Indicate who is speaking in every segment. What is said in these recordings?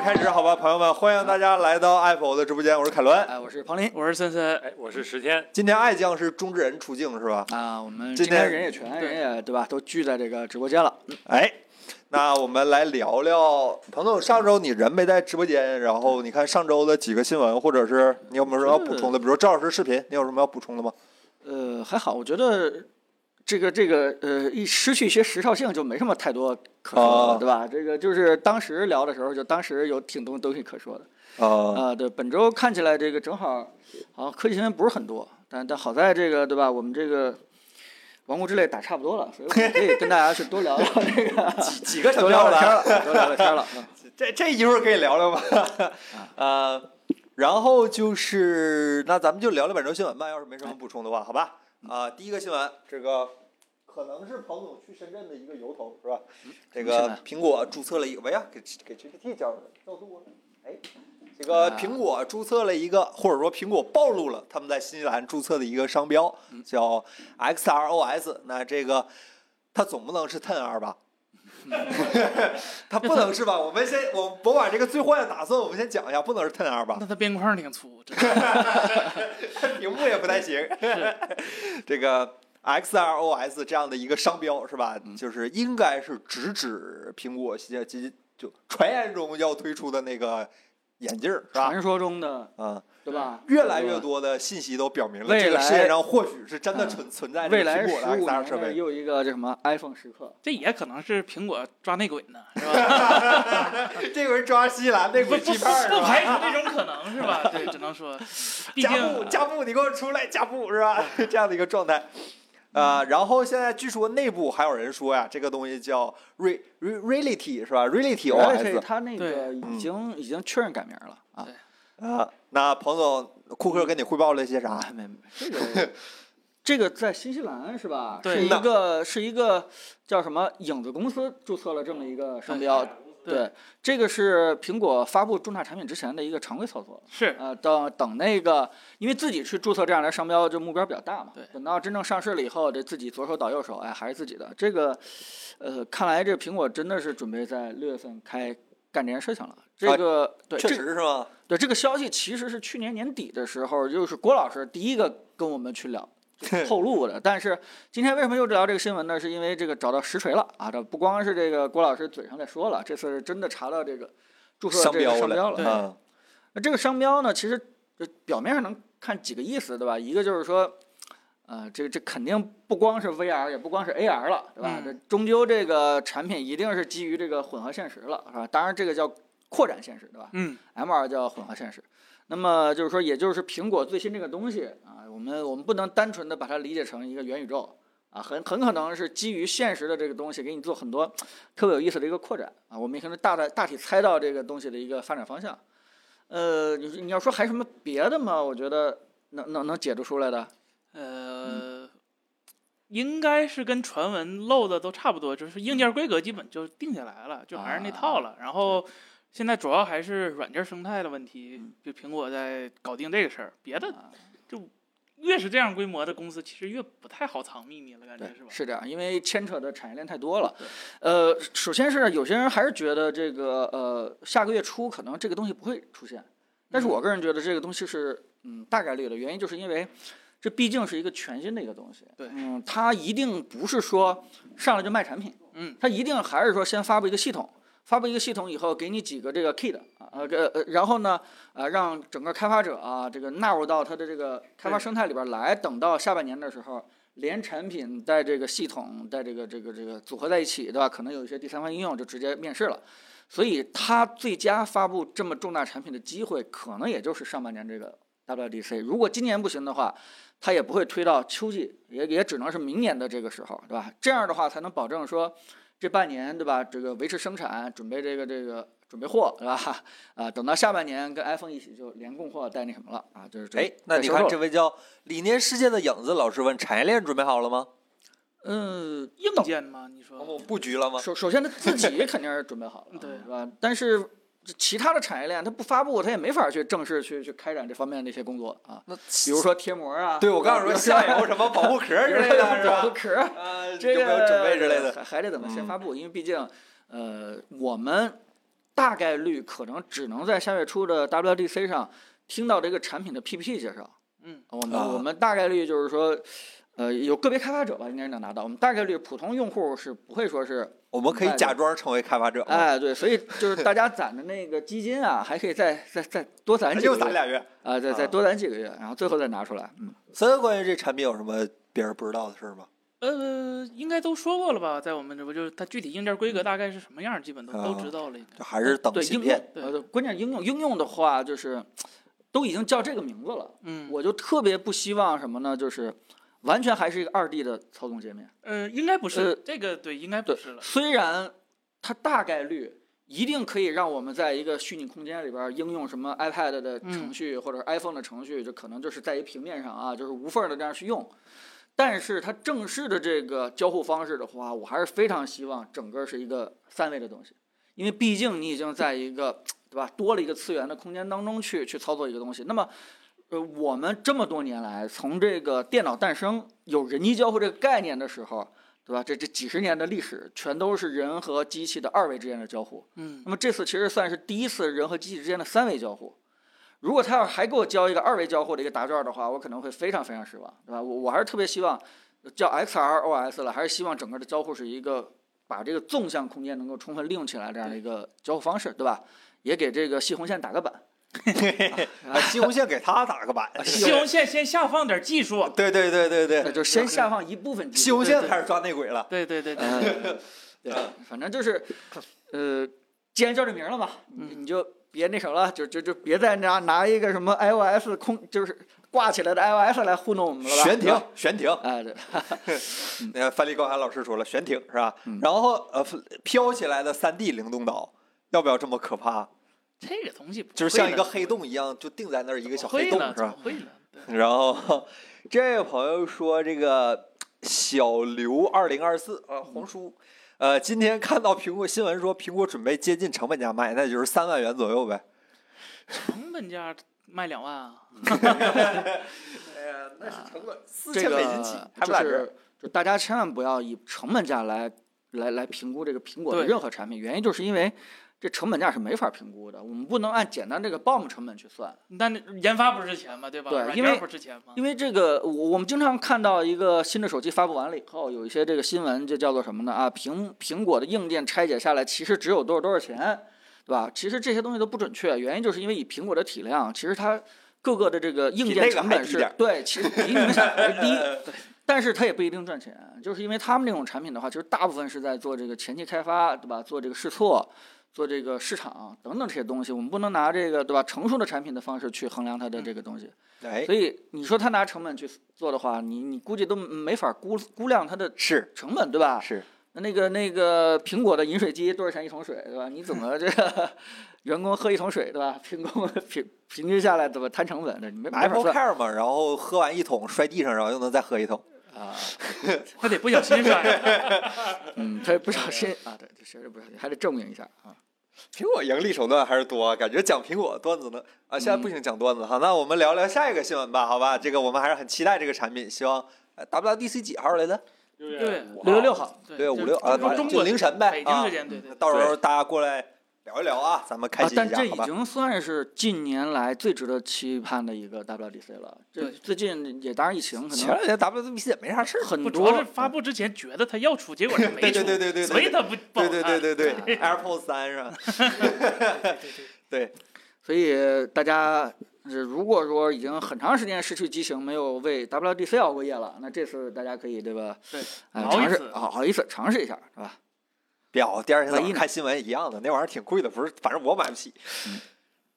Speaker 1: 朋友们，欢迎大家来到 Apple 的直播间，我是凯伦。
Speaker 2: 哎，我是庞林，我是森森。
Speaker 3: 哎，我是十天，
Speaker 1: 今天爱将是中之人出镜是吧？
Speaker 2: 啊，我们
Speaker 1: 今
Speaker 2: 今
Speaker 1: 天
Speaker 2: 天人也全，人也对吧，都聚在这个直播间了。
Speaker 1: 哎，那我们来聊聊，彭总，上周你人没在直播间，然后你看上周的几个新闻，或者是你有没有什么要补充的？比如说赵老师视频，你有什么要补充的吗？
Speaker 2: 呃，还好，我觉得这个这个呃，一失去一些时效性就没什么太多可说的了，
Speaker 1: 哦
Speaker 2: 对吧？这个就是当时聊的时候，就当时有挺多东西可说的。
Speaker 1: 呃，
Speaker 2: 啊、对，本周看起来这个正好，好像科技新闻不是很多，但但好在这个对吧？我们这个。王国之泪打差不多了，所以我们可以跟大家去多聊聊 这个，
Speaker 1: 几个
Speaker 2: 多聊聊天了，多聊聊天了。嗯
Speaker 1: 这这一会儿可以聊聊吧。
Speaker 2: 啊
Speaker 1: 呃，然后就是那咱们就聊聊本周新闻吧，要是没什么补充的话，好吧？
Speaker 2: 哎
Speaker 1: 啊、第一个新闻，这个可能是彭总去深圳的一个由头，是吧？这
Speaker 2: 嗯什么新
Speaker 1: 个
Speaker 2: 闻啊
Speaker 1: 苹果注册了一个，喂呀，给给 GPT 叫叫住我了，哎。这个
Speaker 2: 啊
Speaker 1: 苹果注册了一个，或者说苹果暴露了他们在新西兰注册的一个商标，
Speaker 2: 嗯
Speaker 1: 叫 XROS。那这个它总不能是 Ten R 吧？它不能是吧？我们先，我我把这个最坏的打算，我们先讲一下，不能是 Ten R 吧
Speaker 4: 那？它边框挺粗，真的
Speaker 1: 屏幕也不太行。 这个 XROS 这样的一个商标是吧？
Speaker 2: 嗯
Speaker 1: 就是应该是直指苹果即即就传言中要推出的那个眼镜儿是吧？
Speaker 2: 传说中的
Speaker 1: 嗯，
Speaker 2: 对吧？
Speaker 1: 越来越多的信息都表明了
Speaker 2: 未
Speaker 1: 这个世界
Speaker 2: 来
Speaker 1: 上或许是真的
Speaker 2: 嗯
Speaker 1: 存存在这
Speaker 2: 未
Speaker 1: 个
Speaker 2: 来
Speaker 1: 苹
Speaker 2: 十
Speaker 1: 果的
Speaker 2: 五
Speaker 1: XR
Speaker 2: 年
Speaker 1: 设
Speaker 2: 的
Speaker 1: 备。
Speaker 2: 又一个这什么 iPhone 时刻，
Speaker 4: 这也可能是苹果抓内鬼呢，是吧？
Speaker 1: 这回抓西兰那
Speaker 4: 不不
Speaker 1: 鬼
Speaker 4: 不
Speaker 1: 气泡是
Speaker 4: 不
Speaker 1: 吧？
Speaker 4: 排除这种可能，是吧？对，只能说，毕
Speaker 1: 加
Speaker 4: 竟
Speaker 1: 布加布，你给我出来加布是吧？ 这样的一个状态。呃，然后现在据说内部还有人说呀，这个东西叫 re re reality 是吧？reality
Speaker 2: 而且
Speaker 1: OS
Speaker 2: 它那个
Speaker 4: 对
Speaker 1: 嗯
Speaker 2: 已经已经确认改名了啊。
Speaker 1: 啊、那彭总，库克跟你汇报了一些啥？
Speaker 2: 没没，这 个这个在新西兰是吧？
Speaker 4: 对
Speaker 2: 是一
Speaker 1: 那
Speaker 2: 个是一个叫什么影子公司注册了这么一个商标。
Speaker 4: 对
Speaker 2: 对，这个是苹果发布重大产品之前的一个常规操作。
Speaker 4: 是
Speaker 2: 呃，等等那个，因为自己去注册这样的商标，就目标比较大嘛。
Speaker 4: 对
Speaker 2: 等到真正上市了以后，得自己左手倒右手，哎，还是自己的。这个，呃，看来这苹果真的是准备在六月份开干这件事情了。这个、对，
Speaker 1: 啊确
Speaker 2: 这
Speaker 1: 实是吗？
Speaker 2: 对这个消息其实是去年年底的时候，就是郭老师第一个跟我们去聊 透露的。但是今天为什么又聊这个新闻呢？是因为这个找到实锤了啊！这不光是这个郭老师嘴上在说了，这次是真的查到这个注册
Speaker 1: 商
Speaker 2: 这个
Speaker 1: 标
Speaker 2: 商标了。
Speaker 4: 对
Speaker 1: 嗯，
Speaker 2: 那这个商标呢，其实就表面上能看几个意思，对吧？一个就是说，呃，这这肯定不光是 VR，也不光是 AR 了，对吧？
Speaker 4: 嗯
Speaker 2: 这终究这个产品一定是基于这个混合现实了，是吧？当然这个叫扩展现实，对吧
Speaker 4: 嗯，
Speaker 2: ？MR 叫混合现实。那么就是说，也就是苹果最新这个东西啊，我们我们不能单纯的把它理解成一个元宇宙啊，很很可能是基于现实的这个东西给你做很多特别有意思的一个扩展啊，我们也可能大的大体猜到这个东西的一个发展方向。呃，你你要说还有什么别的吗？我觉得能能能解读出来的。
Speaker 4: 呃，应该是跟传闻漏的都差不多，就是硬件规格基本就定下来了，就还是那套了。然后现在主要还是软件生态的问题，就苹果在搞定这个事儿，别的
Speaker 2: 啊
Speaker 4: 就越是这样规模的公司，其实越不太好藏秘密了，感觉
Speaker 2: 对
Speaker 4: 是吧，？
Speaker 2: 是这样，因为牵扯的产业链太多了。呃，首先是有些人还是觉得这个呃下个月初可能这个东西不会出现，但是我
Speaker 4: 嗯
Speaker 2: 个人觉得这个东西是嗯大概率的，原因就是因为这毕竟是一个全新的一个东西。
Speaker 4: 对
Speaker 2: 嗯，它一定不是说上来就卖产品，
Speaker 4: 嗯，
Speaker 2: 它一定还是说先发布一个系统。发布一个系统以后，给你几个这个 key 的啊，呃，这呃，然后呢，呃，让整个开发者啊，这个纳入到它的这个开发
Speaker 4: 对
Speaker 2: 生态里边来。等到下半年的时候，连产品带这个系统带这个这个这个组合在一起，对吧？可能有一些第三方应用就直接面世了。所以它最佳发布这么重大产品的机会，可能也就是上半年这个 WDC。如果今年不行的话，它也不会推到秋季，也也只能是明年的这个时候，对吧？这样的话才能保证说这半年，对吧？这个维持生产，准备这个这个准备货，对吧？啊、等到下半年跟 iPhone 一起就连供货带那什么了啊，就是这
Speaker 1: 哎，那你看这，位叫理念世界的影子老师问，产业链准备好了吗？
Speaker 2: 嗯、
Speaker 4: 硬件嘛，你说
Speaker 1: 彭总哦布局了吗？
Speaker 2: 首首先他自己肯定是准备好了，啊
Speaker 4: 对
Speaker 2: 是吧？但是其他的产业链，他不发布，他也没法去正式去去开展这方面的一些工作啊。
Speaker 1: 那
Speaker 2: 比如说贴膜啊，
Speaker 1: 对，我刚想 说下游什么保护壳之类的，是
Speaker 2: 保护
Speaker 1: 吧？
Speaker 2: 壳 儿，
Speaker 1: 啊，
Speaker 2: 这
Speaker 1: 有没有准备之类的？嗯
Speaker 2: 还还得怎么先发布？因为毕竟，呃，我们大概率可能只能在下月初的 WDC 上听到这个产品的 PPT 介绍。
Speaker 4: 嗯，
Speaker 2: 我们、
Speaker 1: 啊
Speaker 2: 我们大概率就是说，呃，有个别开发者吧，应该是能拿到。我们大概率普通用户是不会说是，
Speaker 1: 我们可以
Speaker 2: 明白
Speaker 1: 假装成为开发者吗，
Speaker 2: 哎，对，所以就是大家攒的那个基金啊，还可以再再再多攒几
Speaker 1: 又
Speaker 2: 个
Speaker 1: 攒
Speaker 2: 月
Speaker 1: 俩月。
Speaker 2: 啊，再再
Speaker 1: 啊
Speaker 2: 多攒几个月，然后最后再拿出来。嗯，
Speaker 1: 三哥，关于这产品有什么别人不知道的事儿吗？
Speaker 4: 呃，应该都说过了吧，在我们这不就是它具体硬件规格大概是什么样儿，基本都都
Speaker 1: 啊
Speaker 4: 知道了。
Speaker 1: 就还是等
Speaker 2: 对
Speaker 1: 芯
Speaker 2: 应
Speaker 1: 片
Speaker 2: 用，
Speaker 4: 对
Speaker 2: 呃，关键应用应用的话就是都已经叫这个名字了，
Speaker 4: 嗯，
Speaker 2: 我就特别不希望什么呢？就是完全还是一个二 D 的操纵界面。
Speaker 4: 呃，应该不
Speaker 2: 呃
Speaker 4: 是这个，对，应该不
Speaker 2: 对
Speaker 4: 是了。
Speaker 2: 虽然它大概率一定可以让我们在一个虚拟空间里边儿应用什么 iPad 的程序、或者是 iPhone 的程序，就可能就是在一平面上啊，就是无缝的这样去用。但是它正式的这个交互方式的话，我还是非常希望整个是一个三维的东西，因为毕竟你已经在一个对吧多了一个次元的空间当中去去操作一个东西。那么，呃，我们这么多年来，从这个电脑诞生有人机交互这个概念的时候，对吧？这这几十年的历史，全都是人和机器的二维之间的交互。
Speaker 4: 嗯
Speaker 2: 那么这次其实算是第一次人和机器之间的三维交互。如果他要是还给我交一个二维交互的一个答卷的话，我可能会非常非常失望，对吧？我我还是特别希望叫 XROS 了，还是希望整个的交互是一个把这个纵向空间能够充分利用起来这样的一个交互方式，对吧？也给这个细红线打个板。
Speaker 1: 啊，西红柿给他打个板。
Speaker 4: 西红线先下放点技术。
Speaker 1: 对对对对
Speaker 2: 那
Speaker 1: 对，
Speaker 2: 就先下放一部分技术
Speaker 1: 西红柿开始抓内鬼了。
Speaker 4: 对对对对，
Speaker 1: 嗯
Speaker 2: 呃， 对，反正就是，呃，既然叫这名儿了吧，你
Speaker 1: 嗯
Speaker 2: 你就别那什么了，就就就别再拿拿一个什么 iOS 空，就是挂起来的 iOS 来糊弄我们了吧？
Speaker 1: 嗯悬
Speaker 2: 对
Speaker 1: 停
Speaker 2: 吧，
Speaker 1: 悬停。
Speaker 2: 哎，对，
Speaker 1: 嗯那个范立高寒老师说了，悬停是吧
Speaker 2: 嗯？
Speaker 1: 然后呃，飘起来的三 D 灵动岛，要不要这么可怕？
Speaker 4: 这个东西不
Speaker 1: 就是
Speaker 4: 会
Speaker 1: 像一
Speaker 4: 了
Speaker 1: 个黑洞一样，就定在那儿一个小
Speaker 4: 会
Speaker 1: 黑洞
Speaker 4: 了
Speaker 1: 是吧？
Speaker 4: 会了，对
Speaker 1: 然后这位朋友说这个小刘二零二四啊，黄叔，呃，今天看到苹果新闻说苹果准备接近成本价卖，那就是三万元左右呗。
Speaker 4: 成本价卖两万啊。
Speaker 1: 哎呀，那是成本四
Speaker 2: 这
Speaker 1: 千
Speaker 2: 个
Speaker 1: 美金起，还不
Speaker 2: 就
Speaker 1: 打折。
Speaker 2: 是就大家千万不要以成本价来来来评估这个苹果的
Speaker 4: 对
Speaker 2: 任何产品，原因就是因为这成本价是没法评估的，我们不能按简单这个 BOM 成本去算。
Speaker 4: 但是研发不值钱嘛，对吧？
Speaker 2: 对
Speaker 4: 软
Speaker 2: 因
Speaker 4: 件
Speaker 2: 为
Speaker 4: 不值钱嘛。
Speaker 2: 因为这个，我我们经常看到一个新的手机发布完了以后，有一些这个新闻就叫做什么呢？啊，苹苹果的硬件拆解下来，其实只有多少多少钱，对吧？其实这些东西都不准确，原因就是因为以苹果的体量，其实它各个的这个硬
Speaker 1: 比
Speaker 2: 件
Speaker 1: 那个
Speaker 2: 成
Speaker 1: 还
Speaker 2: 本
Speaker 1: 低
Speaker 2: 是
Speaker 1: 点儿
Speaker 2: 对，其实比你们想的 低，但是它也不一定赚钱，就是因为他们这种产品的话，其实大部分是在做这个前期开发，对吧？做这个试错。做这个市场等等这些东西，我们不能拿这个对吧成熟的产品的方式去衡量它的这个东西。
Speaker 1: 哎，
Speaker 2: 所以你说他拿成本去做的话，你你估计都没法估估量它的
Speaker 1: 是
Speaker 2: 成本，对吧？
Speaker 1: 是，
Speaker 2: 那个那个苹果的饮水机多少钱一桶水，对吧？你怎么 这个员工喝一桶水，对吧？平工平平均下来怎么摊成本的？你没没法
Speaker 1: Apple
Speaker 2: 算
Speaker 1: Care 嘛，然后喝完一桶摔地上，然后又能再喝一桶。
Speaker 2: 啊。
Speaker 4: 还得不小心摔。
Speaker 2: 嗯，他也不小 心啊，对，这确实不小心，还得证明一下啊。
Speaker 1: 苹果盈利手段还是多啊，感觉讲苹果段子呢啊，现在不行讲段子哈，那我们聊聊下一个新闻吧，好吧？这个我们还是很期待这个产品，希望呃 WDC 几号来的？
Speaker 4: 对
Speaker 2: 六月六号，
Speaker 1: 对，
Speaker 4: 就
Speaker 1: 五六啊，
Speaker 4: 中
Speaker 1: 反正
Speaker 4: 中
Speaker 1: 就
Speaker 4: 国
Speaker 1: 凌
Speaker 4: 时
Speaker 1: 晨呗，
Speaker 4: 北京
Speaker 1: 啊
Speaker 4: 时间，对对。
Speaker 1: 到时候大家过来聊一聊啊，咱们开
Speaker 2: 啊，
Speaker 1: 心
Speaker 2: 但
Speaker 1: 一下，
Speaker 2: 这已
Speaker 1: 好吧？
Speaker 2: 经算是近年来最值得期盼的一个 WDC 了。这
Speaker 4: 对
Speaker 2: 最近也当然疫情可
Speaker 1: 前
Speaker 2: 能
Speaker 1: 两天 WDC 也没啥事儿。
Speaker 2: 很
Speaker 4: 不，主要
Speaker 2: 多
Speaker 4: 是发布之前觉得它要出，结果是没出，
Speaker 1: 嗯 对对对对对对
Speaker 4: 所以它不不好
Speaker 1: 对对
Speaker 4: 看
Speaker 1: 对对对，AirPods 三是吧？对，
Speaker 2: 所以大家呃如果说已经很长时间失去激情，没有为 WDC 熬过夜了，那这次大家可以对吧？
Speaker 4: 对
Speaker 2: 呃，
Speaker 4: 熬一
Speaker 2: 尝试
Speaker 4: 次
Speaker 2: 熬熬一次，尝试一下，是吧？
Speaker 1: 表第二天早
Speaker 2: 唯一
Speaker 1: 上
Speaker 2: 呢
Speaker 1: 看新闻一样的，那玩意儿挺贵的，不是，反正我买不起。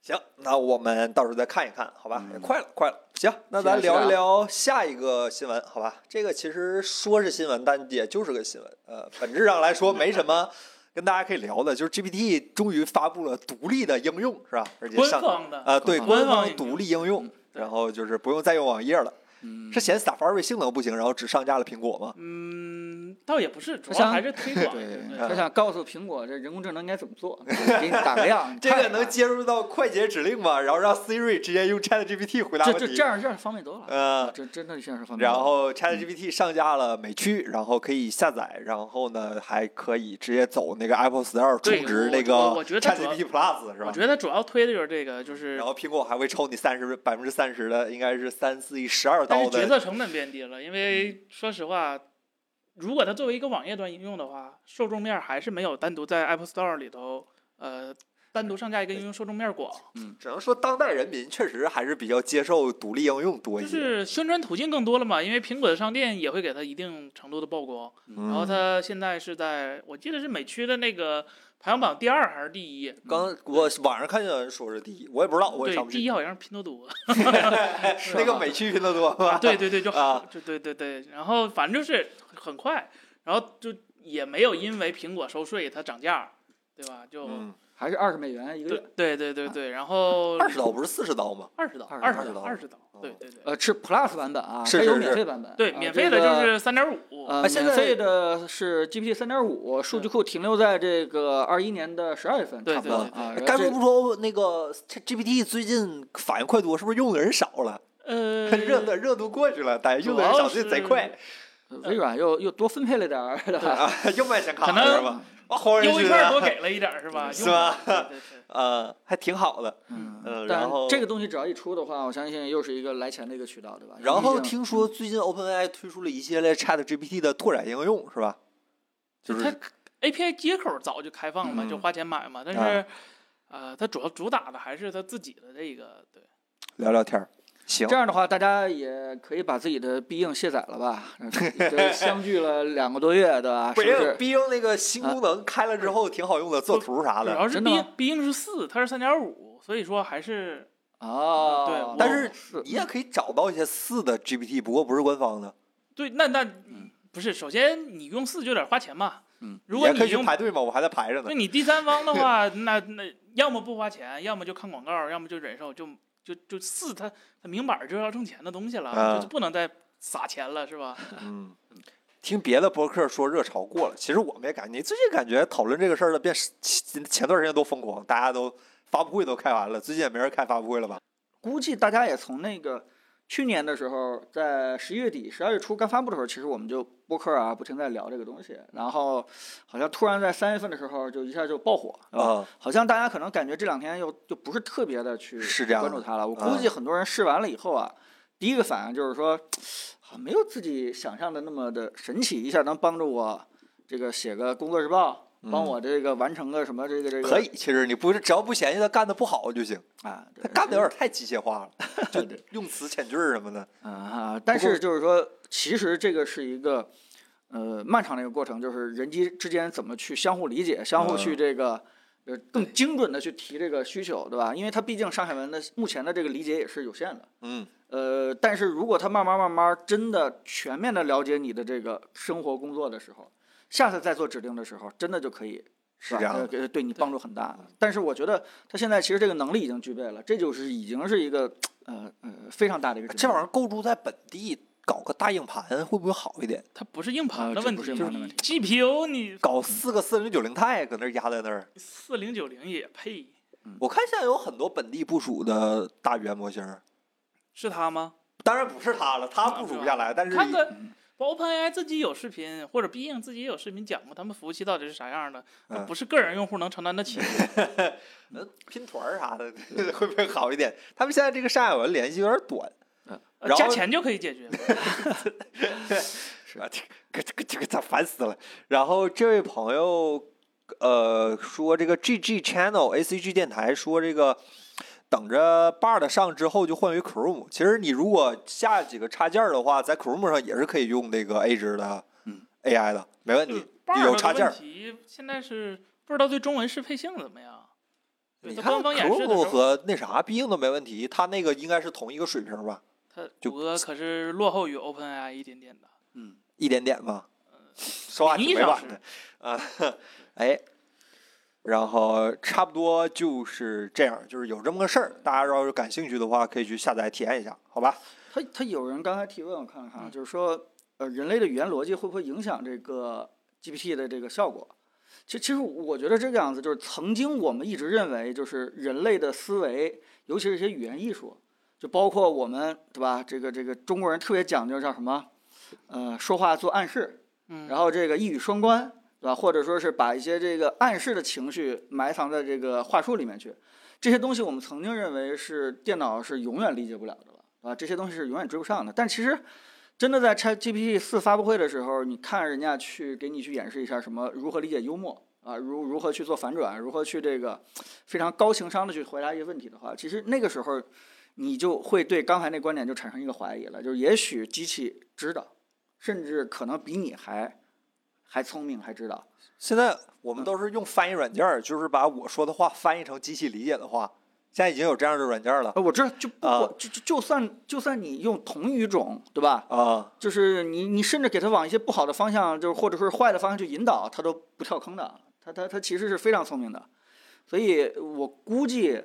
Speaker 1: 行，那我们到时候再看一看，好吧？也快了，快了。行，那
Speaker 2: 是啊
Speaker 1: 咱
Speaker 2: 是啊
Speaker 1: 聊一聊下一个新闻，好吧？这个其实说是新闻，但也就是个新闻。呃，本质上来说没什么跟大家可以聊的，就是 GPT 终于发布了独立的应用，是吧？而且
Speaker 4: 官
Speaker 1: 上
Speaker 4: 方的
Speaker 1: 啊，对，
Speaker 2: 官
Speaker 1: 官
Speaker 4: 方
Speaker 1: 方
Speaker 4: 应用
Speaker 1: 独立应用，
Speaker 4: 对
Speaker 1: 然后就是不用再用网页了。
Speaker 2: 嗯
Speaker 1: 是嫌 Safari 性能不行，然后只上架了苹果吗？
Speaker 4: 嗯，倒也不是，主
Speaker 2: 我
Speaker 4: 要
Speaker 2: 想
Speaker 4: 还是推广。
Speaker 2: 对
Speaker 4: 对，
Speaker 2: 他想告诉苹果这人工智能应该怎么做，给你打个 样。
Speaker 1: 这
Speaker 4: 啊
Speaker 1: 个能接入到快捷指令吗？然后让 Siri 直接用 Chat GPT 回答
Speaker 2: 这
Speaker 1: 问
Speaker 2: 这
Speaker 1: 题。
Speaker 2: 这样这样方便多了。
Speaker 1: 嗯
Speaker 2: 啊这真的这样是方便
Speaker 1: 然
Speaker 2: 多了。
Speaker 1: 后 Chat GPT 上架了美区，然后可以下载，然后呢还可以直接走那个 Apple Store
Speaker 4: 对
Speaker 1: 充值
Speaker 4: 我
Speaker 1: 那个
Speaker 4: 我我觉得
Speaker 1: Chat
Speaker 4: 它主要
Speaker 1: GPT Plus 是
Speaker 4: 我
Speaker 1: 吧？
Speaker 4: 觉得主要推的就是这个，就是
Speaker 1: 然后苹果还会抽你三十百分之三十的，应该是三四亿十二
Speaker 4: 但
Speaker 1: 刀
Speaker 4: 是决
Speaker 1: 的。
Speaker 4: 策成本变低了，因为说实话，如果它作为一个网页端应用的话，受众面还是没有单独在 Apple Store 里头呃单独上架一个应用受众面广，
Speaker 1: 只能说当代人民确实还是比较接受独立应用多一
Speaker 4: 就
Speaker 1: 些。
Speaker 4: 是宣传途径更多了嘛。因为苹果的商店也会给它一定程度的曝光，
Speaker 1: 然
Speaker 4: 然后它现在是在我记得是美区的那个排行榜第二还是第一？
Speaker 1: 刚我网上看见有人说是第一，我也不知道，我也
Speaker 4: 对
Speaker 1: 上，不
Speaker 4: 第
Speaker 1: 去。
Speaker 4: 一好像是拼多多。
Speaker 1: 那个
Speaker 2: 吧
Speaker 1: 美区拼多多 吧？
Speaker 4: 对对对，就
Speaker 1: 啊
Speaker 4: 好，就对对对，然后反正就是很快，然后就也没有因为苹果收税它涨价，对吧？就、
Speaker 1: 嗯，
Speaker 2: 还是二十美元一个
Speaker 4: 对
Speaker 2: 月，
Speaker 4: 对对对对，然后
Speaker 1: 二十刀不是四十刀吗？
Speaker 4: 二十刀，
Speaker 2: 二
Speaker 4: 二
Speaker 2: 十
Speaker 4: 十
Speaker 1: 刀
Speaker 4: 刀，二十刀，对对对
Speaker 2: 呃，是 Plus 版本啊，
Speaker 1: 是
Speaker 2: 还有
Speaker 1: 是
Speaker 2: 免
Speaker 1: 是
Speaker 2: 费版本。
Speaker 4: 对，
Speaker 2: 啊
Speaker 4: 免
Speaker 2: 这
Speaker 4: 费的
Speaker 2: 个
Speaker 4: 就是三点五，
Speaker 2: 呃，
Speaker 1: 啊现
Speaker 2: 免
Speaker 1: 在
Speaker 2: 费的是 GPT 三点五，数据库停留在这个二一年的十二月份，
Speaker 4: 对
Speaker 2: 差不
Speaker 4: 对
Speaker 2: 多
Speaker 4: 对
Speaker 2: 啊。然
Speaker 1: 该不
Speaker 2: 后这
Speaker 1: 不说那个 GPT 最近反应快多，是不是用的人少了？
Speaker 4: 呃，
Speaker 1: 热的热度过去了，但用的人
Speaker 4: 主
Speaker 1: 少
Speaker 4: 要
Speaker 1: 就是贼快
Speaker 2: 呃微软又又多分配了点儿，是吧
Speaker 1: 啊， 又卖显卡
Speaker 4: 可能
Speaker 1: 了是吧？啊，豁出
Speaker 4: 优
Speaker 1: 去
Speaker 4: 惠券多
Speaker 1: 了，
Speaker 4: 给了一点儿是吧？
Speaker 1: 是
Speaker 4: 用
Speaker 1: 吧
Speaker 4: 了？对对对
Speaker 1: 呃，还挺好的。嗯，然
Speaker 2: 但
Speaker 1: 后
Speaker 2: 这个东西只要一出的话，我相信又是一个来钱的一个渠道，对吧？
Speaker 1: 然后
Speaker 2: 毕竟
Speaker 1: 听说最近 OpenAI 推出了一系列 Chat GPT 的拓展应用，是吧？就
Speaker 4: 对，
Speaker 1: 是
Speaker 4: 它 API 接口早就开放了嘛，就
Speaker 1: 嗯
Speaker 4: 花钱买嘛，但
Speaker 1: 啊
Speaker 4: 是。呃，它主要主打的还是它自己的这个，对，
Speaker 1: 聊聊天儿，行
Speaker 2: 这，样的话，大家也可以把自己的必应卸载了吧？呃 就相聚了两个多月，对
Speaker 4: 啊
Speaker 2: 吧？是
Speaker 1: 不
Speaker 2: 不是？
Speaker 1: 毕竟那个新功能开了之后挺好用的，做图啥
Speaker 4: 主
Speaker 1: 的。
Speaker 4: 要是
Speaker 2: 真的
Speaker 4: 毕
Speaker 2: 吗
Speaker 4: 竟毕竟是四，它是三点五，所以说还是
Speaker 2: 哦，
Speaker 4: 对我
Speaker 1: 但是
Speaker 2: 是
Speaker 1: 你也可以找到一些四的 GPT，不过不是官方的，
Speaker 4: 对。那那不是，首先你用四就有点花钱嘛，
Speaker 2: 嗯，
Speaker 4: 如果
Speaker 1: 也可
Speaker 4: 你
Speaker 1: 以去
Speaker 4: 用
Speaker 1: 排队嘛，我还在排着呢
Speaker 4: 对。你第三方的话，那那要么不花钱，要么就看广告，要么就忍受，就就就四它它明摆着就要挣钱的东西了，
Speaker 1: 啊
Speaker 4: 就是不能再撒钱了，是吧？
Speaker 1: 嗯，听别的播客说热潮过了，其实我们也感觉，最近感觉讨论这个事儿了，变是前前段时间都疯狂，大家都发布会都开完了，最近也没人开发布会了吧？
Speaker 2: 估计大家也从那个去年的时候，在十一月底、十二月初刚发布的时候，其实我们就播客啊不停在聊这个东西，然后好像突然在三月份的时候就一下就爆火，对吧？
Speaker 1: 啊、
Speaker 2: 好像大家可能感觉这两天又就不是特别的去
Speaker 1: 是这样的嗯
Speaker 2: 关注它了。我估计很多人试完了以后啊，第一个反应就是说，好像没有自己想象的那么的神奇，一下能帮助我这个写个工作日报，帮
Speaker 1: 嗯
Speaker 2: 我这个完成个什么这个这个
Speaker 1: 可以，其实你不是只要不嫌弃他干的不好就行，
Speaker 2: 啊，
Speaker 1: 他
Speaker 2: 对
Speaker 1: 干的有点太机械化了，
Speaker 2: 对对
Speaker 1: 用词遣句儿什么的。
Speaker 2: 啊，但
Speaker 1: 不过
Speaker 2: 是就是说，其实这个是一个呃漫长的一个过程，就是人机之间怎么去相互理解，相互去
Speaker 1: 嗯
Speaker 2: 这个呃更精准的去提这个需求，对吧？因为它毕竟上下文的目前的这个理解也是有限的。
Speaker 1: 嗯，
Speaker 2: 呃，但是如果他慢慢慢慢真的全面的了解你的这个生活工作的时候，下次再做指定的时候，真的就可以
Speaker 1: 是
Speaker 2: 吧
Speaker 1: 这样
Speaker 2: 呃
Speaker 1: 的。
Speaker 2: 给对你帮助很大。但是我觉得他现在其实这个能力已经具备了，这就是已经是一个呃呃非常大的一个
Speaker 1: 啊这玩意
Speaker 2: 儿
Speaker 1: 儿构筑在本地搞个大硬盘会不会好一点？
Speaker 4: 它不是硬
Speaker 2: 啊
Speaker 4: 盘的
Speaker 2: 这
Speaker 4: 问
Speaker 2: 不
Speaker 4: 题，
Speaker 2: 是硬盘的问题
Speaker 4: GPU 你
Speaker 1: 搞四个四零九零钛搁那儿压在那儿，
Speaker 4: 四零九零也配
Speaker 1: 我看现在有很多本地部署的大语言模型儿，
Speaker 4: 是它吗？
Speaker 1: 当然不是他了，他部署不下来，但是
Speaker 4: 啊看个 OpenAI 自己有视频，或者必应自己也有视频讲过他们服务器到底是啥样的，它
Speaker 1: 嗯
Speaker 4: 不是个人用户能承担得起的。
Speaker 1: 呃，拼团儿啥的 会不会好一点？他们现在这个上下文联系有点短，
Speaker 4: 呃
Speaker 1: 然后
Speaker 4: 加钱就可以解决。
Speaker 1: 啊， 这个这个这个咋烦死了？然后这位朋友，呃，说这个 GG Channel ACG 电台说这个等着 Bard 上之后就换为 Chrome。其实你如果下几个插件儿的话，在 Chrome 上也是可以用那个 A 值的
Speaker 2: 嗯
Speaker 1: AI 的，没问
Speaker 4: 就是
Speaker 1: 题，
Speaker 4: Bard
Speaker 1: 有
Speaker 4: 的
Speaker 1: 插件
Speaker 4: 问
Speaker 1: 儿。
Speaker 4: 题现在是不知道对中文适配性怎么样。对
Speaker 1: 你
Speaker 4: 它
Speaker 1: 看
Speaker 4: 官方演示的时
Speaker 1: Chrome
Speaker 4: 候
Speaker 1: 和那啥必应都没问题，它那个应该是同一个水平吧，
Speaker 4: 它
Speaker 1: 就
Speaker 4: 谷歌可是落后于 OpenAI 一点点的。
Speaker 2: 呃
Speaker 1: 一点点吧。说话挺
Speaker 4: 名义
Speaker 1: 委
Speaker 4: 上
Speaker 1: 婉
Speaker 4: 是
Speaker 1: 的啊，哎，然后差不多就是这样，就是有这么个事儿，大家要是感兴趣的话，可以去下载体验一下，好吧？
Speaker 2: 他他有人刚才提问，我看了看啊，
Speaker 4: 嗯
Speaker 2: 就是说，呃，人类的语言逻辑会不会影响这个 GPT 的这个效果？其实，其实我觉得这个样子，就是曾经我们一直认为，就是人类的思维，尤其是一些语言艺术，就包括我们对吧？这个这个中国人特别讲究叫什么？呃，说话做暗示，
Speaker 4: 嗯，
Speaker 2: 然后这个一语双关，对吧？或者说是把一些这个暗示的情绪埋藏在这个话术里面去，这些东西我们曾经认为是电脑是永远理解不了的了，对吧？这些东西是永远追不上的。但其实真的在 ChatGPT 四发布会的时候，你看人家去给你去演示一下什么如何理解幽默啊，如如何去做反转，如何去这个非常高情商的去回答一些问题的话，其实那个时候你就会对刚才那观点就产生一个怀疑了，就是也许机器知道。甚至可能比你还还聪明，还知道。
Speaker 1: 现在我
Speaker 2: 嗯
Speaker 1: 们都是用翻译软件儿，就是把我说的话翻译成机器理解的话，现在已经有这样的软件儿了
Speaker 2: 呃，我知道，就不、
Speaker 1: 啊
Speaker 2: 就就就算就算你用同语种，对吧？
Speaker 1: 啊。
Speaker 2: 就是你你甚至给他往一些不好的方向，就是或者说是坏的方向去引导，他都不跳坑的。他他他其实是非常聪明的，所以我估计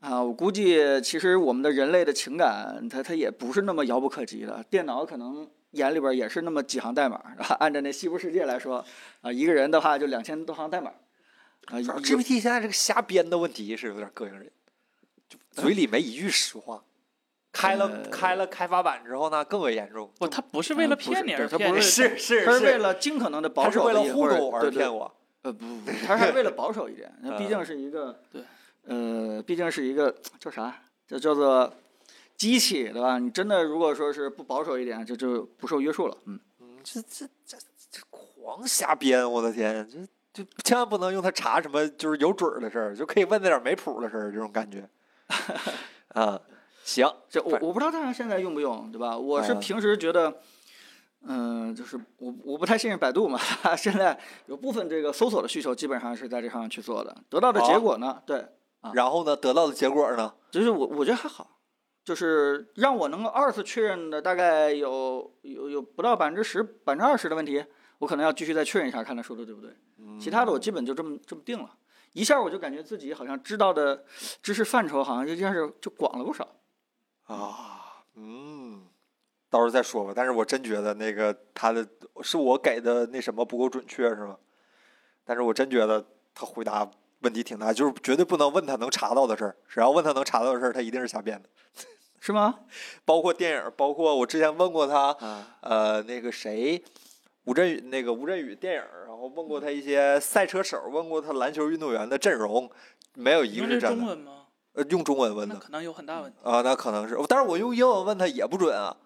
Speaker 2: 啊，我估计其实我们的人类的情感，它它也不是那么遥不可及的。电脑可能眼里边也是那么几行代码，然后 按照那西部世界来说啊，一个人的话就两千多行代码啊，
Speaker 1: 主要
Speaker 2: 有
Speaker 1: GPT 现在这个瞎编的问题是有点膈应人，就嘴里没一句实话。开了
Speaker 2: 呃
Speaker 1: 开了开发版之后呢，更为严重。
Speaker 4: 不，他不是为了骗你
Speaker 2: 不是
Speaker 4: 而
Speaker 2: 对他
Speaker 4: 骗
Speaker 2: 不
Speaker 4: 你，
Speaker 1: 是是
Speaker 2: 他是为了尽可能的保
Speaker 1: 他是
Speaker 2: 守
Speaker 1: 为
Speaker 2: 的
Speaker 1: 了
Speaker 2: 一点，
Speaker 1: 糊
Speaker 2: 或者
Speaker 1: 弄我而
Speaker 2: 对对
Speaker 1: 骗我。
Speaker 2: 呃不 不，不他还是为了保守一点，那毕
Speaker 1: 嗯
Speaker 2: 竟是一个
Speaker 4: 对，
Speaker 2: 呃，毕竟是一个叫啥，叫叫做机器对吧？你真的如果说是不保守一点，就就不受约束了。嗯，
Speaker 1: 嗯这这这这狂瞎编，我的天！这就千万不能用它查什么，就是有准儿的事儿，就可以问那点儿没谱儿的事儿，这种感 觉。啊，行，
Speaker 2: 这我
Speaker 1: 反
Speaker 2: 我不知道大家现在用不用对吧？我是
Speaker 1: 嗯
Speaker 2: 平时觉得。嗯，就是我我不太信任百度嘛， 现在有部分这个搜索的需求基本上是在这上面去做的，得到的结
Speaker 1: 好
Speaker 2: 果呢，对，啊
Speaker 1: 然后呢，得到的结果呢？
Speaker 2: 就是我我觉得还好，就是让我能够二次确认的大概有有有不到百分之十、百分之二十的问题，我可能要继续再确认一下，看他说的对不对。
Speaker 1: 嗯
Speaker 2: 其他的我基本就这么这么定了，一下我就感觉自己好像知道的知识范畴好像就一下就就广了不少。
Speaker 1: 啊，嗯，到时候再说吧。但是我真觉得那个他的是我给的那什么不够准确是吗？但是我真觉得他回答问题挺大，就是绝对不能问他能查到的事儿。只要问他能查到的事儿，他一定是瞎编的。
Speaker 2: 是吗？
Speaker 1: 包括电影，包括我之前问过他，
Speaker 2: 啊，
Speaker 1: 呃，那个谁，吴镇宇那个吴镇宇电影儿，然后问过他一些赛车手，问过他篮球运动员的阵容，没有一
Speaker 4: 因
Speaker 1: 个
Speaker 4: 为
Speaker 1: 是
Speaker 4: 这
Speaker 1: 真
Speaker 4: 中
Speaker 1: 的。
Speaker 4: 文吗？
Speaker 1: 呃，用中文问
Speaker 4: 那
Speaker 1: 的。
Speaker 4: 可能有很大问题。
Speaker 1: 啊，那可能是，但是我用英文问他也不准啊，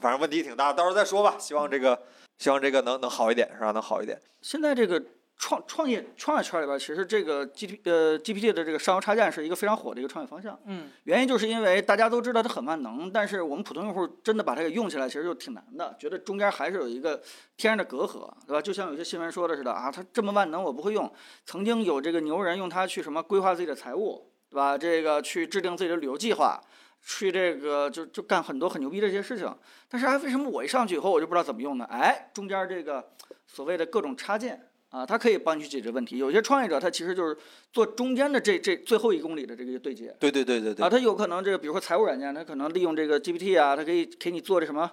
Speaker 1: 反正问题挺大，到时候再说吧。希望这个，希望这个能能好一点，是吧？能好一点。
Speaker 2: 现在这个创创业创业圈里边，其实这个 G T 呃 G P T 的这个上游插件是一个非常火的一个创业方向。
Speaker 4: 嗯，
Speaker 2: 原因就是因为大家都知道它很万能，但是我们普通用户真的把它给用起来，其实就挺难的，觉得中间还是有一个天然的隔阂，对吧？就像有些新闻说的似的啊，它这么万能我不会用。曾经有这个牛人用它去什么规划自己的财务，对吧？这个去制定自己的旅游计划，去这个就就干很多很牛逼的一些事情。但是哎，为什么我一上去以后我就不知道怎么用呢？哎，中间这个所谓的各种插件。啊，它可以帮你去解决问题。有些创业者他其实就是做中间的这这最后一公里的这个对接，
Speaker 1: 对对对对对。
Speaker 2: 啊，它有可能这个，比如说财务软件，它可能利用这个 GPT 啊，它可以给你做这什么，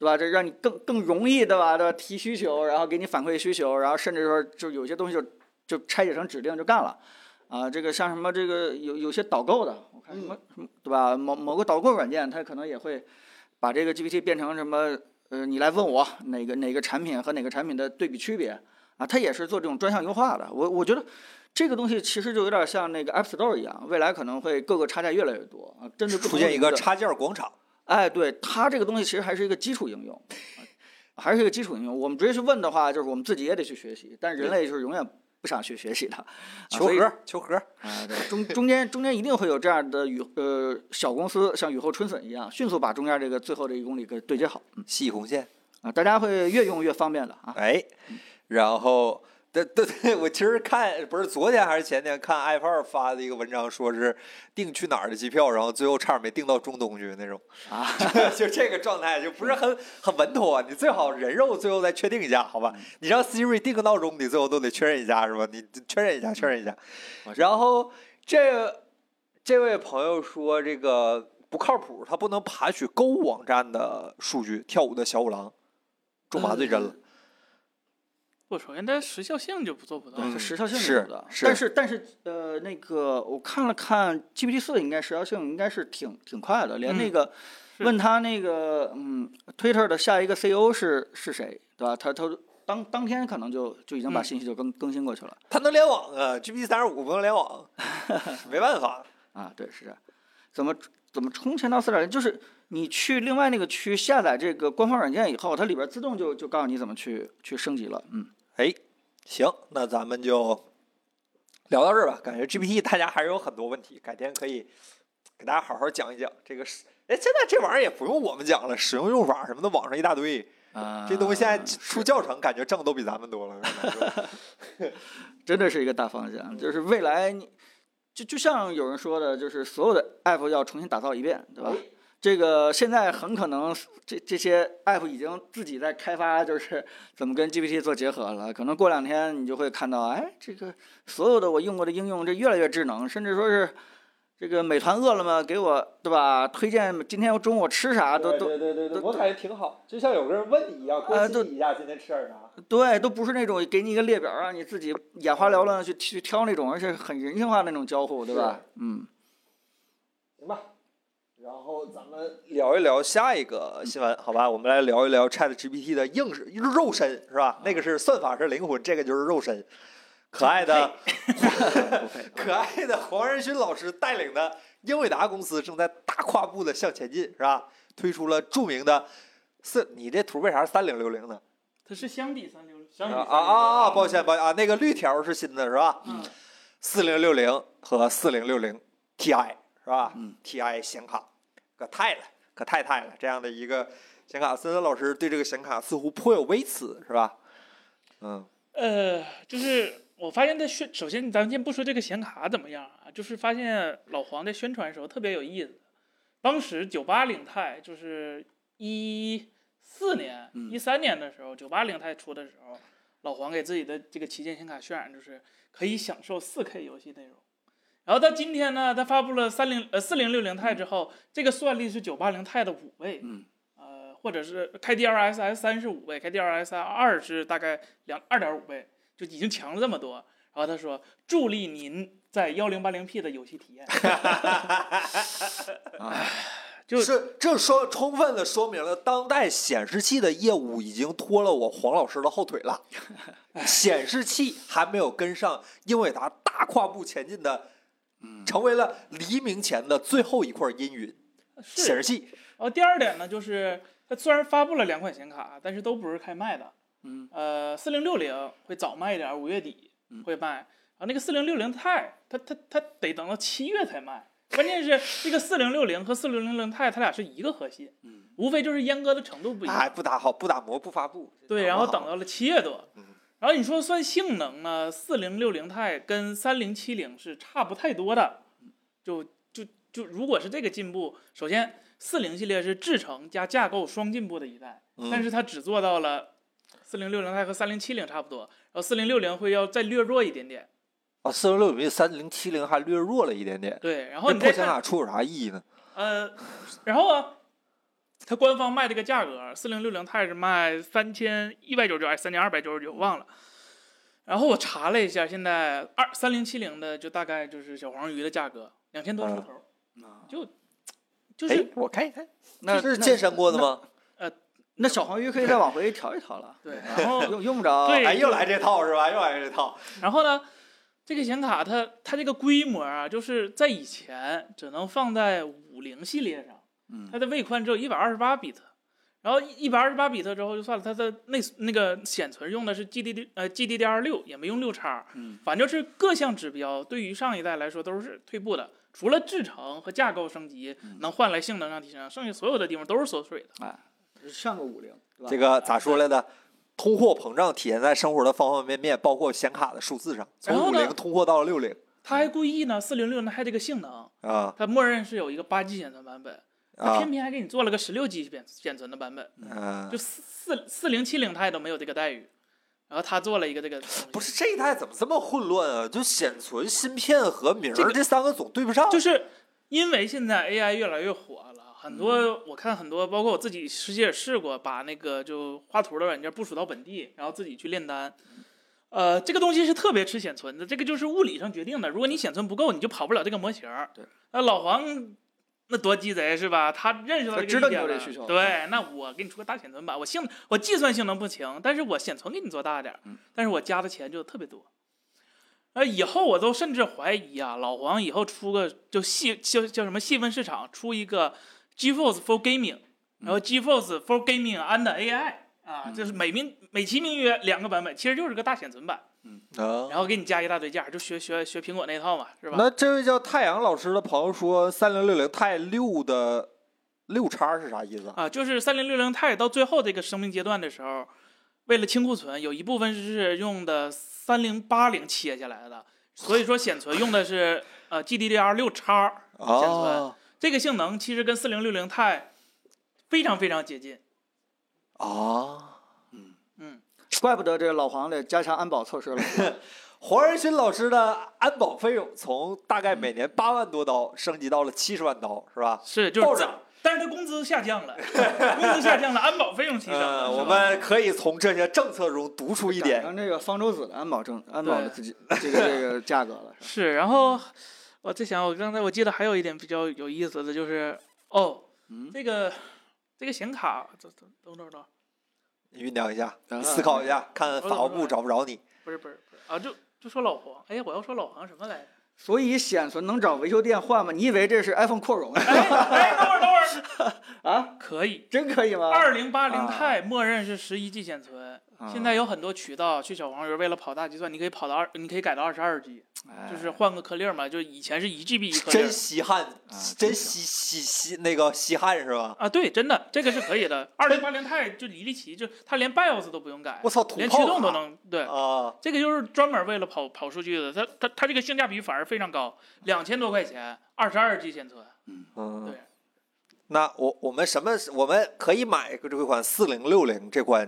Speaker 2: 对吧？这让你更更容易对吧？对吧？提需求，然后给你反馈需求，然后甚至说就有些东西就就拆解成指令就干了。啊，这个像什么这个有有些导购的，我看什么什么对吧？某某个导购软件，它可能也会把这个 GPT 变成什么呃，你来问我哪个哪个产品和哪个产品的对比区别啊，它也是做这种专项优化的。我我觉得这个东西其实就有点像那个 App Store 一样，未来可能会各个差价越来越多啊，针对不
Speaker 1: 出
Speaker 2: 同的
Speaker 1: 现一个啊
Speaker 2: 领域
Speaker 1: 插件广场，
Speaker 2: 哎，对，它这个东西其实还是一个基础应用，啊还是一个基础应用。我们直接去问的话，就是我们自己也得去学习，但人类就是永远不想去学习的。啊
Speaker 1: 求
Speaker 2: 所以
Speaker 1: 和求和，
Speaker 2: 啊，对，中中间中间一定会有这样的雨呃小公司，像雨后春笋一样，迅速把中间这个最后这一公里给
Speaker 1: 嗯
Speaker 2: 对接好
Speaker 1: 系红线。
Speaker 2: 啊啊，大家会越用越方便的啊。
Speaker 1: 哎，然后对对对，我其实看不是昨天还是前天看 i p a 发的一个文章，说是订去哪儿的机票，然后最后差点没订到中东去那种，
Speaker 2: 啊，
Speaker 1: 就这个状态就不是很很稳妥。你最好人肉最后再确定一下，好吧？你让 Siri 定个闹钟，你最后都得确认一下是吧？你确认一下，确认一下。然后这这位朋友说这个不靠谱，他不能爬取购物网站的数据。跳舞的小五郎中麻醉针了，
Speaker 4: 我首先它时效性就不做不到，
Speaker 1: 嗯
Speaker 2: 它时效性
Speaker 1: 是
Speaker 2: 有的，啊
Speaker 1: 是
Speaker 2: 但是但是呃，那个我看了看 GPT 四，应该时效性应该是挺挺快的，连
Speaker 4: 嗯
Speaker 2: 那个、
Speaker 4: 是
Speaker 2: 问他那个嗯，Twitter 的下一个 CEO 是是谁，对吧？他他当当天可能就就已经把
Speaker 4: 嗯
Speaker 2: 信息就更更新过去了
Speaker 1: 他能联网啊，GPT 三十五不能联网，没办法。
Speaker 2: 啊，对，是这样。怎么怎么充钱到四点零？就是你去另外那个区下载这个官方软件以后，它里边自动就就告诉你怎么去去升级了，嗯。
Speaker 1: 哎，行，那咱们就聊到这儿吧。感觉 GPT 大家还是有很多问题，改天可以给大家好好讲一讲这个是。哎，现在这玩意儿也不用我们讲了，使用用法什么的，网上一大堆。
Speaker 2: 啊
Speaker 1: 这东西现在出教程，感觉挣都比咱们多了。
Speaker 2: 真的是一个大方向，就是未来你就就像有人说的，就是所有的 app 要重新打造一遍，对吧？这个现在很可能这这些 app 已经自己在开发，就是怎么跟 GPT 做结合了。可能过两天你就会看到，哎，这个所有的我用过的应用，这越来越智能，甚至说是这个美团饿了么给我，对吧？推荐今天中午吃啥都都
Speaker 1: 对对
Speaker 2: 都我
Speaker 1: 感觉挺好，就像有个人问你一样
Speaker 2: 关心
Speaker 1: 你一下今天吃点啥。
Speaker 2: 对，都不是那种给你一个列表让你自己眼花缭乱地去去挑那种，而且很人性化的那种交互，对吧？嗯。
Speaker 1: 行吧，然后咱们聊一聊下一个新闻，好吧？我们来聊一聊 Chat GPT 的硬是肉身是
Speaker 4: 啊
Speaker 1: 吧？那个是算法是灵魂，这个就是肉身。可爱的 可爱的黄仁勋老师带领的英伟达公司正在大跨步的向前进，是吧？推出了著名的四，你这图为啥是三零六零呢？
Speaker 4: 它是相比三六
Speaker 1: 啊
Speaker 4: 相比
Speaker 1: 啊
Speaker 4: 三
Speaker 1: 啊啊！抱歉抱歉啊，那个绿条是新的是吧？
Speaker 4: 嗯，
Speaker 1: 四零六零和四零六零 Ti 是吧？
Speaker 2: 嗯
Speaker 1: t i 显卡可太了，可太太了，这样的一个显卡，森森老师对这个显卡似乎颇有微词，是吧？嗯，
Speaker 4: 呃，就是我发现在宣，首先咱们先不说这个显卡怎么样啊，就是发现老黄在宣传的时候特别有意思。当时九八零钛就是一四年、
Speaker 2: 嗯
Speaker 4: 一三年的时候，九八零钛出的时候，老黄给自己的这个旗舰显卡渲染就是可以享受四 K 游戏内容。然后到今天呢，它发布了三零呃四零六零钛之后，这个算力是九八零钛的五倍，
Speaker 2: 嗯，
Speaker 4: 呃，或者是开 DLSS 三是五倍，开 DLSS 二是大概两二点五倍，就已经强了这么多。然后他说，助力您在幺零八零 P 的游戏体验。就
Speaker 1: 这这说充分的说明了当代显示器的业务已经拖了我黄老师的后腿 了，显示器还没有跟上英伟达大跨步前进的，
Speaker 4: 嗯
Speaker 1: 成为了黎明前的最后一块阴云。显
Speaker 4: 是
Speaker 1: 示。器
Speaker 4: 然后第二点呢，就是它虽然发布了两款显卡，但是都不是开卖的。
Speaker 2: 嗯，
Speaker 4: 呃，四零六零会早卖一点，五月底会卖。然后那个四零六零钛，它它它得等到七月才卖。关键是这个四零六零和四零零零钛，它俩是一个核心，无非就是阉割的程度不一样。
Speaker 1: 哎，不打好，不打磨，不发布。
Speaker 4: 对，
Speaker 1: 打
Speaker 4: 然
Speaker 1: 磨
Speaker 4: 后
Speaker 1: 好
Speaker 4: 等到了七月多
Speaker 1: 嗯，
Speaker 4: 然后你说算性能呢，四零六零钛跟三零七零是差不太多的，就就就如果是这个进步，首先四零系列是制程加架构双进步的一代，
Speaker 1: 嗯
Speaker 4: 但是它只做到了四零六零钛和三零七零差不多，然后四零六零会要再略弱一点点，
Speaker 1: 啊，四零六比三零七零还略弱了一点点。
Speaker 4: 对，然后
Speaker 1: 这
Speaker 4: 你
Speaker 1: 破
Speaker 4: 再
Speaker 1: 显
Speaker 4: 看
Speaker 1: 卡出有啥意义呢？
Speaker 4: 呃，然后啊，它官方卖这个价格，四零六零钛是卖三千一百九十九还哎是三千二百九十九，忘了。然后我查了一下，现在二三零七零的就大概就是小黄鱼的价格，两千多出头，就就
Speaker 1: 哎
Speaker 4: 是，
Speaker 1: 我看一看，
Speaker 2: 那
Speaker 1: 这是
Speaker 2: 那
Speaker 1: 健身锅的吗？
Speaker 2: 那小黄鱼可以再往回调一调 了，
Speaker 4: 对，然后
Speaker 2: 用用不着。
Speaker 4: 对那
Speaker 1: 哎，又来这套是吧？又来这套。
Speaker 4: 然后呢，这个显卡它它这个规模啊，就是在以前只能放在五零系列上，
Speaker 2: 嗯
Speaker 4: 它的位宽只有一百二十八比特，然后一百二十八比特之后就算了，它的内那个显存用的是 GDD 呃 GDDR 六，也没用六叉，
Speaker 2: 嗯
Speaker 4: 反正就是各项指标对于上一代来说都是退步的，除了制程和架构升级
Speaker 2: 嗯
Speaker 4: 能换来性能上提升，剩下所有的地方都是缩水的。
Speaker 2: 哎，上个五零，对吧？
Speaker 1: 这个咋说来的？通货膨胀体现在生活的方方面面，包括显卡的数字上，从
Speaker 4: 然后
Speaker 1: 五
Speaker 4: 呢
Speaker 1: 零通货到了六零
Speaker 2: 嗯
Speaker 4: 他还故意呢，四零六呢还这个性能，
Speaker 1: 啊
Speaker 4: 它默认是有一个八 G 显存版本，它
Speaker 1: 啊
Speaker 4: 偏偏还给你做了个十六 G 显显存的版本，
Speaker 1: 嗯
Speaker 4: 就，四四四零七零它也都没有这个待遇，然后他做了一个这个东西，
Speaker 1: 不是这一代怎么这么混乱啊？就显存、芯片和名
Speaker 4: 这
Speaker 1: 儿
Speaker 4: 个
Speaker 1: 这三个总对不上，
Speaker 4: 就是因为现在 AI 越来越火了，很多、
Speaker 1: 嗯
Speaker 4: 我看很多，包括我自己实际也试过，把那个就画图的软件部署到本地，然后自己去炼丹。呃，这个东西是特别吃显存的，这个就是物理上决定的。如果你显存不够，你就跑不了这个模型。
Speaker 2: 对，
Speaker 4: 那老黄那多鸡贼是吧？他认识到
Speaker 2: 他
Speaker 4: 这个
Speaker 2: 知道
Speaker 4: 一
Speaker 2: 你有
Speaker 4: 点
Speaker 2: 这
Speaker 4: 了
Speaker 2: 需求
Speaker 4: 对，那我给你出个大显存版，我性我计算性能不行，但是我显存给你做大点儿
Speaker 2: 嗯，
Speaker 4: 但是我加的钱就特别多。呃，以后我都甚至怀疑啊，老黄以后出个就细叫叫什么细分市场，出一个 GeForce for Gaming，
Speaker 2: 嗯
Speaker 4: 然后 GeForce for Gaming and AI 啊，就是美名美其名曰两个版本，其实就是个大显存版，
Speaker 1: 啊。
Speaker 4: 然后给你加一大堆价，就学学学苹果那套嘛，是吧？
Speaker 1: 那这位叫太阳老师的朋友说，三零六零太六的六叉是啥意思啊？
Speaker 4: 啊，就是三零六零 i 到最后这个生命阶段的时候，为了清库存，有一部分是用的三零八零切下来的，所以说显存用的是呃 GDDR 六叉。存
Speaker 1: 啊
Speaker 4: 这个性能其实跟四零六零 i 非常非常接近。
Speaker 1: 啊！
Speaker 4: 嗯，
Speaker 2: 怪不得这个老黄得加强安保措施了。
Speaker 1: 黄仁勋老师的安保费用从大概每年八万多刀升级到了七十万刀，是吧？
Speaker 4: 是
Speaker 1: 暴
Speaker 4: 就是
Speaker 1: 涨，
Speaker 4: 但是他工资下降了，工资下降了，安保费用提升了。
Speaker 1: 呃，
Speaker 4: 是吧
Speaker 1: 我们可以从这些政策中读出一
Speaker 2: 赶
Speaker 1: 点
Speaker 2: 上这个方舟子的安保证安保
Speaker 4: 对
Speaker 2: 的自己这个这个价格了，是吧
Speaker 4: 是，然后我在想，我刚才我记得还有一点比较有意思的就是，哦，
Speaker 2: 嗯
Speaker 4: 这个这个显卡，等等等等等，
Speaker 1: 酝酿一下，
Speaker 4: 嗯
Speaker 2: 啊
Speaker 1: 你思考一下，看法务部找不着你。
Speaker 4: 不是不是不是啊，就就说老黄，哎呀，我要说老黄什么来着？
Speaker 2: 所以显存能找维修店换吗？你以为这是 iPhone 扩容啊
Speaker 4: 哎 哎，等会儿等会儿，
Speaker 2: 啊？
Speaker 4: 可以。
Speaker 2: 真可以吗？
Speaker 4: 二零八零
Speaker 2: 啊
Speaker 4: i 默认是十一 G 显存，
Speaker 1: 嗯
Speaker 2: 啊
Speaker 4: 现在有很多渠道去小黄鱼，为了跑大计算，你可以跑到二，你可以改到二十二 G，
Speaker 2: 哎
Speaker 4: 就是换个颗粒儿嘛，就以前是一 GB 一颗粒
Speaker 1: 真
Speaker 4: 儿
Speaker 1: 稀罕
Speaker 2: 啊，
Speaker 1: 真
Speaker 2: 真
Speaker 1: 稀稀稀那个稀罕是吧？
Speaker 4: 啊，对，真的这个是可以的。二零八零 i 就离离奇，就它连 BIOS 都不用改
Speaker 1: 我，操，土
Speaker 4: 连驱
Speaker 1: 炮
Speaker 4: 动都
Speaker 1: 卡
Speaker 4: 能对。
Speaker 1: 啊！
Speaker 4: 这个就是专门为了跑跑数据的，它它它这个性价比反而非常高，两千多块钱，二十二 G 显存，
Speaker 1: 嗯
Speaker 4: 对，
Speaker 1: 那我我们什么时？我们可以买这款四零六零这款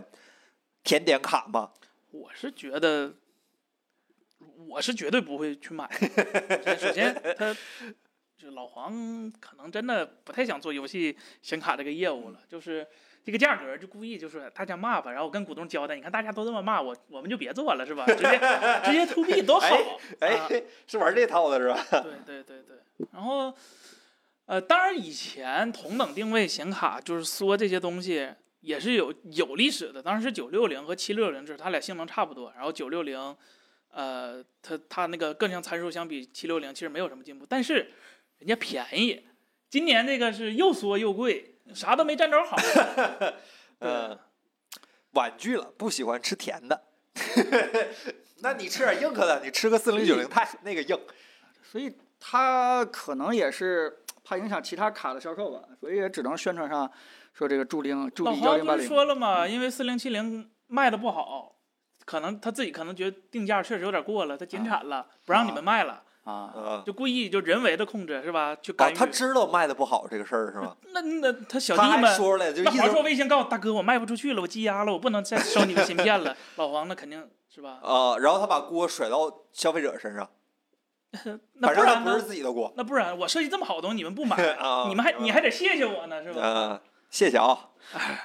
Speaker 1: 甜点卡吗？
Speaker 4: 我是觉得，我是绝对不会去买的。首先，首先他就老黄可能真的不太想做游戏显卡这个业务了，就是这个价格就故意就是大家骂吧，然后我跟股东交代，你看大家都这么骂我，我们就别做了是吧？直接直接 to B 多好。
Speaker 1: 哎
Speaker 4: 啊，
Speaker 1: 是玩这套的是吧？
Speaker 4: 对对对对，然后。呃，当然，以前同等定位显卡就是说这些东西也是有有历史的。当时九六零和七六零，就是它俩性能差不多。然后九六零，呃，它它那个各项参数相比七六零其实没有什么进步，但是人家便宜。今年这个是又缩又贵，啥都没占着好。 对
Speaker 1: 嗯，婉拒了，不喜欢吃甜的。 那你吃点硬核的，你吃个四零九零钛那个硬。
Speaker 2: 所以他可能也是怕影响其他卡的销售吧，所以也只能宣传上说这个助零助
Speaker 4: 老
Speaker 2: 力幺
Speaker 4: 黄
Speaker 2: 零八
Speaker 4: 不是
Speaker 2: 零。
Speaker 4: 说了吗？因为四零七零卖的不好，可能他自己可能觉得定价确实有点过了，他减产了，不让你们卖了。
Speaker 2: 啊，
Speaker 1: 啊
Speaker 4: 就故意就人为的控制是吧？去
Speaker 1: 啊，
Speaker 4: 干预。
Speaker 1: 他知道卖的不好这个事儿是吗？
Speaker 4: 那那他小
Speaker 1: 他
Speaker 4: 弟
Speaker 1: 还
Speaker 4: 们，
Speaker 1: 说出来就
Speaker 4: 那
Speaker 1: 意
Speaker 4: 华硕
Speaker 1: 思
Speaker 4: 微信告诉大哥，我卖不出去了，我积压了，我不能再收你的芯片 了。老黄那肯定是吧？
Speaker 1: 啊，然后他把锅甩到消费者身上，
Speaker 4: 那
Speaker 1: 反
Speaker 4: 不
Speaker 1: 正他
Speaker 4: 然
Speaker 1: 不是
Speaker 4: 呢？
Speaker 1: 自己的锅。
Speaker 4: 那不然我设计这么好的东西你们不买
Speaker 1: 啊，
Speaker 4: 你们还
Speaker 1: 明白
Speaker 4: 你还得谢谢我呢是吧？
Speaker 1: 嗯，谢谢啊。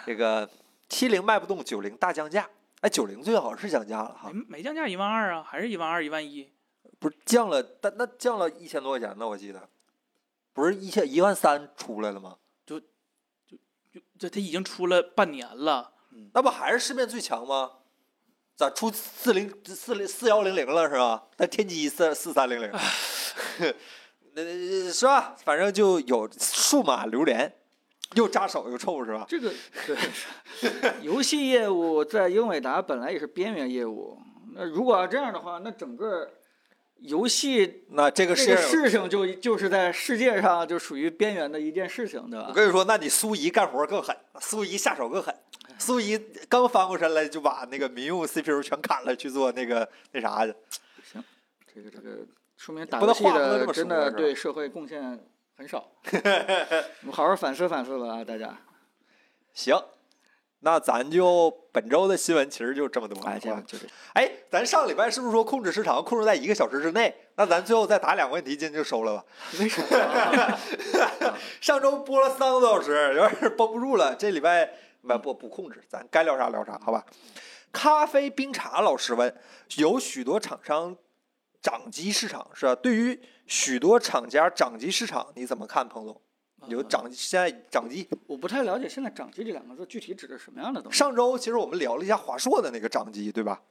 Speaker 1: 这个七零卖不动，九零大降价。哎，九零最好是降价了哈
Speaker 4: 没，没降价一万二啊，还是一万二一万一？
Speaker 1: 不是降了，但那降了一千多块钱呢，我记得，不是一千一万三出来了吗？
Speaker 4: 就这它已经出了半年了，
Speaker 1: 那不还是市面最强吗？咋出四零四零四幺零零了是吧？那天玑四四三零 零，那是吧？反正就有数码榴莲，又扎手又臭是吧？
Speaker 2: 这个对，游戏业务在英伟达本来也是边缘业务，那如果要这样的话，那整个游戏
Speaker 1: 那这个
Speaker 2: 这
Speaker 1: 事
Speaker 2: 个
Speaker 1: 情，
Speaker 2: 事情就就是在世界上就属于边缘的一件事情，对吧
Speaker 1: 我？跟你说，那你苏怡干活更狠，苏怡下手更狠。苏怡刚翻过身来就把那个民用 CPU 全砍了去做那个那啥去。
Speaker 2: 这个这个说明打
Speaker 1: 不
Speaker 2: 游
Speaker 1: 能
Speaker 2: 戏
Speaker 1: 话不能这
Speaker 2: 的
Speaker 1: 么
Speaker 2: 真
Speaker 1: 说
Speaker 2: 的
Speaker 1: 是吧
Speaker 2: 对社会贡献 很少。我们好好反思反思吧，啊大家。
Speaker 1: 行，那咱就本周的新闻其实就这么多。
Speaker 2: 哎，这样就这样。
Speaker 1: 哎，咱上礼拜是不是说控制时长控制在一个小时之内？那咱最后再打两个问题进去就收了吧。
Speaker 2: 为什 么？
Speaker 1: 上周播了三个多小时，有点绷不住了。这礼拜不不不控制，咱该聊啥聊啥，好吧？咖啡冰茶老师问，有许多厂商掌机市场是吧？对于许多厂家掌机市场，你怎么看，彭总？有掌现在掌机，
Speaker 2: 我不太了解现在“掌机”这两个字具体指的什么样的东西
Speaker 1: 上周其实我们聊了一下华硕的那个掌机，对吧？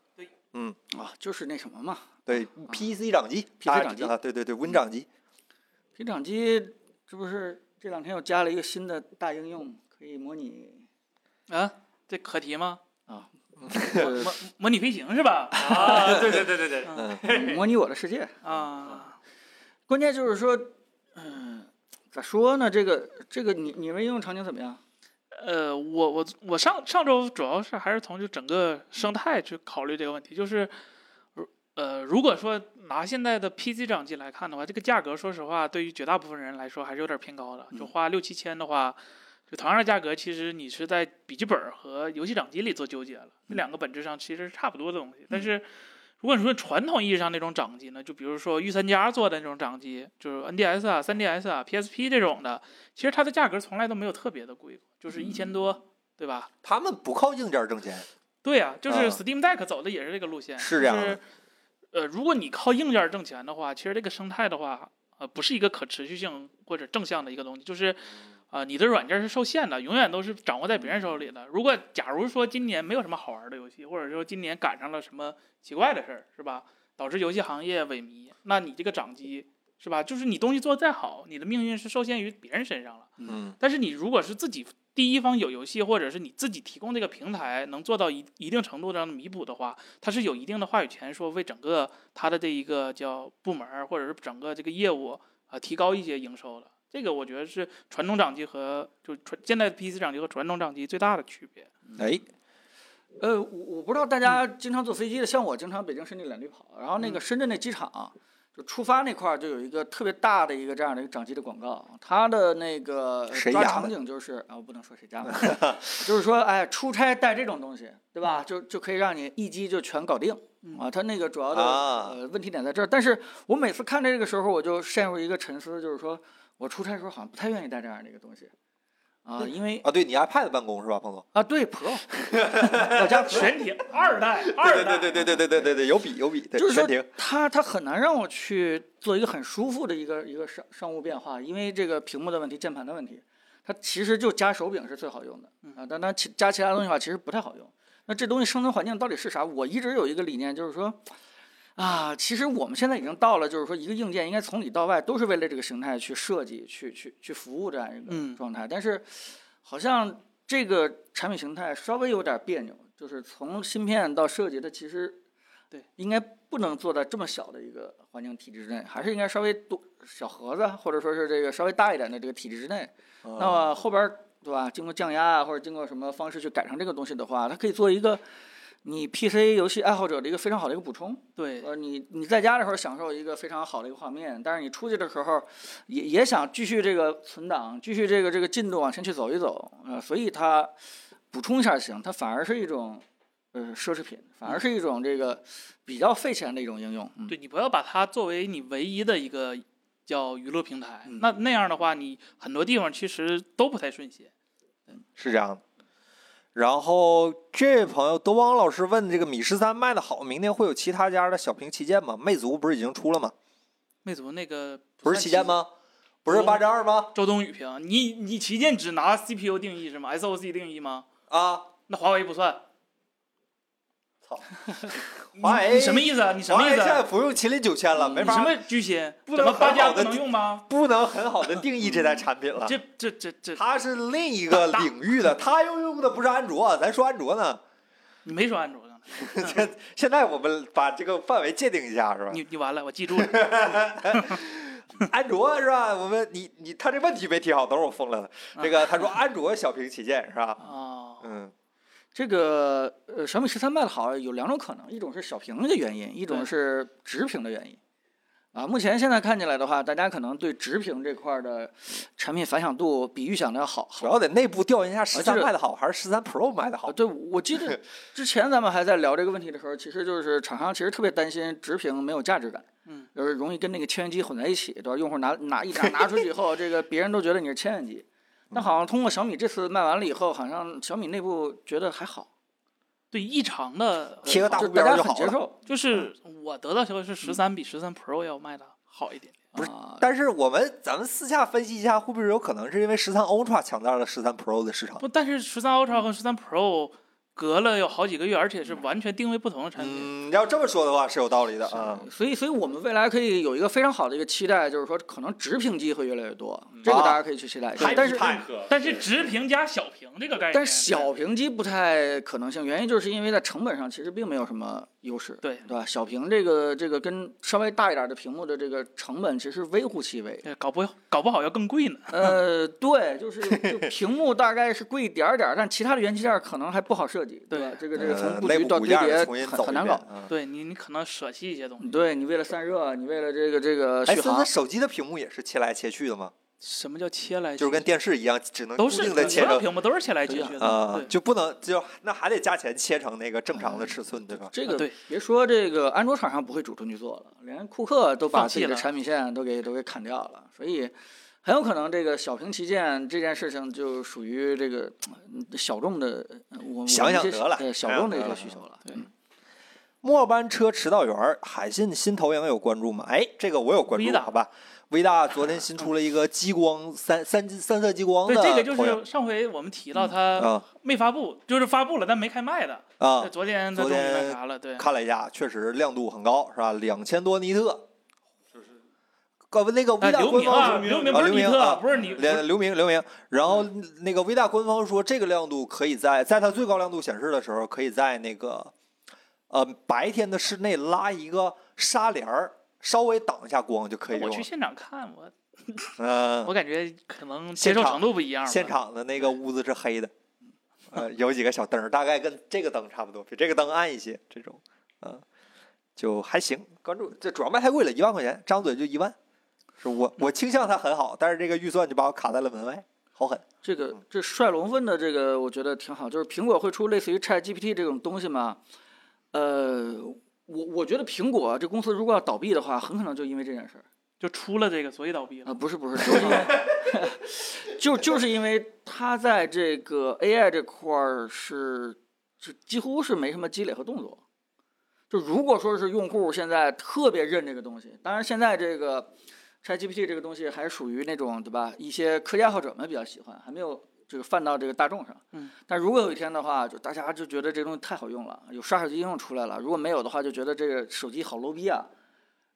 Speaker 2: 啊？就是那什么嘛，
Speaker 1: 对，PC E 掌机
Speaker 2: PC
Speaker 1: 大家
Speaker 2: 掌机
Speaker 1: 知道啊对对对，Win 掌机，
Speaker 2: 这掌机这不是这两天又加了一个新的大应用，可以模拟
Speaker 4: 啊，这可提吗？
Speaker 2: 呃
Speaker 4: 模模拟飞行是吧？
Speaker 3: 啊，对对对对对，
Speaker 4: 嗯
Speaker 2: 模拟我的世界。
Speaker 4: 啊，
Speaker 2: 关键就是说，嗯、咋说呢？这个这个你你们应用场景怎么样？
Speaker 4: 呃，我我我上上周主要是还是从就整个生态去考虑这个问题，就是，如呃，如果说拿现在的 PC 掌机来看的话，这个价格说实话对于绝大部分人来说还是有点偏高的，就花六七千的话，就同样的价格，其实你是在笔记本儿和游戏掌机里做纠结了，这两个本质上其实是差不多的东西，但是。如果你说传统意义上那种掌机呢，就比如说御三家做的那种掌机，就是 NDS 啊、3DS 啊、PSP 这种的，其实它的价格从来都没有特别的贵过，就是一
Speaker 1: 嗯
Speaker 4: 千多，对吧？
Speaker 1: 他们不靠硬件挣钱，
Speaker 4: 对呀、就
Speaker 1: 啊
Speaker 4: 是 Steam Deck 走的也是这个路线，
Speaker 1: 是这
Speaker 4: 就
Speaker 1: 样的
Speaker 4: 是呃，如果你靠硬件挣钱的话，其实这个生态的话，呃，不是一个可持续性或者正向的一个东西，就是。
Speaker 1: 嗯
Speaker 4: 啊、你的软件是受限的，永远都是掌握在别人手里
Speaker 1: 嗯
Speaker 4: 的。如果假如说今年没有什么好玩的游戏，或者说今年赶上了什么奇怪的事儿，是吧？导致游戏行业萎靡，那你这个掌机是吧？就是你东西做得再好，你的命运是受限于别人身上了。
Speaker 1: 嗯，
Speaker 4: 但是你如果是自己第一方有游戏，或者是你自己提供这个平台，能做到一一定程度上的弥补的话，它是有一定的话语权，说为整个它的这一个叫部门儿或者是整个这个业务啊、呃提高一些营收的。这个我觉得是传统掌机和就传现在的 PC 掌机和传统掌机最大的区别。
Speaker 1: 哎，
Speaker 2: 呃，我我不知道大家
Speaker 1: 嗯
Speaker 2: 经常坐飞机的，像我经常北京、深圳两地跑，然后那个深圳那机场，就出发那块儿就有一个特别大的一个这样的一个掌机的广告，它的那个呃
Speaker 1: 谁
Speaker 2: 抓
Speaker 1: 家
Speaker 2: 场
Speaker 1: 的
Speaker 2: 景就是啊，我不能说 谁家的，就是说哎，出差带这种东西，对吧？就就可以让你一机就全搞定啊。它那个主要的、
Speaker 1: 嗯啊
Speaker 2: 呃问题点在这儿，但是我每次看这个时候，我就陷入一个沉思，就是说我出差的时候好像不太愿意带这样的一个东西啊，因为
Speaker 1: 啊，对你 iPad 办公是吧，彭总？
Speaker 2: 啊对 Pro，我家 Pro。
Speaker 4: 全体二代，
Speaker 1: 对对对对对对对对对，有比有比，对，
Speaker 2: 就是
Speaker 1: 全
Speaker 2: 说
Speaker 1: 停。
Speaker 2: 它它很难让我去做一个很舒服的一个一个商商务变化，因为这个屏幕的问题、键盘的问题，它其实就加手柄是最好用的
Speaker 4: 嗯
Speaker 2: 啊，但它其加其他东西的话，其实不太好用。那这东西生存环境到底是啥？我一直有一个理念，就是说，啊，其实我们现在已经到了，就是说一个硬件应该从里到外都是为了这个形态去设计、去去去服务这样一个
Speaker 4: 嗯
Speaker 2: 状态，但是好像这个产品形态稍微有点别扭，就是从芯片到设计，它其实
Speaker 4: 对
Speaker 2: 应该不能做在这么小的一个环境体制之内，还是应该稍微多小盒子，或者说是这个稍微大一点的这个体制之内。那
Speaker 1: 啊
Speaker 2: 么后边儿对吧？经过降压啊，或者经过什么方式去改成这个东西的话，它可以做一个你 PC 游戏爱好者的一个非常好的一个补充。
Speaker 4: 对，
Speaker 2: 呃，你你在家的时候享受一个非常好的一个画面，但是你出去的时候也也想继续这个存档，继续这个这个进度往前去走一走，呃，所以它补充一下行，它反而是一种呃奢侈品，反而是一种这个比较费钱的一种应用。嗯，
Speaker 4: 对你不要把它作为你唯一的一个叫娱乐平台，
Speaker 2: 嗯
Speaker 4: 那那样的话，你很多地方其实都不太顺心。
Speaker 1: 是这样的。然后这位朋友德汪老师问：这个米十三卖的好，明年会有其他家的小屏旗舰吗？魅族不是已经出了吗？
Speaker 4: 魅族那个
Speaker 1: 不是旗舰？吗？不是
Speaker 4: 不
Speaker 1: 八针二吗？
Speaker 4: 周冬雨屏，你你旗舰只拿 CPU 定义是吗？SOC 定义吗？
Speaker 1: 啊，
Speaker 4: 那华为不算。
Speaker 1: 操！华
Speaker 4: 你
Speaker 1: 为
Speaker 4: 你什么意思啊？你什么
Speaker 1: 华
Speaker 4: 意
Speaker 1: 为
Speaker 4: 思
Speaker 1: 现在
Speaker 4: 啊？
Speaker 1: 不用麒麟九千了，
Speaker 2: 嗯
Speaker 1: 没
Speaker 4: 你什
Speaker 1: 法
Speaker 4: 么居心？
Speaker 1: 不
Speaker 4: 怎
Speaker 1: 能
Speaker 4: 么八
Speaker 1: 很好
Speaker 4: 加不
Speaker 1: 地啊
Speaker 4: 能用吗？
Speaker 1: 不能很好的定义这台产品了。
Speaker 4: 这这这这，
Speaker 1: 它是另一个领域的，它又用的不是安卓，咱说安卓呢。
Speaker 4: 你没说安卓呢？
Speaker 1: 现现在我们把这个范围界定一下，是吧？
Speaker 4: 你你完了，我记住了。
Speaker 1: 安卓是吧？我们你你他这问题没提好，等会儿我封了
Speaker 2: 啊
Speaker 1: 他。这个他说安卓小屏旗舰是吧？
Speaker 4: 哦，
Speaker 1: 嗯，
Speaker 2: 这个呃，小米十三卖的好有两种可能，一种是小屏的原因，一种
Speaker 4: 对
Speaker 2: 是直屏的原因。啊，目前现在看起来的话，大家可能对直屏这块儿的产品反响度比预想的要好。
Speaker 1: 主要得内部调研一下十
Speaker 2: 就
Speaker 1: 三
Speaker 2: 是
Speaker 1: 卖的好还是十三 Pro 卖的好
Speaker 2: 啊，。对，我 记得之前咱们还在聊这个问题的时候，其实就是厂商其实特别担心直屏没有价值感，
Speaker 4: 嗯，
Speaker 2: 就是容易跟那个千元机混在一起，对吧？用户拿拿一拿拿出去以 后，这个别人都觉得你是千元机，但好像通过小米这次卖完了以后，好像小米内部觉得还好，
Speaker 4: 对，异常的
Speaker 1: 贴个大嗯浮
Speaker 2: 就是
Speaker 1: 标
Speaker 2: 大家
Speaker 1: 就
Speaker 2: 很
Speaker 1: 好
Speaker 2: 接
Speaker 1: 了。
Speaker 2: 受。
Speaker 4: 就是我得到消息是十三比十三 Pro 要卖的好一点。
Speaker 1: 不是
Speaker 2: 啊
Speaker 1: 但是我们咱们私下分析一下，会不会有可能是因为十三 Ultra 抢占了十三 Pro 的市场？
Speaker 4: 不，但是十三 Ultra 和十三 Pro 隔了有好几个月，而且是完全定位不同的产品。
Speaker 1: 嗯，要这么说的话是有道理的啊。
Speaker 2: 呃所以，所以我们未来可以有一个非常好的一个期待，就是说，可能直屏机会越来越多，这个
Speaker 1: 啊
Speaker 2: 大家可以去期待一下
Speaker 1: 太。
Speaker 2: 但是，
Speaker 1: 太
Speaker 4: 但是直屏加小屏这个概念，
Speaker 2: 但是小屏机不太可能性，原因就是因为在成本上其实并没有什么优势，
Speaker 4: 对。
Speaker 2: 对吧？小屏这个这个跟稍微大一点的屏幕的这个成本其实微乎其微
Speaker 4: 对搞不搞不好要更贵呢。
Speaker 2: 呃，对，就是就屏幕大概是贵一点儿点儿，但其他的元器件可能还不好设计，对吧？这
Speaker 4: 对
Speaker 2: 个这个
Speaker 1: 呃
Speaker 2: 从布
Speaker 1: 内
Speaker 2: 局
Speaker 1: 部
Speaker 2: 到
Speaker 1: 骨
Speaker 2: 堆
Speaker 1: 架
Speaker 2: 叠
Speaker 1: 重新
Speaker 2: 很
Speaker 1: 走
Speaker 2: 很
Speaker 1: 一
Speaker 2: 难
Speaker 1: 遍
Speaker 2: 搞。呃
Speaker 1: 啊。
Speaker 4: 对你，你可能舍弃一些东西。
Speaker 2: 对你为了散热，你为了这个这个
Speaker 1: 哎，
Speaker 2: 续
Speaker 1: 现
Speaker 2: 航嗯
Speaker 1: 在，手机的屏幕也是切来切去的吗？
Speaker 4: 什么叫切来切？
Speaker 1: 就是跟电视一样，只能固
Speaker 4: 都是
Speaker 1: 定的切
Speaker 4: 所有
Speaker 1: 成
Speaker 4: 屏幕都是切来切去
Speaker 2: 对
Speaker 4: 的。
Speaker 1: 啊，
Speaker 4: 对
Speaker 1: 就不能就那还得加钱切成那个正常的尺寸，对吧？
Speaker 2: 这
Speaker 4: 啊
Speaker 2: 个
Speaker 4: 对
Speaker 2: 别说这个安卓厂商不会主动去做了，连库克都把
Speaker 4: 放弃
Speaker 2: 自己的
Speaker 4: 了
Speaker 2: 产品线都给都给砍掉了，所以很有可能这个小屏旗舰这件事情就属于这个嗯小众的，呃我我
Speaker 1: 想
Speaker 2: 们一
Speaker 1: 想
Speaker 2: 些
Speaker 1: 得了
Speaker 2: 对小
Speaker 1: 想
Speaker 2: 众
Speaker 1: 想
Speaker 2: 的一
Speaker 1: 得
Speaker 2: 些
Speaker 1: 了
Speaker 2: 需求了。
Speaker 4: 对
Speaker 2: 嗯
Speaker 1: 末班车迟到员儿，海信新投影有关注吗？哎，这个我有关
Speaker 4: V
Speaker 1: 注，
Speaker 4: 大
Speaker 1: 好吧。V 大昨天新出了一个激 光三三三色激光的
Speaker 4: 对，这个就
Speaker 1: 投影
Speaker 4: 是上回我们提到它
Speaker 1: 啊
Speaker 4: 没发布，就是发布了但没开卖的。
Speaker 1: 啊
Speaker 4: 对，昨天它
Speaker 1: 昨
Speaker 4: 终于那
Speaker 1: 天
Speaker 4: 啥了，对，
Speaker 1: 看了一下，确实亮度很高，是吧？两千多尼特，就是那个
Speaker 4: 啊，
Speaker 1: 微大
Speaker 4: 刘
Speaker 1: 官
Speaker 4: 明啊，嗯
Speaker 1: 方明
Speaker 4: 刘明
Speaker 1: 啊
Speaker 4: 不
Speaker 1: 刘
Speaker 4: 是尼
Speaker 1: 明
Speaker 4: 特，
Speaker 1: 啊
Speaker 4: 不是你，不
Speaker 1: 刘
Speaker 4: 是
Speaker 1: 刘明刘明，然后那个微大官方说，这个亮度可以在在它最高亮度显示的时候，可以在那个呃白天的室内拉一个纱帘儿，稍微挡一下光就可以
Speaker 4: 我
Speaker 1: 用了
Speaker 4: 去。现场看，我
Speaker 1: 嗯、
Speaker 4: 我感觉可能接受
Speaker 1: 现场
Speaker 4: 程度不一样吧。
Speaker 1: 现场的那个屋子是黑 的，呃，有几个小灯儿，大概跟这个灯差不多，比这个灯暗一些，这种，嗯、就还行。关注这主要卖太贵了，一万块钱，张嘴就一万，是我我倾向它很好，但是这个预算就把我卡在了门外，好狠。
Speaker 2: 这个
Speaker 1: 嗯
Speaker 2: 这帅龙问的这个我觉得挺好，就是苹果会出类似于 Chat GPT 这种东西吗？呃，我我觉得苹果啊这公司如果要倒闭的话，很可能就因为这件事儿。
Speaker 4: 就出了这个，所以倒闭
Speaker 1: 嗯
Speaker 2: 啊，
Speaker 4: 了。
Speaker 2: 不是不是，就是因为就就是因为他在这个 AI 这块儿是是几乎是没什么积累和动作。就如果说是用户现在特别认这个东西，当然现在这个 ChatGPT 这个东西还属于那种对吧？一些科技爱好者们比较喜欢，还没有这个泛到这个大众上。
Speaker 4: 嗯。
Speaker 2: 但如果有一天的话，就大家就觉得这东西太好用了，有刷手机应用出来了。如果没有的话，就觉得这个手机好 low 逼啊。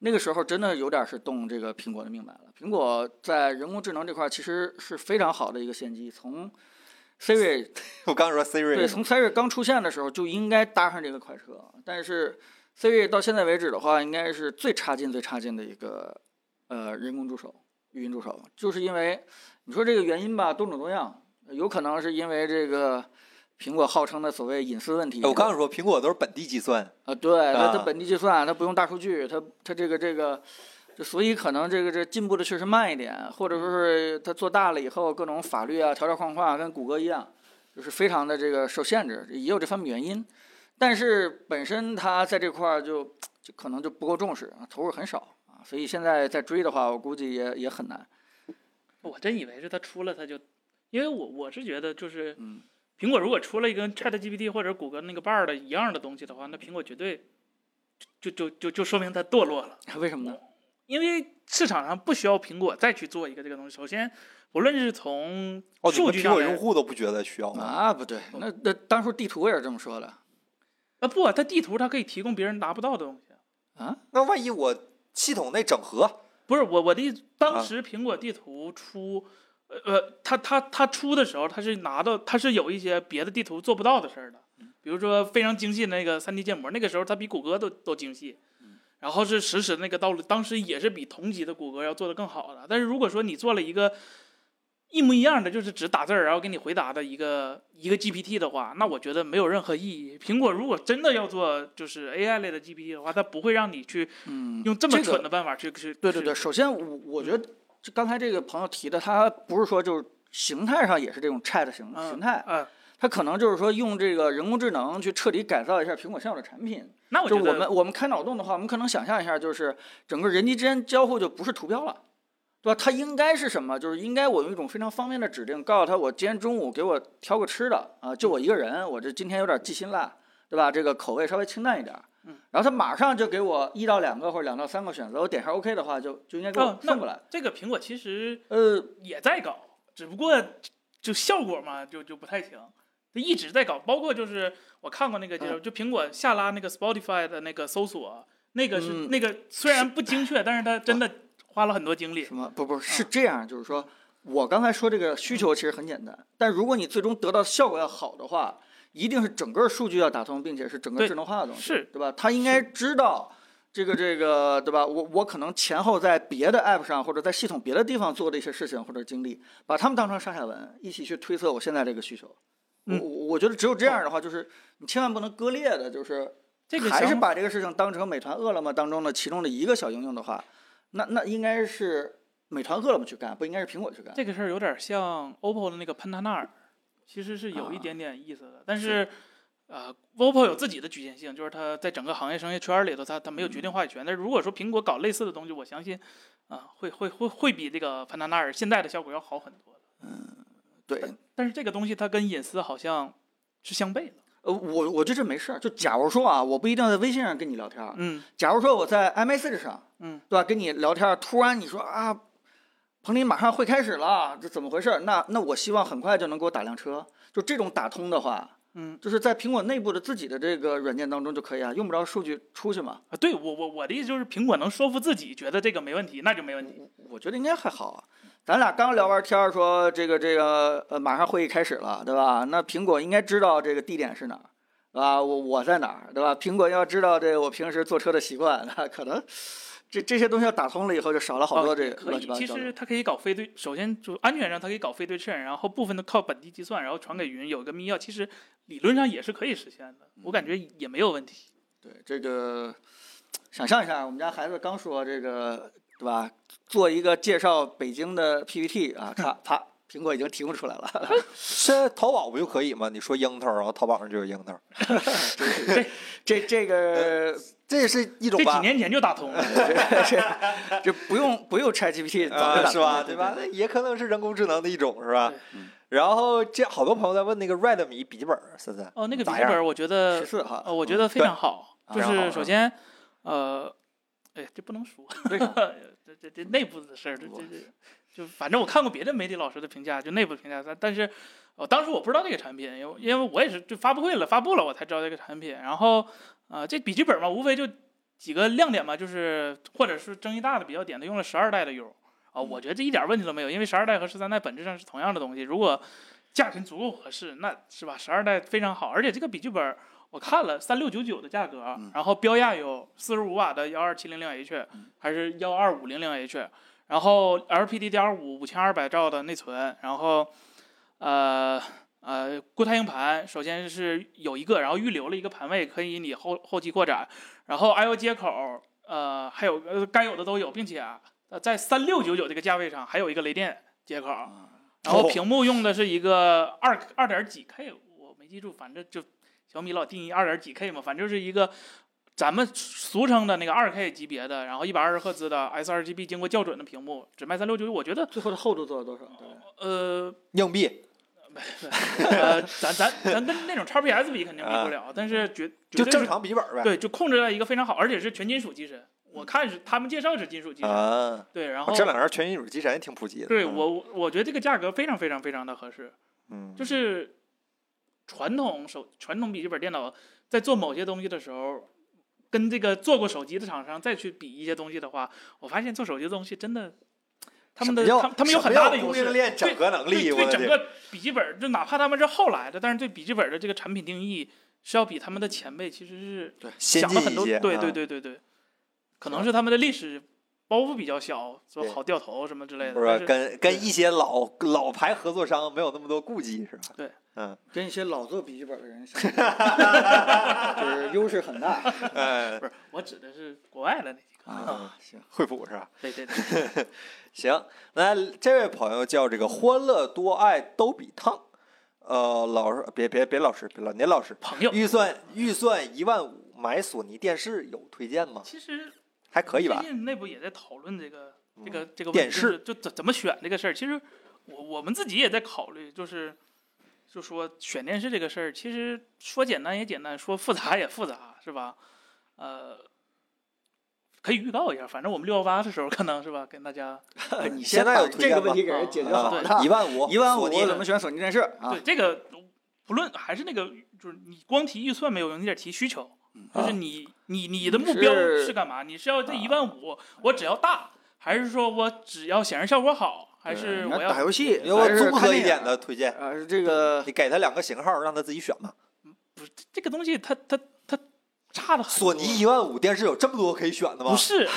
Speaker 2: 那个时候真的有点是动这个苹果的命脉了。苹果在人工智能这块儿其实是非常好的一个先机，从 Siri
Speaker 1: 我刚说
Speaker 2: 对，
Speaker 1: Siri，
Speaker 2: 从 Siri 刚出现的时候就应该搭上这个快车，但是 Siri 到现在为止的话，应该是最差劲、最差劲的一个呃人工助手、语音助手，就是因为你说这个原因吧，多种多样，有可能是因为这个苹果号称的所谓隐私问题。
Speaker 1: 哎我刚说苹果都是本地计算，
Speaker 2: 啊，对，它它
Speaker 1: 啊
Speaker 2: 本地计算，它不用大数据，它它这个这个，就所以可能这个这进步的确实慢一点，或者说是它做大了以后，各种法律啊、条条框框啊跟谷歌一样，就是非常的这个受限制，也有这方面原因。但是本身它在这块儿就就可能就不够重视，投入很少啊，所以现在再追的话，我估计也也很难。
Speaker 4: 我真以为是它出了，它就，因为我我是觉得就是
Speaker 2: 嗯，
Speaker 4: 苹果如果出了一个跟 Chat GPT 或者谷歌那个 Bard 的一样的东西的话，那苹果绝对就就就就说明它堕落了。
Speaker 2: 为什么呢？
Speaker 4: 因为市场上不需要苹果再去做一个这个东西。首先，无论是从
Speaker 1: 哦，你
Speaker 4: 数
Speaker 1: 们
Speaker 4: 据
Speaker 1: 苹
Speaker 4: 上
Speaker 1: 果
Speaker 4: 来，
Speaker 1: 用户都不觉得需要吗？
Speaker 2: 啊，不对，那那当初地图也是这么说的
Speaker 4: 啊不，它地图它可以提供别人拿不到的东西。
Speaker 2: 啊，
Speaker 1: 那万一我系统内整合，
Speaker 4: 不是我我的意思，
Speaker 1: 啊
Speaker 4: 当时苹果地图出，
Speaker 2: 嗯
Speaker 4: 呃呃，它它它出的时候，它是拿到它是有一些别的地图做不到的事儿的，比如说非常精细的那个 3D 建模，那个时候它比谷歌都都精细。
Speaker 2: 嗯
Speaker 4: 然后是实时那个道路，当时也是比同级的谷歌要做的更好的。但是如果说你做了一个一模一样的，就是只打字儿然后给你回答的一个一个 GPT 的话，那我觉得没有任何意义。苹果如果真的要做就是 AI 类的 GPT 的话，它不会让你去
Speaker 2: 嗯，
Speaker 4: 用这么
Speaker 2: 个
Speaker 4: 蠢的办法去去。
Speaker 2: 对对对，
Speaker 4: 去，
Speaker 2: 首先我我觉得就刚才这个朋友提的，他不是说就是形态上也是这种 Chat 形
Speaker 4: 嗯
Speaker 2: 形态，
Speaker 4: 啊，
Speaker 2: 他可能就是说用这个人工智能去彻底改造一下苹果现有的产品。
Speaker 4: 那我
Speaker 2: 就
Speaker 4: 觉
Speaker 2: 我
Speaker 4: 得
Speaker 2: 们我们开脑洞的话，我们可能想象一下，就是整个人机之间交互就不是图标了。对吧？它应该是什么？就是应该我用一种非常方便的指令，告诉他我今天中午给我挑个吃的啊，就我一个人，我这今天有点忌辛辣，对吧？这个口味稍微清淡一点儿。
Speaker 4: 嗯。
Speaker 2: 然后他马上就给我一到两个或者两到三个选择，我点上 OK 的话就，就应该给我
Speaker 4: 哦那
Speaker 2: 送过来。
Speaker 4: 这个苹果其实
Speaker 2: 呃，
Speaker 4: 也在搞，只不过就效果嘛，就就不太行。它一直在搞，包括就是我看过那个，
Speaker 2: 嗯
Speaker 4: 就是就苹果下拉那个 Spotify 的那个搜索，那个是、
Speaker 2: 嗯
Speaker 4: 那个虽然不精确，但是它真的花了很多精力。
Speaker 2: 什么？不不是
Speaker 4: 啊
Speaker 2: 这样，就是说我刚才说这个
Speaker 4: 嗯
Speaker 2: 需求其实很简单，但如果你最终得到效果要好的话，一定是整个数据要打通，并且是整个
Speaker 4: 对
Speaker 2: 智能化的东西，
Speaker 4: 是
Speaker 2: 对吧？他应该知道。这个这个对吧？我我可能前后在别的 app 上或者在系统别的地方做的一些事情或者经历，把他们当成上下文，一起去推测我现在这个需求。
Speaker 4: 嗯哦
Speaker 2: 我我我觉得只有这样的话，就是你千万不能割裂的，就是
Speaker 4: 这个
Speaker 2: 还是
Speaker 4: 想法
Speaker 2: 把这个事情当成美团饿了么当中的其中的一个小应用的话，那那应该是美团饿了么去干，不应该是苹果去干。
Speaker 4: 这个事儿有点像 OPPO 的那个潘塔纳尔，其实是有一
Speaker 2: 啊
Speaker 4: 点点意思的，但是。呃，OPPO 有自己的局限性，就是它在整个行业商业圈里头，它它没有决定话语权。但是如果说苹果搞类似的东西，我相信，啊、会会会会比这个潘塔纳尔现在的效果要好很多。
Speaker 2: 对，
Speaker 4: 但是这个东西它跟隐私好像是相悖的。
Speaker 2: 呃，我我觉得这没事儿。就假如说啊，我不一定要在微信上跟你聊天儿，
Speaker 4: 嗯
Speaker 2: 假如说我在 iMessage 上，
Speaker 4: 嗯，
Speaker 2: 对吧，跟你聊天儿，突然你说啊，彭林马上会开始了，这怎么回事儿？那那我希望很快就能给我打辆车。就这种打通的话，
Speaker 4: 嗯
Speaker 2: 就是在苹果内部的自己的这个软件当中就可以啊，用不着数据出去嘛。
Speaker 4: 啊，对我我我的意思就是，苹果能说服自己觉得这个没问题，那就没问题。
Speaker 2: 我觉得应该还好啊。咱俩刚聊完天儿，说这个这个呃，马上会议开始了，对吧？那苹果应该知道这个地点是哪儿，对吧？我我在哪儿，对吧？苹果要知道这个我平时坐车的习惯， 可能这这些东西要打通了以后，就少了好多
Speaker 4: 哦
Speaker 2: 这个
Speaker 4: 可
Speaker 2: 乱
Speaker 4: 以
Speaker 2: 七八，
Speaker 4: 其
Speaker 2: 糟
Speaker 4: 实
Speaker 2: 的。
Speaker 4: 它可以搞非对，首先就安全上它可以搞非对称，然后部分的靠本地计算，然后传给云，有一个密钥，其实理论上也是可以实现的，我感
Speaker 2: 嗯
Speaker 4: 觉也没有问题。
Speaker 2: 对这个，想象一下，我们家孩子刚说这个，对吧？做一个介绍北京的 PPT 啊，啪 啪，苹果已经提供出来了。
Speaker 1: 现在淘宝不就可以吗？你说樱桃，然后淘宝上就有樱桃，
Speaker 2: 这这个
Speaker 1: 这也是一种
Speaker 4: 这几
Speaker 1: 吧？
Speaker 4: 年前就打通了，呃
Speaker 2: 这不用不用 ChatGPT 早就打
Speaker 1: 啊，是
Speaker 2: 通
Speaker 1: 吧？
Speaker 2: 了，
Speaker 1: 对吧？那也可能是人工智能的一种，是吧
Speaker 4: 对
Speaker 2: 嗯？
Speaker 1: 然后这好多朋友在问那个 Redmi 笔记本，森森，
Speaker 4: 哦，那个笔
Speaker 1: 咋
Speaker 4: 记
Speaker 1: 样
Speaker 4: 本我觉得
Speaker 2: 十四号，
Speaker 4: 呃，我觉得非常好，
Speaker 1: 嗯对啊
Speaker 4: 就
Speaker 1: 非常好嗯
Speaker 4: 是首先，呃，哎，这不能说，
Speaker 2: 为啥
Speaker 4: 这这这内部的事儿，这
Speaker 2: 我
Speaker 4: 这这，就反正我看过别的媒体老师的评价，就内部评价，但但是，呃，当时我不知道这个产品，因为因为我也是就发布会了，发布了我才知道这个产品，然后，呃，这笔记本嘛，无非就几个亮点嘛，就是或者是争议大的比较点，它用了十二代的 U，啊、
Speaker 1: 嗯
Speaker 4: 我觉得这一点问题都没有，因为十二代和十三代本质上是同样的东西，如果价钱足够合适，那是吧？十二代非常好，而且这个笔记本儿我看了三六九九的价格，啊然后标价有四十五瓦的幺二七零零 H，还是幺二五零零 H，然后 LPDDR 五五千二百兆的内存，然后呃呃固态硬盘，首先是有一个，然后预留了一个盘位，可以你后后期扩展，然后 I/O 接口，呃还有呃该有的都有，并且啊呃在三六九九这个价位上还有一个雷电接口。然后
Speaker 1: 哦
Speaker 4: 屏幕用的是一个二二点几 K，我没记住，反正就小米老定义二点几 K 嘛，反正就是一个咱们俗称的那个二 K 级别的，然后一百二十赫兹的 sRGB 经过校准的屏幕，只卖三六九九。我觉得，
Speaker 2: 最后的厚度做了多少？对吧
Speaker 4: 呃，
Speaker 1: 硬币
Speaker 4: 呃，咱咱咱跟那种 XPS 比肯定比不了，但是绝
Speaker 1: 啊
Speaker 4: 绝
Speaker 1: 就
Speaker 4: 对
Speaker 1: 正
Speaker 4: 是
Speaker 1: 常笔记本呗。
Speaker 4: 对，就控制在一个非常好，而且是全金属机身。我看是他们介绍是金属机身，
Speaker 1: 啊，
Speaker 4: 对，然后
Speaker 1: 我这两年全金属机身也挺普及的。
Speaker 4: 对
Speaker 1: 嗯，
Speaker 4: 我我我觉得这个价格非常非常非常的合适。
Speaker 1: 嗯，
Speaker 4: 就是传统手传统笔记本电脑在做某些东西的时候，跟这个做过手机的厂商再去比一些东西的话，我发现做手机的东西真的，他们的
Speaker 1: 什么叫
Speaker 4: 他们他们有
Speaker 1: 什
Speaker 4: 很
Speaker 1: 么
Speaker 4: 大
Speaker 1: 叫
Speaker 4: 的优
Speaker 1: 供
Speaker 4: 势
Speaker 1: 应。链整合能力，
Speaker 4: 对
Speaker 1: 我
Speaker 4: 对
Speaker 1: 的
Speaker 4: 整
Speaker 1: 天！
Speaker 4: 个笔记本，就哪怕他们是后来的，但是对笔记本的这个产品定义是要比他们的前辈其实是
Speaker 1: 先
Speaker 4: 想了很
Speaker 1: 进一
Speaker 4: 多，
Speaker 1: 些，
Speaker 4: 对对
Speaker 1: 啊，
Speaker 4: 对对对，可能
Speaker 1: 是
Speaker 4: 是他们的历史包袱比较小，就
Speaker 1: 对
Speaker 4: 好掉头什么之类的。
Speaker 1: 不
Speaker 4: 但
Speaker 1: 是
Speaker 4: 是
Speaker 1: 跟跟一些老老牌合作商没有那么多顾忌是吧？
Speaker 4: 对，
Speaker 1: 嗯，
Speaker 2: 跟一些老做笔记本的人相比，就是优势很大
Speaker 1: 呃，
Speaker 4: 不是我指的是国外的那几个。
Speaker 2: 啊。 行，
Speaker 1: 惠普是吧？
Speaker 4: 对对对，
Speaker 1: 行，那这位朋友叫这个欢乐多爱都比烫，呃，老师别别别老师，别老年老师，
Speaker 4: 朋友
Speaker 1: 预算预算一万五买索尼电视有推荐吗？
Speaker 4: 其实
Speaker 1: 还可以吧嗯
Speaker 4: 最？近内部也在讨论这个这个这个
Speaker 1: 电
Speaker 4: 问题，就是就怎怎么选这个事儿。其实我我们自己也在考虑，就是就说选电视这个事儿，其实说简单也简单，说复杂也复杂，是吧？呃，可以预告一下，反正我们六幺八的时候可能是吧，跟大家
Speaker 2: 呃你
Speaker 1: 现在有
Speaker 2: 把
Speaker 1: 推
Speaker 2: 这
Speaker 1: 荐
Speaker 2: 个
Speaker 1: 吗
Speaker 2: 问题给人解决好
Speaker 4: 对
Speaker 2: 了，
Speaker 1: 啊
Speaker 2: 啊
Speaker 1: 一万五，
Speaker 2: 一万五
Speaker 1: 索尼
Speaker 2: 怎么选索尼电视啊
Speaker 4: 对？这个，不论还是那个，就是你光提预算没有用，你得提需求，就是你你你的目
Speaker 2: 嗯
Speaker 4: 标
Speaker 2: 啊是
Speaker 4: 是干嘛？你是要这
Speaker 2: 啊
Speaker 4: 一万五，我只要大，还是说我只要显示效果好，还是
Speaker 2: 你要
Speaker 4: 我
Speaker 2: 打
Speaker 4: 要
Speaker 2: 游戏，
Speaker 1: 你要不
Speaker 2: 还是
Speaker 1: 综
Speaker 2: 看
Speaker 1: 合一
Speaker 2: 电
Speaker 1: 点
Speaker 2: 影
Speaker 1: 的推荐，
Speaker 2: 呃，这个
Speaker 1: 你给他两个型号，让他自己选嘛。
Speaker 4: 这个东西它它它差的很多。
Speaker 1: 索尼一万五电视有这么多可以选的吗
Speaker 4: 不？是，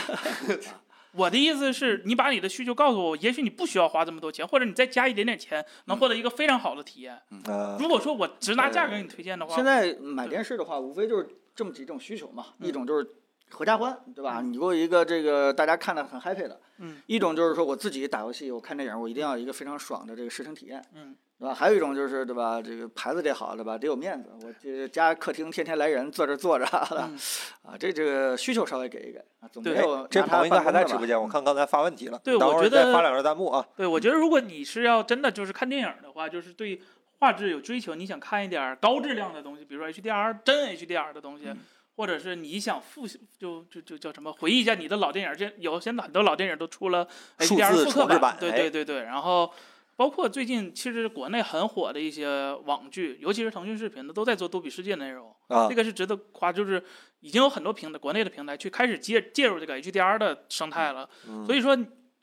Speaker 4: 我的意思是你把你的需求告诉我，也许你不需要花这么多钱，或者你再加一点点钱，能
Speaker 2: 嗯
Speaker 4: 获得一个非常好的体验。
Speaker 1: 呃，
Speaker 4: 如果说我直拿价格给你推荐的话，
Speaker 2: 现在买电视的话，无非就是这么几种需求嘛，
Speaker 4: 嗯
Speaker 2: 一种就是合家欢，对吧？你给我一个这个大家看的很 happy 的，
Speaker 4: 嗯
Speaker 2: 一种就是说我自己打游戏，我看电影，我一定要有一个非常爽的这个视听体验，
Speaker 4: 嗯，
Speaker 2: 对吧？还有一种就是对吧，这个牌子得好，对吧？得有面子，我这家客厅天天来人，坐这坐着，
Speaker 4: 嗯
Speaker 2: 啊，这这个需求稍微给一给啊，总没
Speaker 4: 对哎
Speaker 2: 有
Speaker 1: 哎这
Speaker 2: 拿
Speaker 1: 朋
Speaker 2: 它
Speaker 1: 友应该
Speaker 2: 办
Speaker 1: 还
Speaker 2: 公
Speaker 1: 在
Speaker 2: 的
Speaker 1: 直播
Speaker 2: 吧
Speaker 1: 间，我看刚才发问题了。
Speaker 4: 嗯对
Speaker 1: 等
Speaker 4: 我
Speaker 1: 会儿
Speaker 4: 觉得
Speaker 1: 再发两个弹幕啊。
Speaker 4: 对，我觉得如果你是要真的就是看电影的话，就是对画质有追求，你想看一点儿高质量的东西，比如说 HDR 真 HDR 的东西，
Speaker 1: 嗯
Speaker 4: 或者是你想复就就就叫什么回忆一下你的老电影，这有现在很多老电影都出了
Speaker 1: 数
Speaker 4: HDR
Speaker 1: 字
Speaker 4: 复
Speaker 1: 重
Speaker 4: 刻
Speaker 1: 制版
Speaker 4: 对
Speaker 1: 哎
Speaker 4: 对对对，然后。包括最近其实国内很火的一些网剧，尤其是腾讯视频的，都在做杜比世界内容，
Speaker 1: 啊
Speaker 4: 这，个是值得夸。就是已经有很多平台，国内的平台去开始介介入这个 HDR 的生态了，
Speaker 1: 嗯
Speaker 4: 所以说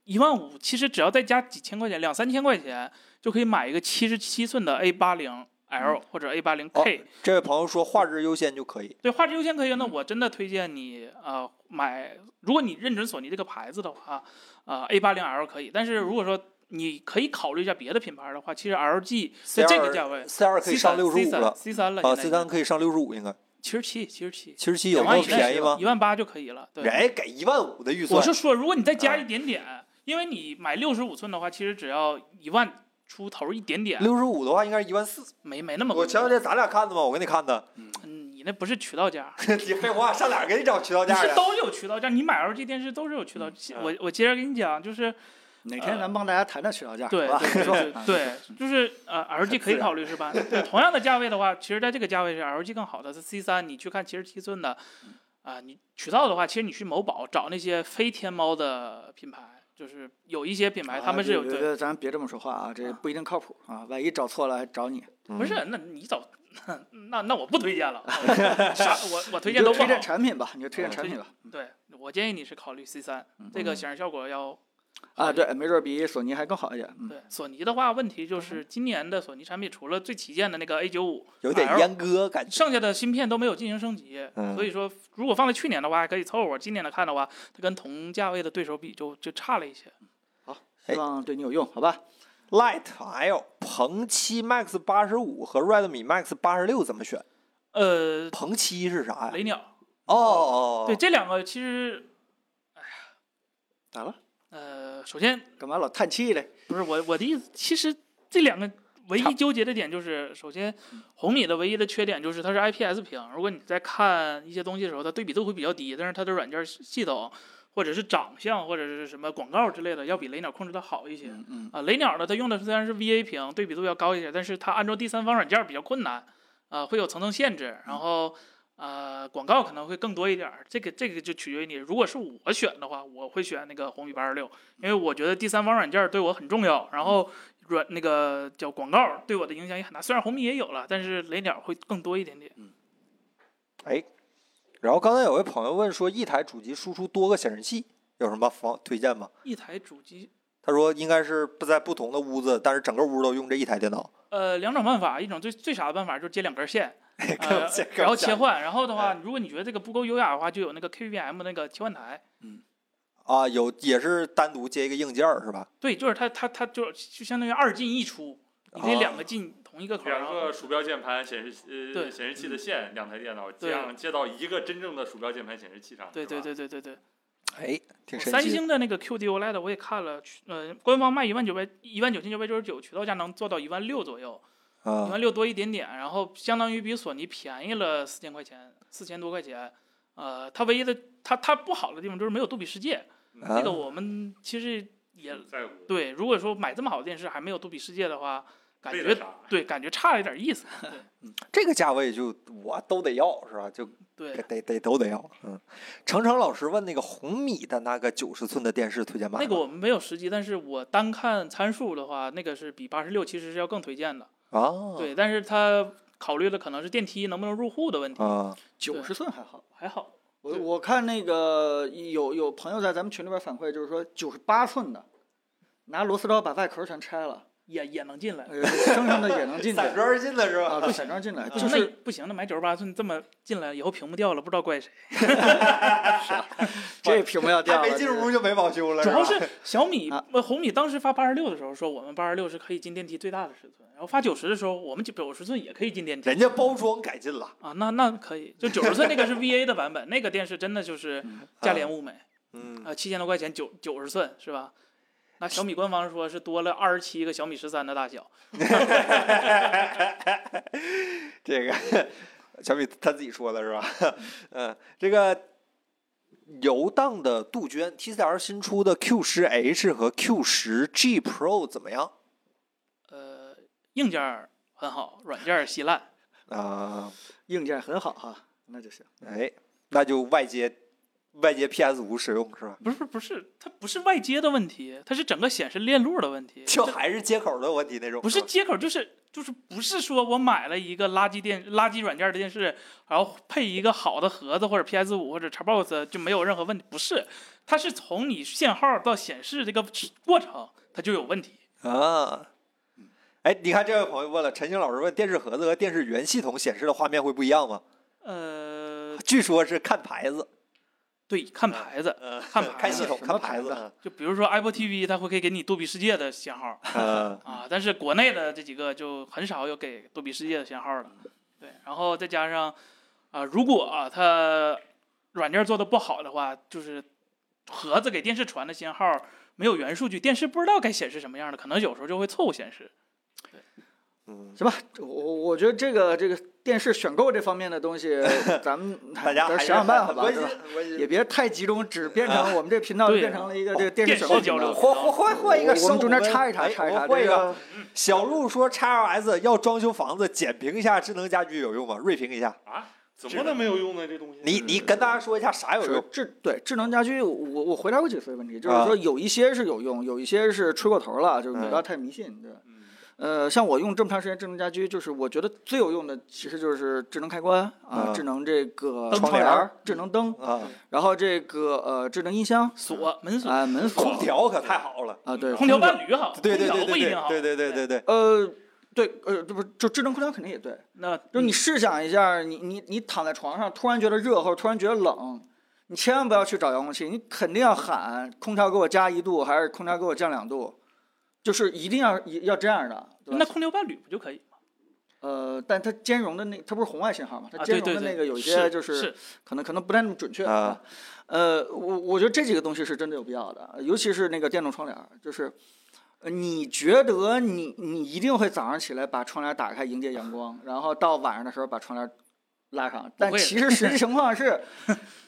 Speaker 4: 一万五其实只要再加几千块钱，两三千块钱就可以买一个七十七寸的 A 8 0
Speaker 1: 嗯
Speaker 4: L 或者 A 8
Speaker 1: 哦
Speaker 4: 0 K，、
Speaker 1: 这位朋友说画质优先就可以。
Speaker 4: 对画质优先可以。啊
Speaker 1: 嗯
Speaker 4: 那我真的推荐你呃买，如果你认准索尼这个牌子的话，呃 A 8 0 L 可以。但
Speaker 1: 嗯
Speaker 4: 是如果说你可以考虑一下别的品牌的话，其实 LG 在
Speaker 1: C2
Speaker 4: 这个价位
Speaker 1: C 二可以
Speaker 4: C
Speaker 1: 上
Speaker 4: 三
Speaker 1: 六十
Speaker 4: C
Speaker 1: 五
Speaker 4: 三
Speaker 1: 了
Speaker 4: C 三了，
Speaker 1: 啊
Speaker 4: 现在
Speaker 1: ，C 三可以上六十五应该。
Speaker 4: 七十七七十七，
Speaker 1: 七十七有那
Speaker 4: 两
Speaker 1: 么
Speaker 4: 万以内
Speaker 1: 便宜吗？
Speaker 4: 一万八就可以了。对，
Speaker 1: 人家给一万五的预算，
Speaker 4: 我是说，如果你再加
Speaker 1: 啊
Speaker 4: 一点点，因为你买六十五寸的话，其实只要一万出头一点点，
Speaker 1: 六十五的话应该是一万四。
Speaker 4: 没没那么贵。
Speaker 1: 我前两天咱俩看的嘛，我给你看的。
Speaker 4: 嗯，你那不是渠道价，
Speaker 1: 你废话，上哪儿给你找渠道
Speaker 4: 你
Speaker 1: 价
Speaker 4: 是
Speaker 1: 呀？嗯
Speaker 4: 都有渠道价，你买 LG 电视都是有渠道。我我接着跟你讲，就是
Speaker 1: 啊
Speaker 2: 哪天咱帮大家谈谈渠道价，
Speaker 4: 啊对
Speaker 2: 好吧？
Speaker 4: 对
Speaker 2: 说
Speaker 4: 对对，就是呃，LG 可以考虑是吧？对，同样的价位的话，其实在这个价位是 LG 更好的。是 C 三，你去看七十七寸的，啊、你渠道的话，其实你去某宝找那些非天猫的品牌，就是有一些品
Speaker 1: 啊
Speaker 4: 牌他们是有、
Speaker 2: 觉得咱啊别这么说话啊，这不一定靠谱啊，万一找错了还找你。
Speaker 1: 嗯
Speaker 4: 不是，那你找那那我不 推荐了，啥我我推荐都
Speaker 2: 你
Speaker 4: 不
Speaker 2: 就推。
Speaker 4: 好
Speaker 2: 荐产品吧，你就推荐
Speaker 4: 嗯
Speaker 2: 产
Speaker 4: 推
Speaker 2: 品
Speaker 4: 荐
Speaker 2: 吧。
Speaker 4: 对，我建议你是考虑 C 三，
Speaker 2: 嗯
Speaker 4: 这个显示效果要
Speaker 2: 啊，对，没准比索尼还更好一点。嗯，
Speaker 4: 对。索尼的话，问题就是今年的索尼产品除了最旗舰的那个 A 九五，
Speaker 1: 有点
Speaker 4: 反而
Speaker 1: 阉割感觉。
Speaker 4: 剩下的芯片都没有进行升级，
Speaker 1: 嗯
Speaker 4: 所以说如果放在去年的话还可以凑合，今年来看的话，它跟同价位的对手比就就差了一些。
Speaker 1: 哎
Speaker 2: 希望对你有用，好吧？
Speaker 1: Light L、鹏七 Max 八十五和 Redmi Max 八十六怎么选？
Speaker 4: 呃，
Speaker 1: 鹏七是啥呀？
Speaker 4: 雷鸟，
Speaker 1: 哦哦，哦
Speaker 4: 对，这两个其实哎
Speaker 2: 咋了？
Speaker 4: 呃，首先
Speaker 2: 干嘛老叹气嘞？
Speaker 4: 不是我我的意思，其实这两个唯
Speaker 1: 差
Speaker 4: 一纠结的点就是，首先红米的唯一的缺点就是它是 IPS 屏，如果你在看一些东西的时候，它对比度会比较低，但是它的软件系统或者是长相或者是什么广告之类的，要比雷鸟控制的好一些。
Speaker 2: 嗯嗯，
Speaker 4: 啊，雷鸟呢，它用的虽然是 VA 屏，对比度要高一些，但是它安装第三方软件比较困难，啊，会有层层限制，然后呃，广告可能会更多一点儿。这个这个就取决于你。如果是我选的话，我会选那个红米八十六，因为我觉得第三方软件对我很重要，然后软那个叫广告对我的影响也很大。虽然红米也有了，但是雷鸟会更多一点点。
Speaker 1: 哎，然后刚才有位朋友问说，一台主机输出多个显示器有什么方推荐吗？
Speaker 4: 一台主机，
Speaker 1: 他说应该是不在不同的屋子，但是整个屋都用这一台电脑。
Speaker 4: 呃，两种办法，一种最最傻的办法就是接两根线，
Speaker 1: 更
Speaker 4: 呃
Speaker 1: 更
Speaker 4: 然后
Speaker 1: 像
Speaker 4: 切换，然
Speaker 1: 哎
Speaker 4: 后的话，如果你觉得这个不够优雅的话，就有那个 KVM 那个切换台。
Speaker 1: 啊，有也是单独接一个硬件儿是吧？
Speaker 4: 对，就是它它它就就相当于二进一出，你可以
Speaker 1: 哦
Speaker 4: 两个进同一个口儿，
Speaker 3: 两
Speaker 4: 然后
Speaker 3: 个鼠标键盘显示呃
Speaker 4: 对
Speaker 3: 显示器的线，两台电脑
Speaker 4: 对
Speaker 3: 这样接到一个真正的鼠标键盘显示器上。
Speaker 4: 对
Speaker 3: 是
Speaker 4: 对
Speaker 3: 吧，
Speaker 4: 对对对对。
Speaker 1: 哎，挺神
Speaker 4: 三
Speaker 1: 奇的。
Speaker 4: 星的那个 QD OLED E 我也看了，呃，官方卖一万九百一万九千九百九十九，渠道价能做到一万六左右，一
Speaker 1: 啊
Speaker 4: 万六多一点点，然后相当于比索尼便宜了四千块钱，四千多块钱。呃，它唯一的它它不好的地方就是没有杜比世界，
Speaker 1: 啊
Speaker 4: 这个我们其实也
Speaker 3: 不嗯在乎
Speaker 4: 对，如果说买这么好的电视还没有杜比世界的话，感
Speaker 3: 为了
Speaker 4: 觉
Speaker 3: 啥？
Speaker 4: 对感觉差了一点意思。
Speaker 1: 这个价位就我都得要是吧？就
Speaker 4: 对
Speaker 1: 得，得得都得要。嗯，程程老师问那个红米的那个九十寸的电视推荐版
Speaker 4: 那
Speaker 1: 吗，
Speaker 4: 个我们没有实际，但是我单看参数的话，那个是比八十六其实是要更推荐的。
Speaker 1: 啊，
Speaker 4: 对，但是它考虑的可能是电梯能不能入户的问题，
Speaker 1: 啊，
Speaker 2: 九十寸还好。
Speaker 4: 还好。
Speaker 2: 我
Speaker 4: 对
Speaker 2: 我看那个有有朋友在咱们群里边反馈，就是说九十八寸的，拿螺丝刀把外壳全拆了，
Speaker 4: 也也能进来，
Speaker 2: 呃，生生的也能进去
Speaker 1: 散嗯装儿进的是
Speaker 2: 啊，
Speaker 1: 吧？
Speaker 2: 对，散装进来，
Speaker 4: 呃
Speaker 2: 就
Speaker 4: 那
Speaker 2: 是
Speaker 4: 不行，那买九十八寸这么进来以后屏幕掉了，不知道怪谁。
Speaker 2: 这屏幕要掉
Speaker 1: 还
Speaker 2: 了。
Speaker 1: 没进
Speaker 2: 这
Speaker 1: 屋就没保修了，
Speaker 4: 主要
Speaker 1: 是吧
Speaker 4: 是小米
Speaker 2: 啊
Speaker 4: 呃红米当时发八十六的时候说我们八十六是可以进电梯最大的尺寸，然后发九十的时候我们九十寸也可以进电梯
Speaker 1: 人家包装改进了，
Speaker 4: 啊，那那可以，就九十寸那个是 VA 的版本，那个电视真的就是价廉物美
Speaker 1: 嗯，
Speaker 4: 啊，七千多块钱九九十寸是吧？那小米官方说是多了二十七个小米十三的大小，
Speaker 1: 这个小米他自己说的是吧？ 嗯，这个游荡的杜鹃 TCL 新出的 Q 十 H 和 Q 十 G Pro 怎么样
Speaker 4: 呃，硬件儿很好，软件儿稀烂。
Speaker 1: 啊？
Speaker 2: 硬件很好哈，那就行。
Speaker 1: 哎，那就外接外接 PS 五使用是吧？
Speaker 4: 不是不是，它不是外接的问题，它是整个显示链路的问题。
Speaker 1: 就
Speaker 4: 这
Speaker 1: 还是接口的问题那种，
Speaker 4: 不是
Speaker 1: 吧
Speaker 4: 接口，就是就是不是说我买了一个垃圾电垃圾软件的电视，然后配一个好的盒子或者 PS 五或者 Xbox 就没有任何问题，不是，它是从你限号到显示这个过程它就有问题。
Speaker 1: 啊。哎，你看这位朋友问了，陈星老师问电视盒子和电视原系统显示的画面会不一样吗？
Speaker 4: 呃，
Speaker 1: 据说是看牌子，
Speaker 4: 对，看牌子，
Speaker 1: 呃，
Speaker 4: 看牌子
Speaker 1: 看系统，
Speaker 2: 什
Speaker 1: 看
Speaker 2: 么
Speaker 1: 牌
Speaker 2: 牌
Speaker 1: 子
Speaker 2: 子
Speaker 1: 啊。
Speaker 4: 就比如说 Apple TV，它会可以给你杜比世界的型号
Speaker 1: 嗯
Speaker 4: 啊，但是国内的这几个就很少有给杜比世界的型号了。对，然后再加上啊、如果啊它软件做的不好的话，就是盒子给电视传的信号没有源数据，电视不知道该显示什么样的，可能有时候就会错误显示。
Speaker 1: 嗯，
Speaker 2: 行吧，我我我觉得这个这个电视选购这方面的东 西，咱们
Speaker 1: 大家还
Speaker 2: 咱
Speaker 1: 是
Speaker 2: 想想办法
Speaker 1: 很
Speaker 2: 吧，
Speaker 1: 关
Speaker 2: 对
Speaker 1: 心
Speaker 2: 吧？
Speaker 1: 很关
Speaker 2: 也
Speaker 1: 心。
Speaker 2: 别太集中，只变成我们这频道
Speaker 4: 对哦
Speaker 2: 变成了一个这个电视选
Speaker 4: 电
Speaker 2: 购
Speaker 4: 视
Speaker 2: 频
Speaker 4: 交
Speaker 2: 道
Speaker 4: 流
Speaker 2: 了。
Speaker 1: 换换换换一个
Speaker 2: 我我
Speaker 1: 生
Speaker 2: 们
Speaker 1: 物
Speaker 2: 中间
Speaker 1: 文
Speaker 2: 插一插
Speaker 1: 哎
Speaker 2: 插一
Speaker 1: 我
Speaker 2: 插
Speaker 1: 换一
Speaker 2: 这
Speaker 1: 个。小鹿说，x LS 要装修房子，简评一下智能家居有用吗？锐评一下，
Speaker 3: 啊，怎
Speaker 1: 是
Speaker 3: 么能没有用呢？这东西
Speaker 1: 你你跟大家说一下啥有
Speaker 2: 是
Speaker 1: 用？
Speaker 2: 智对智能家居，我我回答过几次的问题，就是
Speaker 1: 啊
Speaker 2: 说有一些是有用，有一些是吹过头了，就是你
Speaker 1: 嗯
Speaker 2: 不要太迷信，对吧？
Speaker 3: 嗯
Speaker 2: 呃，像我用这么长时间智能家居，就是我觉得最有用的其实就是智能开关啊，
Speaker 1: 嗯
Speaker 2: 智能这个
Speaker 1: 灯
Speaker 2: 窗
Speaker 1: 帘
Speaker 2: 帘
Speaker 1: 儿
Speaker 2: 儿、智能灯，
Speaker 1: 啊，
Speaker 2: 然后这个呃智能音箱
Speaker 4: 锁门锁，
Speaker 2: 啊、门锁
Speaker 1: 空调可太好了，
Speaker 2: 啊，对，
Speaker 4: 空调伴侣好，
Speaker 1: 对对对
Speaker 4: 空调不一定好。
Speaker 1: 对对对对对对，
Speaker 2: 呃，对，呃，这不就智能空调肯定也对，
Speaker 4: 那
Speaker 2: 就你试想一下，你你你躺在床上，突然觉得热或者突然觉得冷，你千万不要去找遥控器，你肯定要喊空调给我加一度，还是空调给我降两度，就是一定要要这样的。对
Speaker 4: 那
Speaker 2: 吧
Speaker 4: 空调伴侣不就可以吗？
Speaker 2: 呃，但它兼容的那它不是红外信号嘛？它
Speaker 4: 啊，
Speaker 2: 兼容
Speaker 4: 对对
Speaker 2: 的那
Speaker 4: 对，
Speaker 2: 个有一些
Speaker 4: 是
Speaker 2: 就是可能可能不太那么准确
Speaker 1: 啊。
Speaker 2: 呃，我我觉得这几个东西是真的有必要的，尤其是那个电动窗帘儿，就是呃你觉得你你一定会早上起来把窗帘打开迎接阳光，然后到晚上的时候把窗帘拉上，但
Speaker 4: 会的
Speaker 2: 其实实际情况是，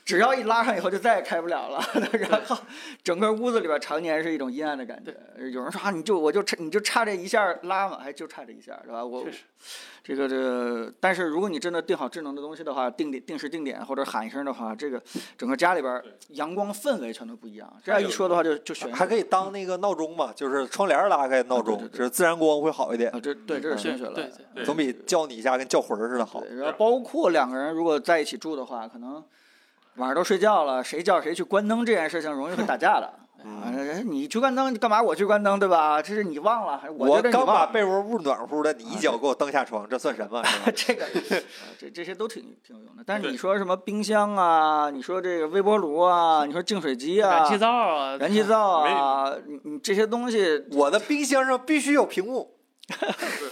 Speaker 2: 只要一拉上以后就再也开不了 了，然后整个屋子里边常年是一种阴暗的感觉。有人说啊，你就我就差你就差这一下拉嘛，还哎就差这一下，是吧？我
Speaker 4: 确实
Speaker 2: 这个这个，但是如果你真的定好智能的东西的话，定点定时定点或者喊一声的话，这个整个家里边儿
Speaker 3: 对
Speaker 2: 阳光氛围全都不一样。这
Speaker 3: 还
Speaker 2: 样一
Speaker 3: 有
Speaker 2: 说的话就就玄学
Speaker 1: 啊还可以当那个闹钟嘛，就是窗帘拉开闹
Speaker 2: 嗯啊对
Speaker 1: 钟，
Speaker 2: 对对
Speaker 1: 就是自然光会好一点
Speaker 2: 啊，，这对这是玄学
Speaker 4: 嗯对
Speaker 2: 了。
Speaker 4: 对对
Speaker 3: 对
Speaker 1: 总比叫你一下跟叫魂儿似的好。
Speaker 2: 对，然后包括两个人如果在一起住的话，可能晚上都睡觉了，谁叫谁去关灯这件事情容易会打架的啊，你去关灯，你干嘛我去关灯，对吧？这是你忘了，还是
Speaker 1: 我
Speaker 2: 觉得你
Speaker 1: 刚把
Speaker 2: 忘了？啊
Speaker 1: 被窝捂暖乎的，你一脚给我蹬下床，这算什么？是吧
Speaker 2: 这个，啊这这些都挺挺有用的。但是
Speaker 3: 对
Speaker 2: 你说什么冰箱啊，你说这个微波炉啊，你说净水机啊，
Speaker 4: 燃气灶啊，
Speaker 2: 燃气灶啊，你你这些东西，
Speaker 1: 我的冰箱上必须有屏幕，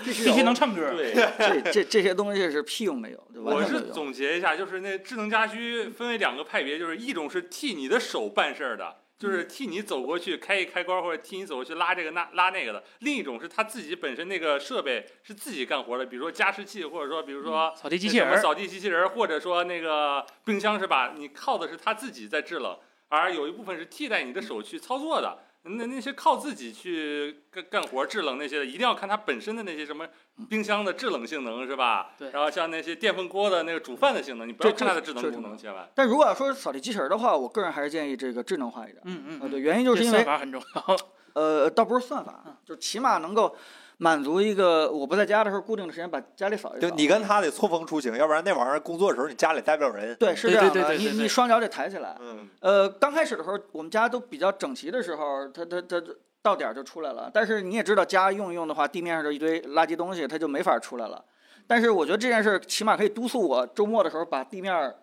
Speaker 3: 必须
Speaker 4: 必 须能唱歌。
Speaker 3: 对，
Speaker 2: 这这这些东西是屁用没有，对吧？
Speaker 3: 我
Speaker 2: 完全
Speaker 3: 是
Speaker 2: 没有用。
Speaker 3: 总结一下，就是那智能家居分为两个派别，就是一种是替你的手办事儿的，就是
Speaker 2: 嗯
Speaker 3: 替你走过去开一开关，或者替你走过去拉这个那拉那个的；另一种是它自己本身那个设备是自己干活的，比如说加湿器，或者说比如说
Speaker 4: 扫地机
Speaker 3: 那
Speaker 4: 器人
Speaker 3: 什么
Speaker 4: 儿，
Speaker 3: 扫地机器人儿，或者说那个冰箱是吧？你靠的是它自己在制冷，而有一部分是替代你的手去操作的。那那些靠自己去干干活制冷那些的，一定要看它本身的那些什么冰箱的制冷性能是吧？
Speaker 4: 对
Speaker 3: 然后像那些电饭锅的那个煮饭的性能，你不要
Speaker 2: 这
Speaker 3: 看它的
Speaker 2: 这
Speaker 3: 制
Speaker 2: 这
Speaker 3: 冷功
Speaker 2: 种
Speaker 3: 能，千万。
Speaker 2: 但如果要说扫地机器人的话，我个人还是建议这个智能化一点。
Speaker 4: 嗯嗯
Speaker 2: 啊，
Speaker 4: 嗯，
Speaker 2: 对，原因就是因
Speaker 4: 算
Speaker 2: 为
Speaker 4: 法很重要。
Speaker 2: 呃，倒不是算法，
Speaker 4: 嗯
Speaker 2: 就起码能够满足一个我不在家的时候固定的时间把家里扫一扫。
Speaker 1: 就你跟他得错峰出行，要不然那玩意儿工作的时候你家里待不了人。啊
Speaker 2: 对是
Speaker 4: 对
Speaker 2: 这样
Speaker 4: 对
Speaker 2: 的，
Speaker 4: 对对
Speaker 2: 你
Speaker 4: 对
Speaker 2: 你
Speaker 4: 对
Speaker 2: 双脚得抬起来。
Speaker 1: 嗯，
Speaker 2: 呃，刚开始的时候，我们家都比较整齐的时候，它它它到点儿就出来了。但是你也知道，家用一用的话，地面上的一堆垃圾东西，它就没法出来了。
Speaker 1: 嗯
Speaker 2: 但是我觉得这件事儿起码可以督促我周末的时候把地面儿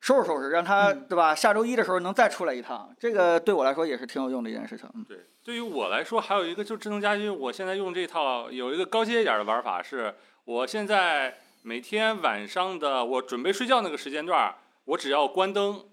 Speaker 2: 收拾收拾，让它、
Speaker 4: 嗯
Speaker 2: 对吧？下周一的时候能再出来一趟，这
Speaker 1: 嗯
Speaker 2: 个对我来说也是挺有用的一件事情。嗯，
Speaker 3: 对，对于我来说，还有一个就是智能家居，我现在用这套有一个高阶一点的玩法是，我现在每天晚上的我准备睡觉那个时间段儿，我只要关灯，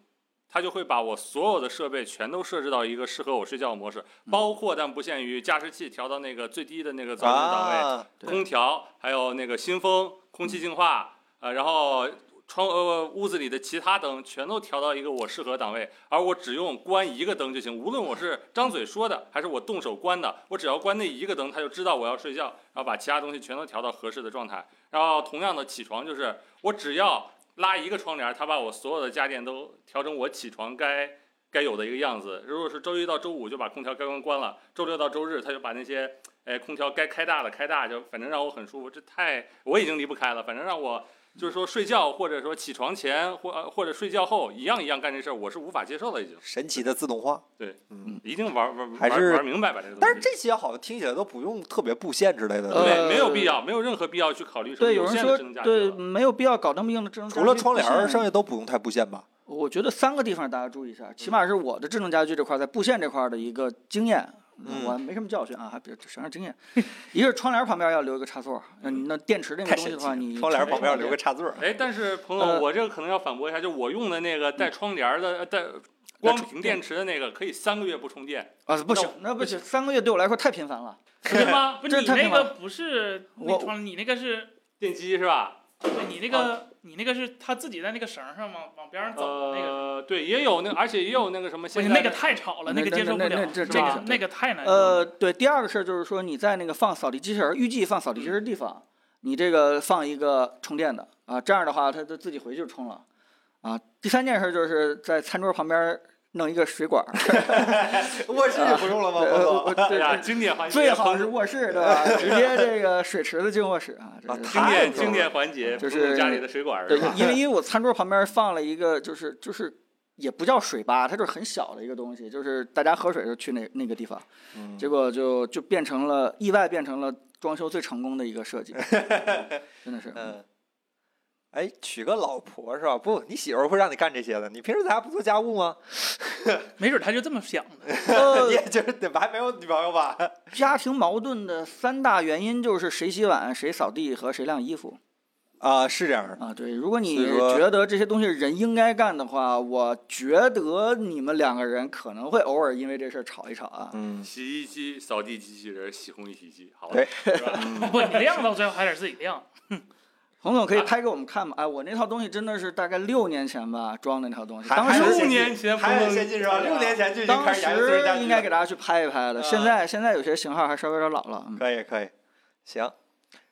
Speaker 3: 它就会把我所有的设备全都设置到一个适合我睡觉的模式，包括但不限于加湿器调到那个最低的那个噪音档位，
Speaker 1: 啊，
Speaker 2: 对
Speaker 3: 空调，还有那个新风、空气净化，呃，然后窗呃屋子里的其他灯全都调到一个我适合的档位，而我只用关一个灯就行。无论我是张嘴说的，还是我动手关的，我只要关那一个灯，它就知道我要睡觉，然后把其他东西全都调到合适的状态。然后同样的起床就是，我只要拉一个窗帘，它把我所有的家电都调整我起床该。该有的一个样子。如果是周一到周五就把空调该关关了，周六到周日它就把那些哎，空调该开大的开大，就反正让我很舒服。这太我已经离不开了，反正让我就是说睡觉或者说起床前或呃或者睡觉后一样一样干这事儿，我是无法接受的，已经
Speaker 1: 神奇的自动化。
Speaker 3: 一定玩玩
Speaker 1: 还
Speaker 3: 玩
Speaker 1: 是
Speaker 3: 玩明白吧这个东西。
Speaker 1: 但是这些好像听起来都不用特别布线之类的，
Speaker 2: 嗯呃
Speaker 1: 对吧
Speaker 3: 没没有必要，没有任何必要去考虑什么
Speaker 2: 对，有
Speaker 3: 有
Speaker 2: 人
Speaker 3: 限
Speaker 2: 说
Speaker 3: 的智能家居
Speaker 2: 对
Speaker 3: 了。
Speaker 2: 没有必要搞那么硬的智能家居。
Speaker 1: 除了窗帘儿，
Speaker 2: 不
Speaker 1: 剩
Speaker 2: 限
Speaker 1: 下都不用太布线吧？
Speaker 2: 我觉得三个地方大家注意一下，起码是我的智能家居这块儿在布线这块儿的一个经验，
Speaker 1: 嗯
Speaker 2: 我没什么教训啊，还比较省点经验。一个是窗帘旁边要留一个插座，嗯，那电池那个
Speaker 1: 太
Speaker 2: 东西
Speaker 1: 神
Speaker 2: 的
Speaker 1: 奇
Speaker 2: 话，
Speaker 1: 了
Speaker 2: 你，
Speaker 1: 窗帘儿旁边要留个
Speaker 2: 个
Speaker 1: 插座儿。
Speaker 3: 哎，但是彭总，
Speaker 2: 呃
Speaker 3: 我这个可能要反驳一下，就我用的那个带窗帘儿的、呃带光屏电池的那个，可以三个月不充电，
Speaker 2: 啊，不行
Speaker 3: 那我，
Speaker 2: 那不行，三个月对我来说太频繁了。
Speaker 4: 对 吗？不，
Speaker 2: 这
Speaker 4: 你
Speaker 2: 太
Speaker 4: 那
Speaker 2: 麻
Speaker 4: 个不是那
Speaker 2: 我
Speaker 4: 窗，你那个是，
Speaker 3: 电机是吧？
Speaker 4: 对你那
Speaker 1: 哦
Speaker 4: 个你那个是他自己在那个绳儿上往往边上走的那个。
Speaker 3: 呃，对，也有那，而且也有那个什么，
Speaker 4: 不
Speaker 3: 现
Speaker 4: 行，
Speaker 3: 在
Speaker 4: 那个太吵了，
Speaker 2: 那
Speaker 4: 个接受不
Speaker 2: 那那
Speaker 4: 了，
Speaker 2: 那这
Speaker 4: 是吧
Speaker 2: 这个
Speaker 4: 那个太难受了。
Speaker 2: 呃，对，第二个事儿就是说你在那个放扫地机器人儿，预计放扫地机器人儿的地方，你这个放一个充电的啊，这样的话它它自己回去就充了啊。第三件事就是在餐桌旁边儿弄一个水 管儿，
Speaker 1: 卧室也不用了吗？
Speaker 2: 呃
Speaker 1: 彭 总
Speaker 2: 我我对
Speaker 3: 哎呀，哎
Speaker 2: 对
Speaker 3: 经典环节，
Speaker 2: 最好是卧室，对吧？ 直接这个水池子进卧室啊，这
Speaker 1: 啊
Speaker 2: 是
Speaker 1: 太
Speaker 3: 经典
Speaker 1: 太
Speaker 3: 经典环节，
Speaker 2: 就是
Speaker 3: 不家里的水管儿
Speaker 2: 对
Speaker 3: 是吧，？
Speaker 2: 因为因为我餐桌旁边放了一个，就是就是也不叫水吧，它就是很小的一个东西，就是大家喝水就去那那个地方，
Speaker 1: 嗯
Speaker 2: 结果就就变成了意外，变成了装修最成功的一个设 计，真的是。
Speaker 1: 嗯，哎，娶个老婆是吧？不，你媳妇儿会让你干这些的。你平时在家不做家务吗？
Speaker 4: 没准他就这么想的。
Speaker 2: 呃
Speaker 1: 你，也就是你们还没有女朋友吧？
Speaker 2: 家庭矛盾的三大原因就是谁洗碗、谁扫地和谁晾衣服
Speaker 1: 啊，是这样的。
Speaker 2: 啊。对，如果你
Speaker 1: 所以说
Speaker 2: 觉得这些东西人应该干的话，我觉得你们两个人可能会偶尔因为这事儿吵一吵啊。
Speaker 1: 嗯，
Speaker 3: 洗衣机、扫地机器人、洗烘衣机器，好
Speaker 1: 对
Speaker 3: 了，是吧？
Speaker 4: 不，你晾到最后还得自己晾。
Speaker 2: 洪总可以拍给我们看吗？哎，我那套东西真的是大概六年前吧装的那套东西，
Speaker 1: 还
Speaker 2: 当
Speaker 1: 还
Speaker 2: 时
Speaker 1: 有
Speaker 3: 六年前
Speaker 1: 还
Speaker 3: 不
Speaker 1: 很
Speaker 3: 能
Speaker 1: 先进是吧？六年前就已经
Speaker 2: 当
Speaker 1: 开始研究智能家
Speaker 2: 时
Speaker 1: 居了嗯
Speaker 2: 应该给大家去拍一拍了。现在现在有些型号还稍微有点老了，嗯
Speaker 1: 可以可以，行。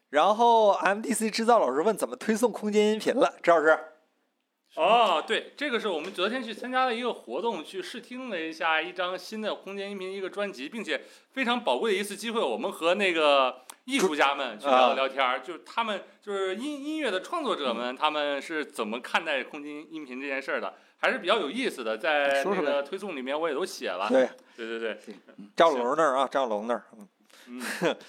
Speaker 1: 然后 MDC 制造老师问怎么推送空间音频了，赵老师，
Speaker 3: 哦，对，这个是我们昨天去参加了一个活动，去试听了一下一张新的空间音频一个专辑，并且非常宝贵的一次机会，我们和那个艺术家们去
Speaker 1: 啊
Speaker 3: 聊聊天儿，就是他们就是音音乐的创作者们，他们是怎么看待空间音频这件事儿的。还是比较有意思的，在
Speaker 2: 说说
Speaker 3: 那个推送里面我也都写了。
Speaker 1: 对，
Speaker 3: 对对对，
Speaker 1: 赵龙那儿啊，赵龙那儿，嗯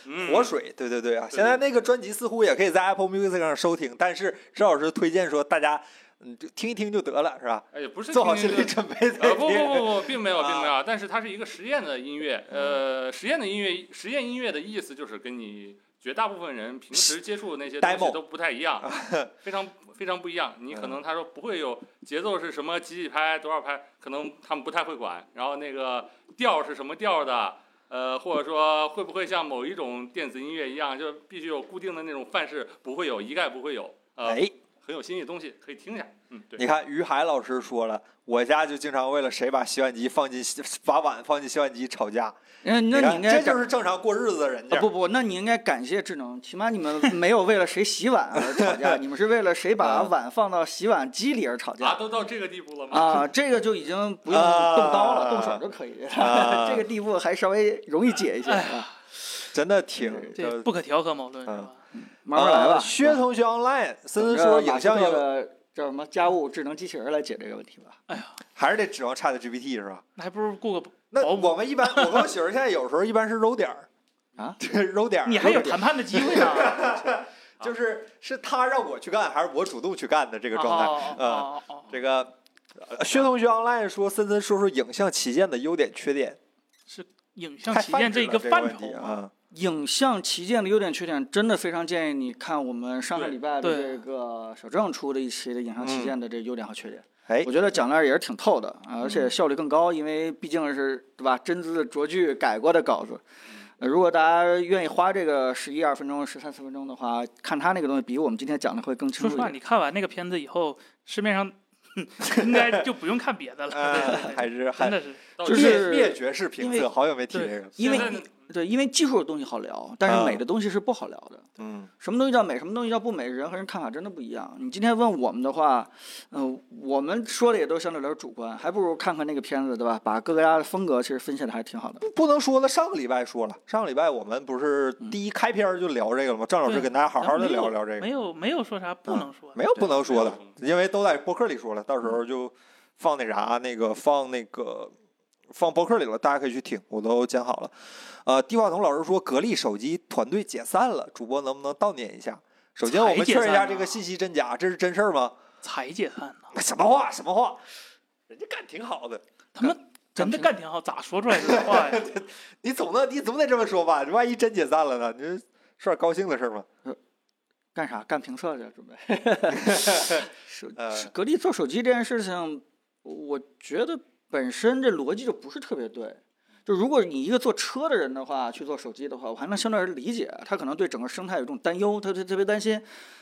Speaker 3: 嗯，
Speaker 1: 活
Speaker 3: 嗯
Speaker 1: 水，对对对啊，
Speaker 3: 对
Speaker 1: 现在那个专辑似乎也可以在 Apple Music 上收听，但是石老师推荐说大家嗯就听一听就得了，是吧？
Speaker 3: 哎，也不是
Speaker 1: 做好
Speaker 3: 听
Speaker 1: 心
Speaker 3: 那
Speaker 1: 理
Speaker 3: 个
Speaker 1: 准备
Speaker 3: 呃，
Speaker 1: 再
Speaker 3: 不不
Speaker 1: 听。
Speaker 3: 不 不，并没有，并没
Speaker 1: 啊嗯
Speaker 3: 有，但是它是一个实验的音乐。呃，实验的音乐，实验音乐的意思就是跟你绝大部分人平时接触那些东
Speaker 1: Demo 嗯
Speaker 3: 西都不太一 样，非常非常不一样。你可能他说不会有节奏是什么几几拍多少拍，可能他们不太会管。然后那个调是什么调的，呃，或者说会不会像某一种电子音乐一样，就必须有固定的那种范式，不会有，一概不会有。呃，
Speaker 1: 哎，
Speaker 3: 很有新意的东西可以听一下。嗯，对。
Speaker 1: 你看于海老师说了，我家就经常为了谁把洗碗机放进洗把碗放进洗碗机吵架。
Speaker 2: 嗯，那
Speaker 1: 你看
Speaker 2: 你应
Speaker 1: 这
Speaker 2: 该
Speaker 1: 就
Speaker 2: 感
Speaker 1: 是正常过日子的人家。
Speaker 2: 啊不不，那你应该感谢智能，起码 你们没有为了谁洗碗而吵架，你们是为了谁把
Speaker 1: 嗯
Speaker 2: 碗放到洗碗机里而吵
Speaker 3: 啊，
Speaker 2: 架
Speaker 3: 都到这个地步了吗？
Speaker 2: 啊，这个就已经不用
Speaker 1: 啊
Speaker 2: 动刀了，动手就可以。
Speaker 1: 啊哎
Speaker 2: 这个地步还稍微容易解一些，啊
Speaker 1: 真的挺
Speaker 4: 这
Speaker 1: 就
Speaker 4: 不可调和矛盾是
Speaker 1: 嗯
Speaker 4: 吧？
Speaker 2: 慢慢来吧。
Speaker 1: 呃薛同学 online，森森
Speaker 2: 等着
Speaker 1: 说
Speaker 2: 马
Speaker 1: 影
Speaker 2: 斯
Speaker 1: 像
Speaker 2: 克
Speaker 1: 有
Speaker 2: 的叫什么家务智能机器人来解这个问题吧。
Speaker 1: 还是得指望 Chat GPT 是吧？
Speaker 4: 那还不如雇个
Speaker 1: 那
Speaker 4: 保姆
Speaker 1: 我们一般，我跟我媳妇儿现在有时候一般是揉点儿
Speaker 2: 啊，
Speaker 1: 揉点儿，
Speaker 4: 你还有谈判的机会呢，
Speaker 1: 就是是他让我去干，还是我主动去干 的这个状态？
Speaker 4: 哦
Speaker 1: 嗯
Speaker 4: 哦哦哦
Speaker 1: 这个呃薛同学 online 说，森森说说影像旗舰的优点缺点，
Speaker 4: 影像
Speaker 1: 太
Speaker 4: 旗舰
Speaker 1: 泛指
Speaker 4: 一
Speaker 1: 了
Speaker 4: 个
Speaker 1: 这
Speaker 4: 范
Speaker 1: 问
Speaker 4: 畴
Speaker 1: 题
Speaker 4: 嘛，
Speaker 1: 啊，
Speaker 2: 影像旗舰的优点缺点，真的非常建议你看我们上个
Speaker 3: 对
Speaker 2: 礼拜的
Speaker 4: 对
Speaker 2: 这个小郑出的一期的影像
Speaker 1: 嗯
Speaker 2: 旗舰的这优点和缺点。
Speaker 1: 哎
Speaker 2: 我，觉得讲的也是挺透的，啊而且效率更高，因为毕竟是对吧，真字酌句改过的稿子。呃如果大家愿意花这个十一二分钟、十三四分钟的话，看他那个东西比我们今天讲的会更清
Speaker 4: 说
Speaker 2: 楚
Speaker 4: 实
Speaker 2: 一
Speaker 4: 话，
Speaker 2: 点。
Speaker 4: 你看完那个片子以后，市面上 应该就不用看别的了，
Speaker 1: 呃
Speaker 4: 对对对
Speaker 1: 还是
Speaker 4: 真
Speaker 1: 还
Speaker 4: 的是
Speaker 3: 到
Speaker 2: 就
Speaker 3: 这
Speaker 1: 灭
Speaker 2: 是
Speaker 1: 灭绝式评
Speaker 2: 因
Speaker 1: 测，
Speaker 2: 为
Speaker 1: 好久没提这个，
Speaker 2: 因为
Speaker 3: 现 在呢
Speaker 2: 对，因为技术的东西好聊，但
Speaker 1: 啊
Speaker 2: 是美的东西是不好聊的。
Speaker 1: 嗯，
Speaker 2: 什么东西叫美，什么东西叫不美，人和人看法真的不一样。你今天问我们的话，嗯、我们说的也都相对来说主观，还不如看看那个片子，对吧？把各个家的风格其实分析的还挺好的。
Speaker 1: 不不能说了，上个礼拜说了，上个礼拜我们不是第一开篇儿就聊这个了吗？郑老师
Speaker 4: 对
Speaker 1: 跟大家好好的
Speaker 4: 咱没有
Speaker 1: 聊聊这个嗯
Speaker 4: 没，有没有说啥不能说的，
Speaker 1: 没有嗯不
Speaker 4: 对
Speaker 1: 能说的
Speaker 3: 没有，
Speaker 1: 因为都在博客里说了，到时候就放那啥，那个放那个放博客里了，大家可以去听，我都剪好了。呃，地话筒老师说，格力手机团队解散了，主播能不能悼念一下？首先，我们
Speaker 4: 才解
Speaker 1: 确认一下
Speaker 4: 散
Speaker 1: 这个
Speaker 4: 呢
Speaker 1: 信息真假，这是真事儿吗？
Speaker 4: 才解散呢，
Speaker 1: 什么话？什么话？人家干挺好的，
Speaker 4: 他们真的干挺好，咋说出来这话呀？
Speaker 1: 你总得你总得这么说吧？万一真解散了呢？你这是点高兴的事儿吗？
Speaker 2: 干啥？干评测去，准备。手
Speaker 1: 呃
Speaker 2: 是格力做手机这件事情，我觉得本身这逻辑就不是特别对。就如果你一个做车的人的话去做手机的话，我还能相对而理解，他可能对整个生态有一种担忧，他他特别担心，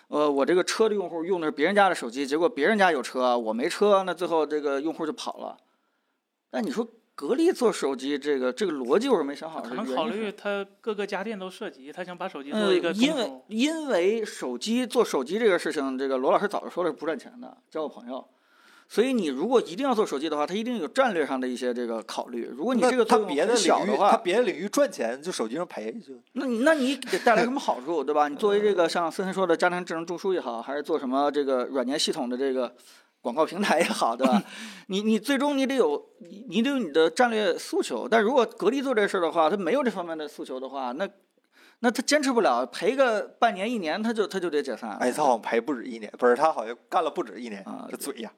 Speaker 2: 呃，我这个车的用户用的是别人家的手机，结果别人家有车，我没车，那最后这个用户就跑了。但你说格力做手机这个这个逻辑，我是没想好，
Speaker 4: 可
Speaker 2: 是
Speaker 4: 能
Speaker 2: 原
Speaker 4: 考
Speaker 2: 因是
Speaker 4: 虑他各个家电都涉及，他想把手机做
Speaker 2: 呃，
Speaker 4: 一个
Speaker 2: 因
Speaker 4: 综
Speaker 2: 为
Speaker 4: 合。
Speaker 2: 因为手机做手机这个事情，这个罗老师早就说了是不赚钱的，交个朋友。所以你如果一定要做手机的话，它一定有战略上的一些这个考虑。如果你
Speaker 1: 那
Speaker 2: 这个
Speaker 1: 他
Speaker 2: 作用
Speaker 1: 别的
Speaker 2: 很小
Speaker 1: 领
Speaker 2: 的
Speaker 1: 域，他
Speaker 2: 话，
Speaker 1: 别的领域赚钱，就手机上赔就
Speaker 2: 那你那你得带来什么好处，对吧？你作为这个像森森说的家庭智能中枢也好，还是做什么这个软件系统的这个广告平台也好，对吧？你你最终你得有你你得有你的战略诉求。但如果格力做这事儿的话，他没有这方面的诉求的话，那那他坚持不了，赔个半年一年，他就他就得解散。
Speaker 1: 哎，他好像赔不止一年，不是他好像干了不止一年，
Speaker 2: 啊
Speaker 1: 这嘴呀！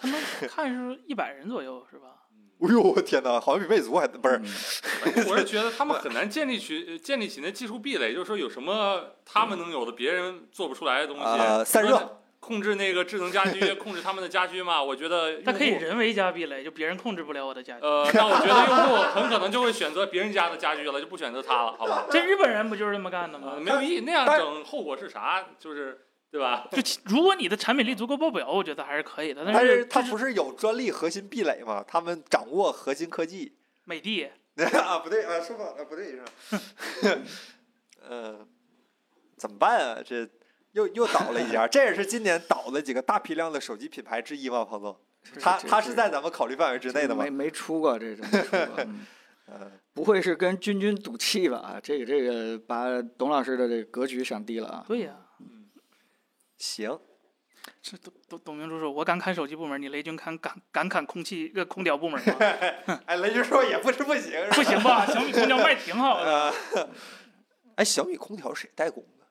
Speaker 4: 他们看是一百人左右是吧？
Speaker 1: 哎呦我天哪，好像比魅族还不是，
Speaker 2: 嗯
Speaker 3: 我是觉得他们很难建立起呃建立起那技术壁垒，就是说有什么他们能有的别人做不出来的东西。
Speaker 1: 呃散热
Speaker 3: 比如说控制那个智能家 居，控制他们的家居嘛，我觉得 用户
Speaker 4: 他可以。人为加壁垒，就别人控制不了我的家电。
Speaker 3: 呃，那我觉得用户很可能就会选择别人家的家居了，就不选择他了，好吧？
Speaker 4: 这日本人不就是这么干的
Speaker 3: 呃
Speaker 4: 吗？
Speaker 3: 没有意义，那样
Speaker 1: 但
Speaker 3: 整后果是啥？就是对吧？
Speaker 4: 就其如果你的产品力足够爆表，我觉得还是可以的。
Speaker 1: 但
Speaker 4: 是
Speaker 1: 是他不是有专利核心壁垒吗？他们掌握核心科技
Speaker 4: 美的
Speaker 1: 啊，不对啊，说反了，不对是吧？ 嗯，怎么办啊？这又又倒了一家，这也是今年倒了几个大批量的手机品牌之一吗？彭总，他
Speaker 2: 这
Speaker 1: 他是在咱们考虑范围之内的吗
Speaker 2: 没？没出过，这是没 出过。嗯
Speaker 1: 嗯，
Speaker 2: 不会是跟君君赌气吧？啊，这个 这个把董老师的这个格局想低了啊。
Speaker 4: 对呀、
Speaker 1: 行，
Speaker 4: 这董董董明珠说：“我敢砍手机部门，你雷军敢敢敢砍空气呃空调部门吗？
Speaker 1: 哎，雷军说也不是不行，是吧
Speaker 4: 不行吧？小米空调卖挺好的，
Speaker 1: 呃，哎，小米空调谁代工的？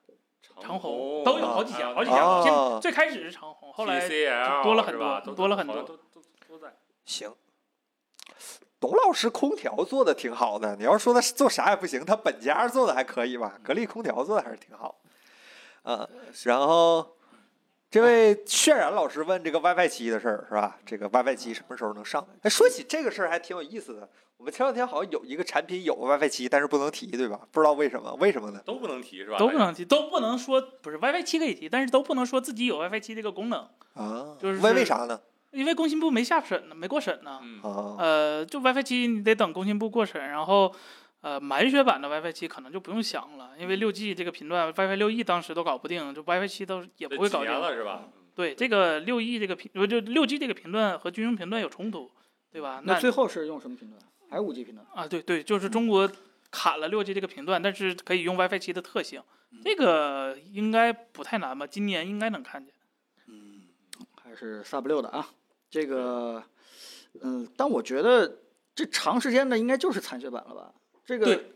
Speaker 4: 长
Speaker 3: 虹
Speaker 4: 虹
Speaker 3: 啊
Speaker 4: 都有好几家，好几家。
Speaker 1: 哦
Speaker 4: 现最开始是长虹，后来
Speaker 3: TCL
Speaker 4: 多了很
Speaker 3: 是吧
Speaker 4: 多
Speaker 3: 都
Speaker 4: 多了很多
Speaker 3: 好像都都都在。
Speaker 1: 行，董老师空调做的挺好的。你要说他做啥也不行，他本家做的还可以吧？格力空调做的还是挺好。嗯，然后这位渲染老师问这个 WiFi 七的事儿是吧？这个 WiFi 七什么时候能上？哎，说起这个事儿还挺有意思的。我们前两天好像有一个产品有 WiFi 七，但是不能提，对吧？不知道为什么？为什么呢？
Speaker 3: 都不能提是吧？
Speaker 4: 都不能提，都不能说不是 WiFi 七可以提，但是都不能说自己有 WiFi 七这个功能，
Speaker 1: 啊，
Speaker 4: 就是
Speaker 1: 为为啥呢？
Speaker 4: 因为工信部没下审呢，没过审呢。
Speaker 3: 嗯，
Speaker 1: 啊，
Speaker 4: 呃，就 WiFi 七你得等工信部过审，然后呃，满血版的 WiFi 七可能就不用想了，因为六 G 这个频段 WiFi 六 E 当时都搞不定，就 WiFi 七都也
Speaker 3: 这
Speaker 4: 不会
Speaker 3: 几
Speaker 4: 搞定
Speaker 3: 年。了是吧？嗯
Speaker 4: 对，这个六 E 这个频，不就六 G 这个频段和军用频段有冲突，对
Speaker 1: 啊
Speaker 4: 吧？那
Speaker 2: 那最后是用什么频段？还是五 G 频段？
Speaker 4: 啊，对对，就是中国砍了六 G 这个频段，但是可以用 WiFi 七的特性，这个应该不太难吧？今年应该能看见。
Speaker 2: 还是 sub 六的啊？这个，嗯，但我觉得这长时间的应该就是残血版了吧？这个
Speaker 4: 对。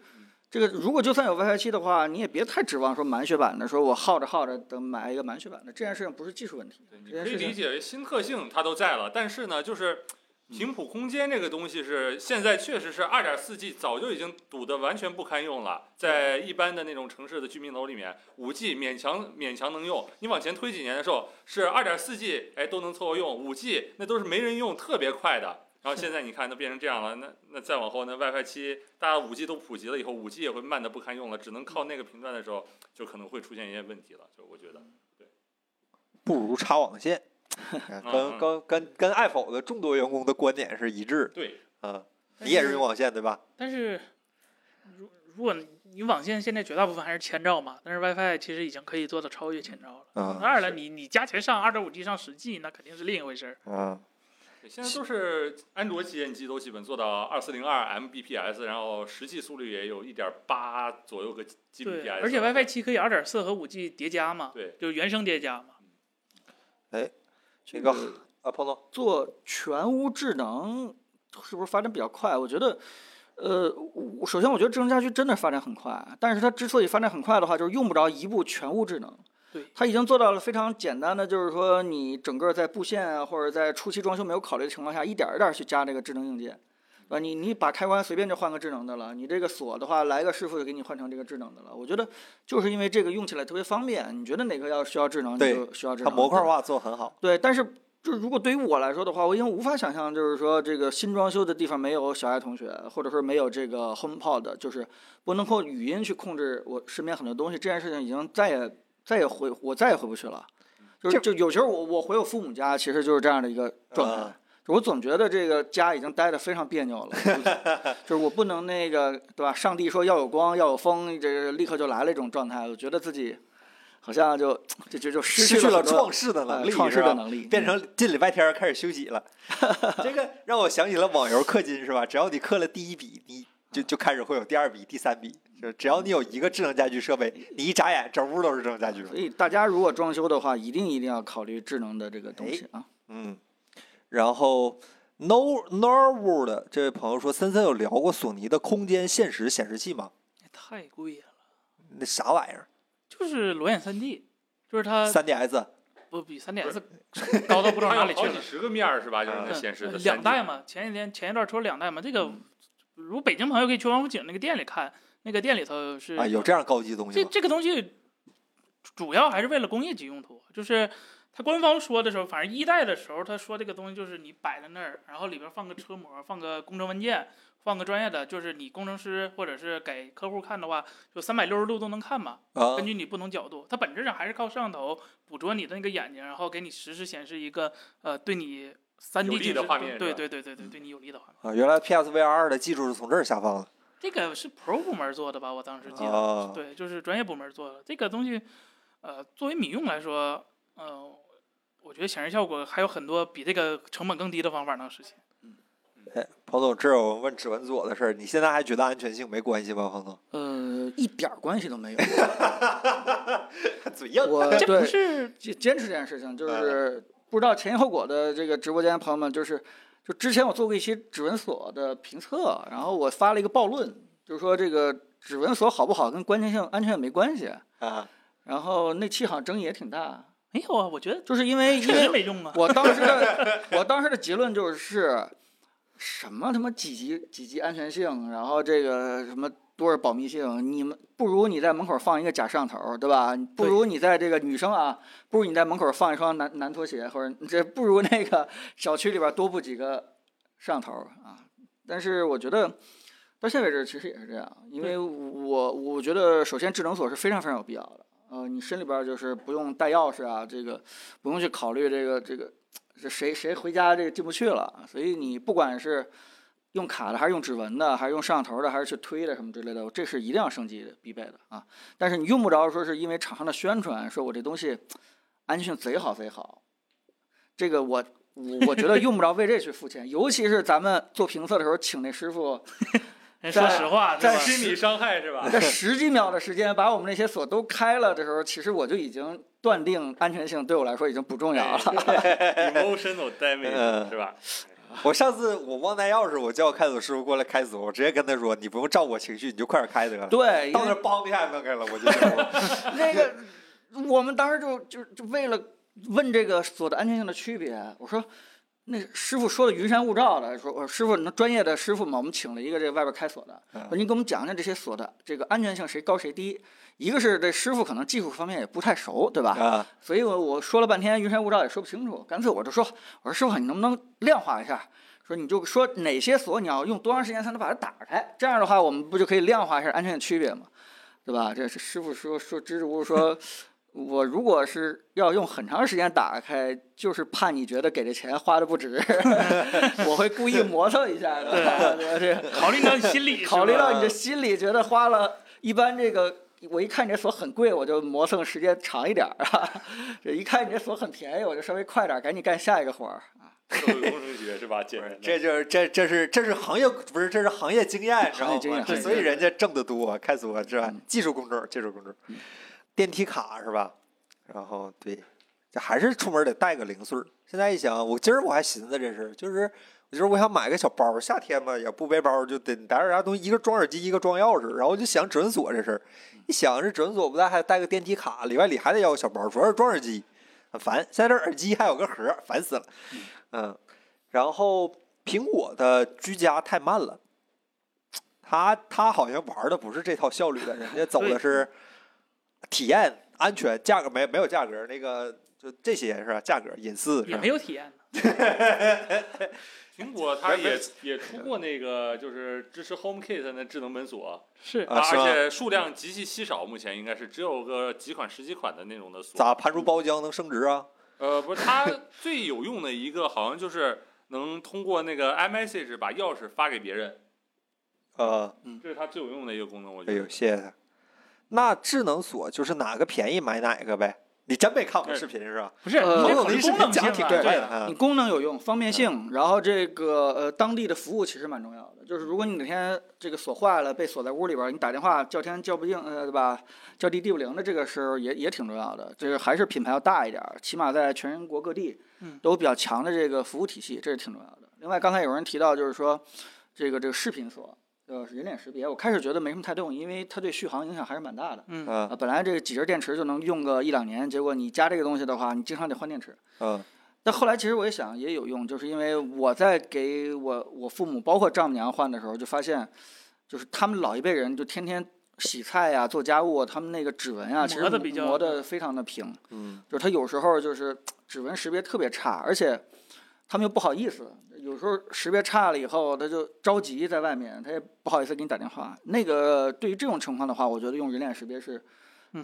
Speaker 2: 这个如果就算有 WiFi 七的话，你也别太指望说满血版的，说我耗着耗着等买一个满血版的，这件事情不是技术问题。
Speaker 3: 对，你
Speaker 2: 这件
Speaker 3: 可以
Speaker 2: 事情
Speaker 3: 理解为新特性它都在了，但是呢，就是
Speaker 2: 嗯
Speaker 3: 频谱空间这个东西是现在确实是二点四 G 早就已经堵得完全不堪用了，在一般的那种城市的居民楼里面，五 G 勉强勉强能用。你往前推几年的时候是二点四 G，哎都能凑合用，五 G 那都是没人用，特别快的。然后现在你看都变成这样了，那那再往后那 WiFi 七，大家五 G 都普及了以后，五 G 也会慢的不堪用了，只能靠那个频段的时候，就可能会出现一些问题了，就我觉得。
Speaker 1: 不如插网线，跟
Speaker 3: 嗯
Speaker 1: 跟跟跟爱否的众多员工的观点是一致。
Speaker 3: 对，
Speaker 1: 嗯，
Speaker 4: 但
Speaker 1: 你也是用网线对吧？
Speaker 4: 但是，如如果你网线现在绝大部分还是千兆嘛，但是 WiFi 其实已经可以做到超越千兆了。
Speaker 1: 嗯
Speaker 4: 当然了，你你加钱上二点五 G 上十 G，那肯定是另一回事儿。
Speaker 1: 嗯，
Speaker 3: 对，现在都是安卓旗舰机都基本做到二四零二 Mbps，然后实际速率也有一点八左右个 Gbps
Speaker 4: 对，
Speaker 3: 了。
Speaker 4: 而且 WiFi 七可以二点四和五 G 叠加嘛，
Speaker 3: 对，
Speaker 4: 就是原生叠加嘛。
Speaker 1: 那个啊，彭总，
Speaker 2: 做全屋智能是不是发展比较快？我觉得，呃，我首先我觉得智能家居真的发展很快，但是它之所以发展很快的话，就是用不着一步全屋智能。
Speaker 4: 对
Speaker 2: 它已经做到了非常简单的，就是说你整个在布线啊，或者在初期装修没有考虑的情况下，一点儿一点儿去加这个智能硬件，对吧？你你把开关随便就换个智能的了，你这个锁的话，来个师傅就给你换成这个智能的了。我觉得就是因为这个用起来特别方便，你觉得哪个要需要智能，你
Speaker 1: 对
Speaker 2: 就需要智
Speaker 1: 它
Speaker 2: 能。
Speaker 1: 模块化做很好。
Speaker 2: 对，但是就是如果对于我来说的话，我已经无法想象，就是说这个新装修的地方没有小爱同学，或者说没有这个 HomePod，就是不能够语音去控制我身边很多东西，这件事情已经再也再也回我再也回不去了。就是就有时候我我回我父母家，其实就是这样的一个状态。
Speaker 1: 嗯
Speaker 2: 就我总觉得这个家已经待得非常别扭了， 就是我不能那个对吧？上帝说要有光，要有风，这个立刻就来了一种状态。我觉得自己好像就就就就失
Speaker 1: 失去了
Speaker 2: 很多
Speaker 1: 创世的能
Speaker 2: 呃
Speaker 1: 力，
Speaker 2: 创
Speaker 1: 是
Speaker 2: 世的
Speaker 1: 吧？
Speaker 2: 能力嗯
Speaker 1: 变成近礼拜天儿开始休息 了。这个让我想起了网游氪金是吧？只要你氪了第一笔，你就就开始会有第二笔、第三笔。就只要你有一个智能家居设备，你一眨眼整屋都是智能家居了
Speaker 2: 所。以大家如果装修的话，一定一定要考虑智能的这个东西啊。
Speaker 1: 嗯，然后 No Norwood 这位朋友说，森森有聊过索尼的空间现实显示器吗？
Speaker 4: 也太贵了，
Speaker 1: 那啥玩意儿？
Speaker 4: 就是裸眼三 D，就是
Speaker 2: 呃
Speaker 4: 它
Speaker 1: 三 DS
Speaker 4: 不比三点四高到不知道哪里去
Speaker 3: 它有好
Speaker 4: 了
Speaker 3: 几。十个面儿是吧？就是
Speaker 1: 嗯
Speaker 3: 那显示的
Speaker 4: 呃两代
Speaker 3: 代。
Speaker 4: 嘛，前几天前一段出了两代嘛，这个如果北京朋友可以去王府井那个店里看，那个店里头是
Speaker 1: 啊，有这样高级的东西
Speaker 4: 这
Speaker 1: 吗？
Speaker 4: 这个东西主要还是为了工业级用途，就是它官方说的时候，反正一代的时候他说这个东西就是你摆在那儿，然后里边放个车模，放个工程文件，放个专业的，就是你工程师或者是给客户看的话，就三百六十度都能看嘛。
Speaker 1: 啊
Speaker 4: 根，据你不同角度，它本质上还是靠摄像头捕捉你的那个眼睛，然后给你实时显示一个呃对你三 D
Speaker 3: 有利的画面
Speaker 4: 对
Speaker 3: 是吧
Speaker 4: 对对对对，对你有利的画面。
Speaker 1: 啊，原来 PSVR 二的技术是从这儿下放的。
Speaker 4: 这个是 Pro 部门做的吧？我当时记得，
Speaker 1: 哦
Speaker 4: 对，就是专业部门做的。这个东西，呃，作为民用来说，呃，我觉得显示效果还有很多比这个成本更低的方法能实现。
Speaker 1: 哎，彭总，这有人问指纹锁的事儿，你现在还觉得安全性没关系吗？彭总，
Speaker 2: 呃，一点儿关系都没有。
Speaker 1: 嘴硬。
Speaker 2: 我
Speaker 4: 这
Speaker 2: 对
Speaker 4: 不是
Speaker 2: 坚坚持这件事情，
Speaker 1: 呃
Speaker 2: 就是不知道前因后果的这个直播间朋友们，就是就之前我做过一期指纹锁的评测，然后我发了一个暴论，就是说这个指纹锁好不好跟关键性安全没关系。
Speaker 1: 啊，
Speaker 2: 然后那期好像争议也挺大，
Speaker 4: 没有啊？我觉得
Speaker 2: 就是因为因
Speaker 4: 确实
Speaker 2: 为
Speaker 4: 没用啊。
Speaker 2: 我当时的我当时的结论就是，什么他妈几级几级安全性，然后这个什么多少保密性，你们不如你在门口放一个假摄像头，对吧？不如你在这个女生啊，不如你在门口放一双男男拖鞋，或者这不如那个小区里边多布几个摄像头啊。但是我觉得到现在为止其实也是这样，因为我我觉得首先智能锁是非常非常有必要的。呃，你身里边儿就是不用带钥匙啊，这个不用去考虑这个这个这谁谁回家这个进不去了，所以你不管是用卡的，还是用指纹的，还是用摄像头的，还是去推的什么之类的，这是一定要升级的必备的啊。但是你用不着说是因为厂商的宣传，说我这东西安全性贼好贼好，这个我。我我觉得用不着为这去付钱， 尤其是咱们做评测的时候，请那师傅
Speaker 4: 哎说实话，对
Speaker 2: 在
Speaker 4: 吧？
Speaker 2: 是
Speaker 3: 心理伤害 是吧？
Speaker 2: 在十几秒的时间把我们那些锁都开了的时候，其实我就已经断定安全性对我来说已经不重要了。
Speaker 3: emotional damage
Speaker 1: 嗯
Speaker 3: 是吧？
Speaker 1: 我上次我忘带钥匙，我叫开锁师傅过来开锁，我直接跟他说：“你不用照顾我情绪，你就快点开得了。”
Speaker 2: 对，因
Speaker 1: 到那
Speaker 2: 为
Speaker 1: 儿梆一下弄开了，我就觉得
Speaker 2: 那个我们当时就就就为了问这个锁的安全性的区别，我说那师傅说的云山雾罩的，说我说师傅能专业的师傅嘛，我们请了一个这外边开锁的，
Speaker 1: 嗯
Speaker 2: 我说您给我们讲讲这些锁的这个安全性谁高谁低。一个是这师傅可能技术方面也不太熟，对吧？
Speaker 1: 啊，
Speaker 2: 所以我我说了半天云山雾罩也说不清楚，干脆我就说，我说师傅你能不能量化一下？说你就说哪些锁你要用多长时间才能把它打开？这样的话我们不就可以量化一下安全性区别吗？对吧？这是师傅说说支支吾吾说，我如果是要用很长时间打开，就是怕你觉得给这钱花的不值， 我会故意磨蹭一下的。对这个
Speaker 4: 考虑到你心理，
Speaker 2: 考虑
Speaker 4: 是吧
Speaker 2: 到你的心里觉得花了，一般这个我一看你这锁很贵，我就磨蹭时间长一点儿啊； 这一看你这锁很便宜，我就稍微快点儿，赶紧干下一个活儿。
Speaker 3: 社会工程学是吧？姐
Speaker 1: 不
Speaker 3: 妹
Speaker 1: 是，，这就是这这是这是行业不是这是行业经验，知道
Speaker 2: 行业经
Speaker 1: 吗
Speaker 2: 验？
Speaker 1: 这
Speaker 2: 行业
Speaker 1: 所以
Speaker 2: 经
Speaker 1: 人家挣得多，开锁是吧
Speaker 2: 嗯？
Speaker 1: 技术工种，技术工种，电梯卡是吧？然后对，这还是出门得带个零碎儿。现在一想，我今儿我还寻思这事儿，就是我就是我想买个小包儿，夏天嘛也不背包儿，就得带点啥东西，一个装耳机，一个装钥匙。然后我就想指纹锁这事儿，一想这指纹锁不带，还带个电梯卡，里外里还得要个小包儿，主要是装耳机，很烦。现在这耳机还有个盒儿，烦死了。嗯，然后苹果的居家太慢了，他他好像玩的不是这套效率的，人家走的是体验、安全、价格没没有价格，那个就这些是吧？价格、隐私是
Speaker 4: 也
Speaker 1: 吧
Speaker 4: 没？有体验呢。
Speaker 3: 苹果它
Speaker 1: 没
Speaker 3: 也也出过那个就是支持 HomeKit 的智能门锁，
Speaker 4: 是
Speaker 2: 呃
Speaker 1: 啊是
Speaker 3: 而
Speaker 1: 吗
Speaker 3: 且数量极其稀少，目前应该是只有个几款十几款的那种的锁。
Speaker 1: 咋盘出包浆能升值啊？
Speaker 3: 呃，不是，它最有用的一个好像就是能通过那个 iMessage 把钥匙发给别人，
Speaker 1: 呃，
Speaker 3: 这是它最有用的一个功能，我
Speaker 1: 哎
Speaker 3: 觉
Speaker 1: 呦，
Speaker 3: 得。
Speaker 1: 谢谢他。那智能锁就是哪个便宜买哪个呗？你真没看过
Speaker 3: 对
Speaker 1: 视频是吧？
Speaker 4: 不是？
Speaker 2: 呃
Speaker 1: 朋
Speaker 4: 你这
Speaker 1: 友
Speaker 4: 考
Speaker 1: 那
Speaker 4: 虑
Speaker 1: 视
Speaker 4: 功
Speaker 1: 频
Speaker 4: 能
Speaker 1: 讲
Speaker 4: 性
Speaker 1: 得挺明
Speaker 4: 啊，
Speaker 1: 白
Speaker 4: 对
Speaker 1: 的
Speaker 4: 啊，
Speaker 1: 啊
Speaker 2: 你功能有用，方便性，然后这个呃当地的服务其实蛮重要的。就是如果你哪天这个锁坏了，被锁在屋里边儿，你打电话叫天叫不应，呃，对吧？叫地地不灵的这个时候也也挺重要的。这个还是品牌要大一点儿，起码在全国各地
Speaker 4: 嗯
Speaker 2: 都有比较强的这个服务体系，这是挺重要的。另外，刚才有人提到就是说这个这个视频锁，呃，人脸识别，我开始觉得没什么太用，因为它对续航影响还是蛮大的。
Speaker 4: 嗯，
Speaker 1: 嗯
Speaker 2: 啊，本来这个几节电池就能用个一两年，结果你加这个东西的话，你经常得换电池。
Speaker 1: 嗯
Speaker 2: 但后来其实我也想也有用，就是因为我在给我我父母，包括丈母娘换的时候，就发现，就是他们老一辈人就天天洗菜呀、做家务啊，他们那个指纹啊，其实
Speaker 4: 磨得比较
Speaker 2: 磨得非常的平，
Speaker 1: 嗯
Speaker 2: 就是他有时候就是指纹识别特别差，而且他们又不好意思，有时候识别差了以后，他就着急在外面，他也不好意思给你打电话。那个对于这种情况的话，我觉得用人脸识别是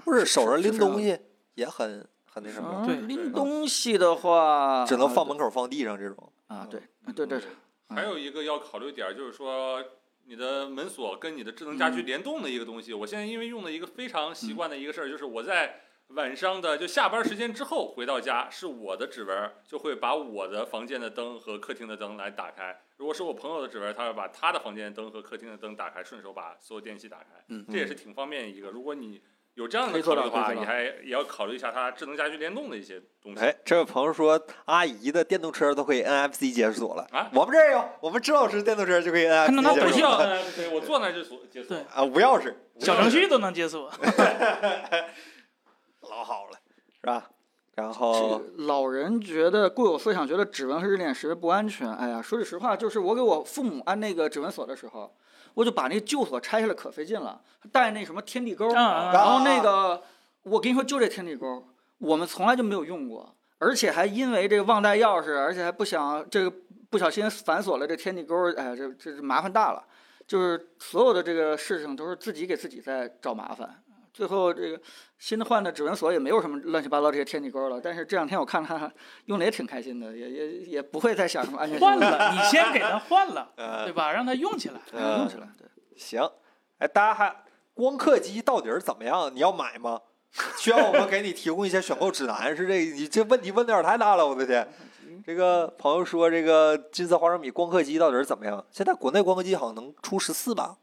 Speaker 1: 或者手上
Speaker 2: 是
Speaker 1: 拎
Speaker 2: 非常
Speaker 1: 东西也很很那什么，
Speaker 2: 嗯
Speaker 4: 对
Speaker 2: 拎东西的话，
Speaker 1: 只能放嗯
Speaker 2: 啊
Speaker 1: 门口放地上这种。
Speaker 2: 啊，对对对对，
Speaker 3: 还有一个要考虑点儿就是说，你的门锁跟你的智能家
Speaker 1: 嗯
Speaker 3: 居联动的一个东西。我现在因为用的一个非常习惯的一个事儿，就是我在晚上的就下班时间之后回到家，是我的指纹儿就会把我的房间的灯和客厅的灯来打开。如果是我朋友的指纹儿，他会把他的房间的灯和客厅的灯打开，顺手把所有电器打开。
Speaker 2: 嗯
Speaker 3: 这也是挺方便一个。如果你有这样
Speaker 2: 可
Speaker 3: 的
Speaker 2: 以
Speaker 3: 考
Speaker 2: 做
Speaker 3: 虑
Speaker 2: 到
Speaker 3: 的
Speaker 2: 可以
Speaker 3: 话，
Speaker 2: 做到
Speaker 3: 你还也要考虑一下它智能家居联动的一些东西。
Speaker 1: 哎，这位朋友说，阿姨的电动车都可以 NFC 解锁了。
Speaker 3: 啊
Speaker 1: 我们这儿有，我们支老师电动车就可以
Speaker 4: 还
Speaker 1: NFC
Speaker 4: 能拿
Speaker 1: 解
Speaker 4: 手
Speaker 1: 锁
Speaker 4: 机
Speaker 3: 我
Speaker 4: 啊
Speaker 3: 坐那儿呃对我坐那儿就锁解锁
Speaker 4: 对。
Speaker 1: 啊，无钥匙，
Speaker 4: 小程序都能解锁。
Speaker 1: 老好了，是吧？然后
Speaker 2: 这老人觉得固有思想觉得指纹和热恋识别不安全。哎呀，说句实话，就是我给我父母安那个指纹锁的时候，我就把那旧锁拆下来，可费劲了，带那什么天地钩，
Speaker 4: 啊啊
Speaker 2: 然后那个我跟你说，就这天地钩，我们从来就没有用过，而且还因为这个忘带钥匙，而且还不想这个不小心反锁了这天地钩，哎呀，这这麻烦大了。就是所有的这个事情都是自己给自己在找麻烦，最后这个新的换的指纹锁也没有什么乱七八糟这些天地钩了，但是这两天我看他用的也挺开心的，也也也不会再想什么安全性
Speaker 4: 换
Speaker 2: 问题
Speaker 4: 了，你先给它换了，
Speaker 1: 呃
Speaker 4: 对吧？让它用起来。
Speaker 2: 嗯用
Speaker 1: 呃
Speaker 2: 起，来。对，
Speaker 1: 行，哎，大家还光刻机到底是怎么样？你要买吗？需要我们给你提供一些选购指南？是这你这问题问的有点太大了，我的天！
Speaker 4: 嗯
Speaker 1: 这个朋友说，这个金色花生米光刻机到底是怎么样？现在国内光刻机好像能出十四吧，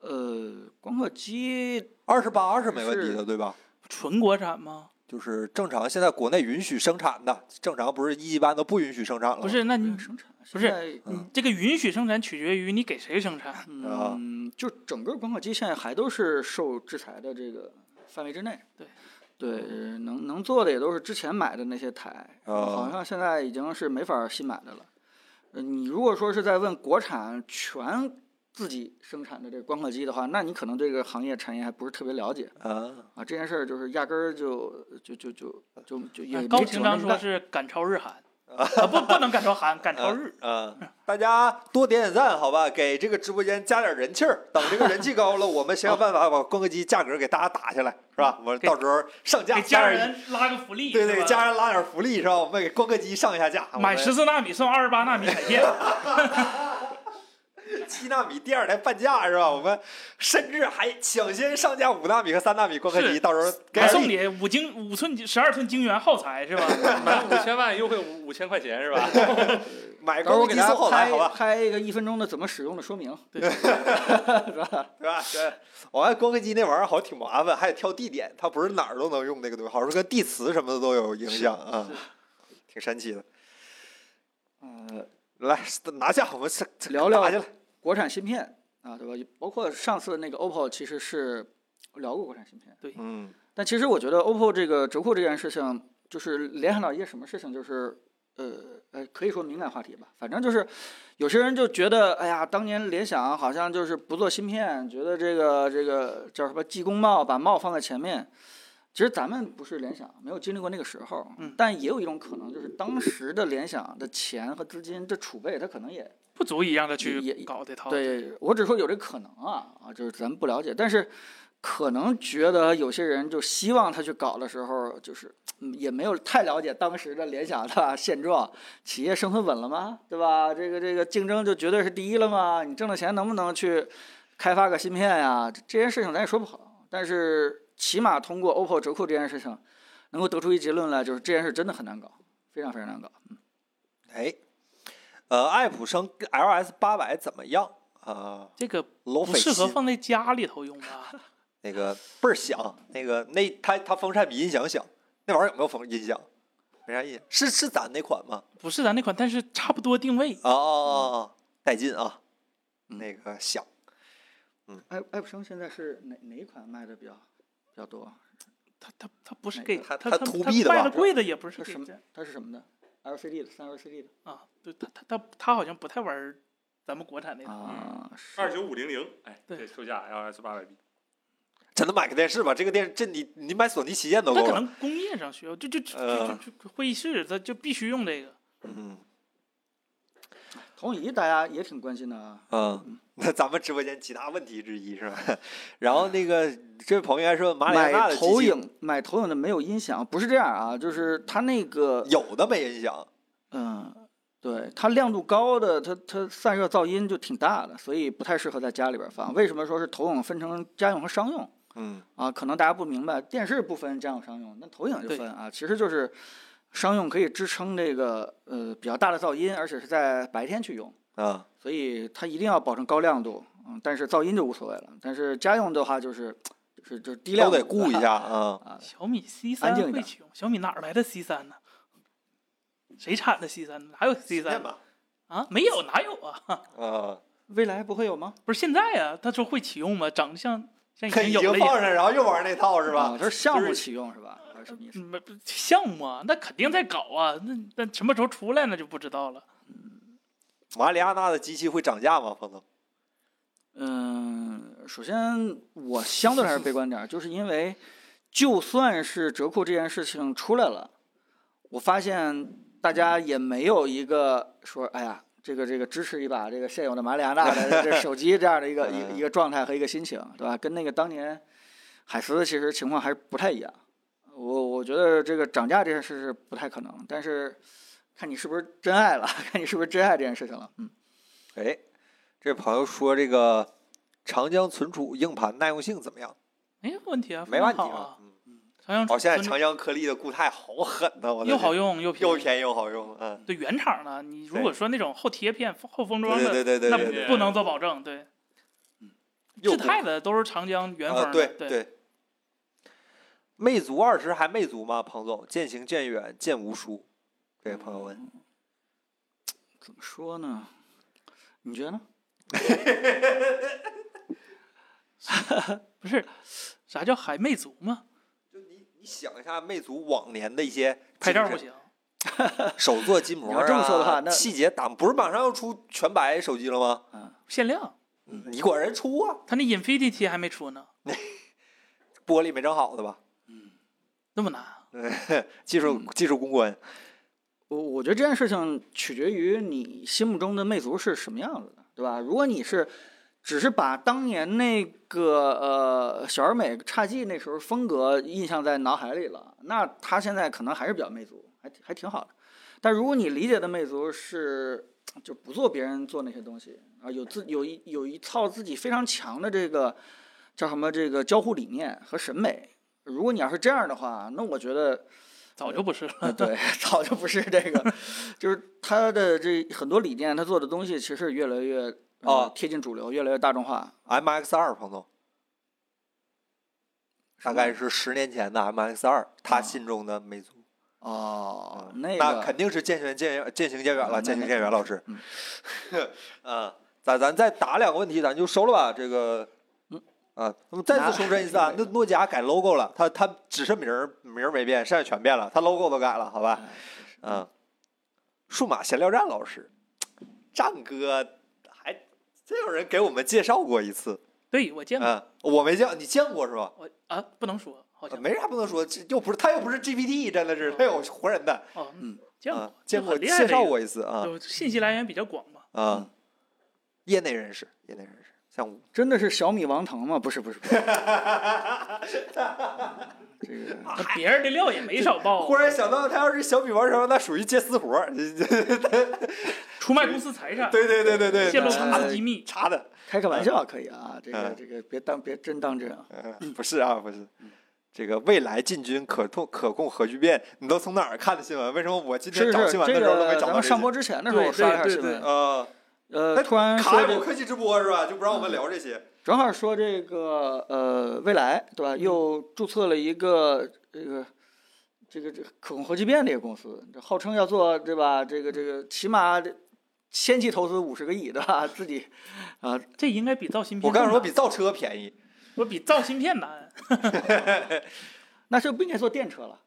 Speaker 2: 呃，光刻机
Speaker 1: 二十八、二是没问题的，
Speaker 2: 是
Speaker 1: 对吧？
Speaker 4: 纯国产吗？
Speaker 1: 就是正常，现在国内允许生产的，正常不是一级班都不允许生产了吗？
Speaker 4: 不是，那你
Speaker 2: 生产
Speaker 4: 嗯不是
Speaker 2: 现在
Speaker 1: 嗯
Speaker 4: 这个允许生产取决于你给谁生产。
Speaker 1: 啊
Speaker 2: 嗯，就整个光刻机现在还都是受制裁的这个范围之内。
Speaker 4: 对，
Speaker 2: 对，能能做的也都是之前买的那些台，好
Speaker 1: 啊
Speaker 2: 像现在已经是没法儿新买的了。呃，你如果说是在问国产全自己生产的这个光刻机的话，那你可能对这个行业产业还不是特别了解
Speaker 1: 啊，
Speaker 2: 啊。这件事儿就是压根儿就就就就就就也没
Speaker 4: 哎高
Speaker 2: 指
Speaker 4: 情
Speaker 2: 望
Speaker 4: 商
Speaker 2: 那么
Speaker 4: 说
Speaker 2: 大。
Speaker 4: 是赶超日 韩，啊不不能赶超韩，赶超日。
Speaker 1: 嗯，大家多点点赞，好吧，给这个直播间加点人气儿。等这个人气高了，我们想想办法把光刻机价格给大家打下来，是吧？我到时候上架
Speaker 4: 给呃家
Speaker 1: 加点，
Speaker 4: 人拉个福利，
Speaker 1: 对
Speaker 4: 是
Speaker 1: 对，
Speaker 4: 吧
Speaker 1: 家人拉点福利是吧？我们给光刻机上一下架，
Speaker 4: 买十四纳米送二十八纳米彩 电，
Speaker 1: 七纳米第二台半价是吧？我们甚至还抢先上架五纳米和三纳米光刻机，
Speaker 4: 是
Speaker 1: 到时候给点
Speaker 4: 还送
Speaker 1: 力
Speaker 4: 你五晶五寸十二寸晶圆耗材是吧？
Speaker 3: 满五千万优惠五五千块钱是吧？
Speaker 1: 买
Speaker 2: 到时
Speaker 1: 光刻
Speaker 2: 候我给
Speaker 1: 机
Speaker 2: 大
Speaker 1: 送
Speaker 2: 家
Speaker 1: 后台，好
Speaker 2: 拍
Speaker 1: 吧？
Speaker 2: 拍一个一分钟的怎么使用的说明。
Speaker 1: 对吧？对，我看光刻机那玩意儿好像挺麻烦，还得挑地点，它不是哪儿都能用那个东西，好像是跟地磁什么的都有影响啊，挺神奇的。
Speaker 2: 呃，
Speaker 1: 来拿下，我们是这
Speaker 2: 聊聊
Speaker 1: 打下来。
Speaker 2: 国产芯片啊，对吧？包括上次那个 OPPO 其实是聊过国产芯片，
Speaker 1: 嗯
Speaker 2: 但其实我觉得 OPPO 这个折扣这件事情，就是联想到一个什么事情，就是呃呃，可以说敏感话题吧。反正就是有些人就觉得，哎呀，当年联想好像就是不做芯片，觉得这个这个叫什么技工贸，把贸放在前面。其实咱们不是联想，没有经历过那个时候，
Speaker 4: 嗯
Speaker 2: 但也有一种可能，就是当时的联想的钱和资金的储备，它可能也
Speaker 4: 不足以让他
Speaker 2: 也
Speaker 4: 去
Speaker 2: 也
Speaker 4: 搞这套。
Speaker 2: 哦对我只说有这可能啊啊，就是咱们不了解，但是可能觉得有些人就希望他去搞的时候，就是嗯也没有太了解当时的联想的 现状，企业生存稳了吗？对吧？这个这个竞争就绝对是第一了吗？你挣的钱能不能去开发个芯片呀、这这些事情咱也说不好，但是起码通过 OPPO 折扣这件事情，能够得出一结论来，就是这件事真的很难搞，非常非常难搞。
Speaker 1: 哎，呃，爱普生 LS 八百怎么样啊？
Speaker 4: 这个
Speaker 1: 罗
Speaker 4: 不
Speaker 1: 斐
Speaker 4: 适合
Speaker 1: 奇
Speaker 4: 放在家里头用吧？
Speaker 1: 那个倍儿响，那个那它它风扇比音响响，那玩意儿有没有风音响？没啥印象，是是咱那款吗？
Speaker 4: 不是咱那款，但是差不多定位。
Speaker 1: 哦哦哦哦，带劲啊！
Speaker 2: 嗯
Speaker 1: 那个响，
Speaker 2: 爱爱普生现在是哪哪一款卖的比较比较多？
Speaker 4: 它它它不是
Speaker 2: 那
Speaker 4: 给
Speaker 1: 个它
Speaker 4: 它
Speaker 1: 它
Speaker 4: 它
Speaker 1: to
Speaker 4: 它
Speaker 1: B 的
Speaker 4: 卖
Speaker 1: 吧
Speaker 4: 的贵的也不是
Speaker 2: 它
Speaker 4: 给
Speaker 2: 什么
Speaker 4: 这
Speaker 2: 它是什么的？LCD 的，三 LCD 的
Speaker 4: 啊，对它它它它好像不太玩儿咱们国产
Speaker 1: 哎
Speaker 4: 那套。
Speaker 2: 啊，
Speaker 1: 嗯
Speaker 2: 是
Speaker 3: 二九五零零，哎，
Speaker 4: 对
Speaker 3: 这售价 LS 八百 B。
Speaker 1: 真的买个电视吧？这个电视，这你你买索尼旗舰都
Speaker 4: 它
Speaker 1: 够
Speaker 4: 可
Speaker 1: 了。
Speaker 4: 能工业上需要，就就就
Speaker 1: 呃
Speaker 4: 就就就会议室，它就必须用这个。
Speaker 1: 嗯
Speaker 2: 投影仪，大家也挺关心的啊。
Speaker 1: 嗯，那咱们直播间其他问题之一是吧？然后那个这位朋友还说马里亚纳
Speaker 2: 买
Speaker 1: 的机器
Speaker 2: 投影，买投影的没有音响，不是这样啊，就是它那个，
Speaker 1: 有的没音响，
Speaker 2: 嗯，对，它亮度高的，它它散热噪音就挺大的，所以不太适合在家里边放。为什么说是投影分成家用和商用？
Speaker 1: 嗯，
Speaker 2: 啊，可能大家不明白，电视不分家用商用，那投影就
Speaker 4: 对
Speaker 2: 分啊。其实就是商用可以支撑这个呃比较大的噪音，而且是在白天去用，
Speaker 1: 啊，
Speaker 2: 所以它一定要保证高亮度，嗯，但是噪音就无所谓了。但是家用的话就是是就是低
Speaker 1: 都
Speaker 2: 量
Speaker 1: 得
Speaker 2: 股的
Speaker 1: 顾一 下啊。
Speaker 2: 啊。
Speaker 4: 小米 C
Speaker 2: 安
Speaker 4: 三
Speaker 2: 静一
Speaker 4: 会
Speaker 2: 点
Speaker 4: 启用，小米哪儿来的 C 三呢？谁产的 C 三？哪有 C
Speaker 1: 随便
Speaker 4: 三
Speaker 1: 吧，
Speaker 4: 啊？没有，哪有啊？
Speaker 1: 嗯，
Speaker 2: 未来不会有吗？
Speaker 4: 不是现在啊，他说会启用吗？长得像像以
Speaker 1: 可
Speaker 4: 前
Speaker 1: 已
Speaker 4: 有
Speaker 1: 经
Speaker 4: 了一嗯
Speaker 1: 放
Speaker 4: 样
Speaker 1: 上，然后又玩那套是吧
Speaker 2: 啊？这是项
Speaker 1: 就
Speaker 2: 目
Speaker 1: 是
Speaker 2: 启用是吧？还是什么意思？
Speaker 4: 没嗯不项目啊，那肯定在搞啊，那那什么时候出来呢就不知道了。
Speaker 1: 马里亚纳的机器会涨价吗？彭总，
Speaker 2: 嗯，首先我相对还是悲观点儿，就是因为就算是折扣这件事情出来了，我发现大家也没有一个说，哎呀，这个这个支持一把这个现有的马里亚纳的这手机这样的一个一个一个状态和一个心情，对吧？跟那个当年海思其实情况还是不太一样。我我觉得这个涨价这件事是不太可能，但是看你是不是真爱了， 看你是不是真爱这件事情了。嗯，
Speaker 1: 哎，这朋友说这个长江存储硬盘耐用性怎么样？
Speaker 4: 没有问题啊，
Speaker 1: 没
Speaker 4: 非常
Speaker 1: 问题
Speaker 4: 好
Speaker 1: 吧
Speaker 4: 啊。？
Speaker 1: 嗯
Speaker 4: 长江
Speaker 1: 哦，现在
Speaker 4: 存
Speaker 1: 长江颗粒的固态好狠呐！我的
Speaker 4: 又
Speaker 1: 天
Speaker 4: 好用又
Speaker 1: 又
Speaker 4: 便宜。
Speaker 1: 便宜又好用，嗯，
Speaker 4: 对原厂的，你如
Speaker 1: 对
Speaker 4: 果说那种后贴片、后封装
Speaker 1: 对对
Speaker 4: 的，
Speaker 1: 对对
Speaker 4: 那
Speaker 1: 对对，
Speaker 4: 不能做保证。对，
Speaker 1: 又
Speaker 4: 致
Speaker 1: 不
Speaker 4: 泰的都是长江原
Speaker 1: 啊
Speaker 4: 封的。
Speaker 1: 对
Speaker 4: 对
Speaker 1: 对。魅族二十还魅族吗？彭总，渐行渐远，渐无书。这位朋友问，
Speaker 2: 怎么说呢？你觉得呢？
Speaker 4: 不是，啥叫海魅族嘛？
Speaker 1: 就你你想一下魅族往年的一些
Speaker 4: 拍照
Speaker 1: 精
Speaker 4: 不
Speaker 1: 神，
Speaker 4: 行，
Speaker 1: 手做筋膜
Speaker 2: 你要这么说的
Speaker 1: 啊
Speaker 2: 话那
Speaker 1: 细节党不是马上要出全白手机了吗？
Speaker 4: 限量。
Speaker 2: 嗯
Speaker 1: 你管人出啊，
Speaker 4: 他那 Infinity 还没出呢，
Speaker 1: 玻璃没整好的吧？
Speaker 4: 那么难？
Speaker 1: 技
Speaker 2: 嗯
Speaker 1: 术技术攻关，
Speaker 2: 我我觉得这件事情取决于你心目中的魅族是什么样子的，对吧？如果你是只是把当年那个呃小而美侘寂那时候风格印象在脑海里了，那他现在可能还是比较魅族，还挺还挺好的。但如果你理解的魅族是就不做别人做那些东西啊，有自有一有一套自己非常强的这个叫什么这个交互理念和审美，如果你要是这样的话，那我觉得。
Speaker 4: 早就不是了。
Speaker 2: 啊，对，早就不是这个，就是他的这很多理念，他做的东西其实越来越呃
Speaker 1: 哦
Speaker 2: 贴近主流，越来越大众化。
Speaker 1: MX 二，彭总，大概是十年前的 MX 二，他
Speaker 2: 啊
Speaker 1: 心中的魅族。
Speaker 2: 哦，
Speaker 1: 啊嗯那
Speaker 2: 个
Speaker 1: 肯定是渐行渐远，渐行渐远
Speaker 2: 啊
Speaker 1: 了，
Speaker 2: 那
Speaker 1: 渐行
Speaker 2: 那
Speaker 1: 渐远，
Speaker 2: 肯定
Speaker 1: 老师。
Speaker 2: 嗯
Speaker 1: 嗯，咱咱再打两个问题，咱就收了吧。这个，啊，那么再
Speaker 2: 那
Speaker 1: 次重申一次啊，那诺基亚改 logo 了，它它只是名儿名儿没变，剩下全变了，它 logo 都改了，好吧？嗯，数码闲聊站老师，战哥还真有人给我们介绍过一次，
Speaker 4: 对我见过，
Speaker 1: 嗯，我没见，你见过是吧？
Speaker 4: 我啊不能说，好像
Speaker 1: 没啥不能说，这又不是他又不是 GPT，真的是他有活人的，
Speaker 4: 哦，
Speaker 2: 嗯，
Speaker 4: 见过
Speaker 1: 啊，，见过
Speaker 4: 很厉害的
Speaker 1: 介绍
Speaker 4: 一个
Speaker 1: 过一次啊。
Speaker 4: 就信息来源比较广嘛。
Speaker 1: 啊，业内人士，业内人士，像我
Speaker 2: 真的是小米王腾吗？不是，不是，不是这个
Speaker 4: 那别人的料也没少爆
Speaker 1: 忽
Speaker 4: 啊，
Speaker 1: 然想到，他要是小米玩成，那属于接私活 儿。
Speaker 4: 出卖公司财产，
Speaker 1: 对对对对对，
Speaker 4: 泄露公
Speaker 1: 查
Speaker 4: 司
Speaker 1: 的
Speaker 4: 机密，
Speaker 1: 查的，
Speaker 2: 开个玩笑可以啊，这个
Speaker 1: 嗯
Speaker 2: 这个别当别真当真啊。
Speaker 1: 嗯，不是啊，不是。这个未来进军可控可控核聚变，你都从哪儿看的新闻？为什么我今
Speaker 2: 是
Speaker 1: 天
Speaker 2: 是
Speaker 1: 找新，闻的
Speaker 2: 这
Speaker 1: 时候都没找
Speaker 2: 个咱
Speaker 1: 到
Speaker 2: 们
Speaker 1: 这
Speaker 2: 上
Speaker 1: 些
Speaker 2: 播之前的时候，
Speaker 4: 对
Speaker 2: 我刷了一
Speaker 4: 对
Speaker 2: 下
Speaker 4: 对
Speaker 2: 新
Speaker 4: 对
Speaker 2: 闻，
Speaker 1: 呃，
Speaker 2: 呃，突然
Speaker 1: 卡
Speaker 2: 说
Speaker 1: 我
Speaker 2: 这
Speaker 1: 科技直播是吧？就不让我们聊这些。
Speaker 2: 正好说这个呃，未来对
Speaker 3: 嗯
Speaker 2: 吧？又注册了一个这个这个这个可控核聚变这个公司，这号称要做对吧？这个这个
Speaker 3: 嗯
Speaker 2: 起码得先期投资五十个亿对吧？自己
Speaker 4: 这应该比造芯片
Speaker 1: 我
Speaker 4: 更难。
Speaker 1: 刚才说比造车便宜，
Speaker 4: 我比造芯片难，
Speaker 2: 那就不应该做电车了。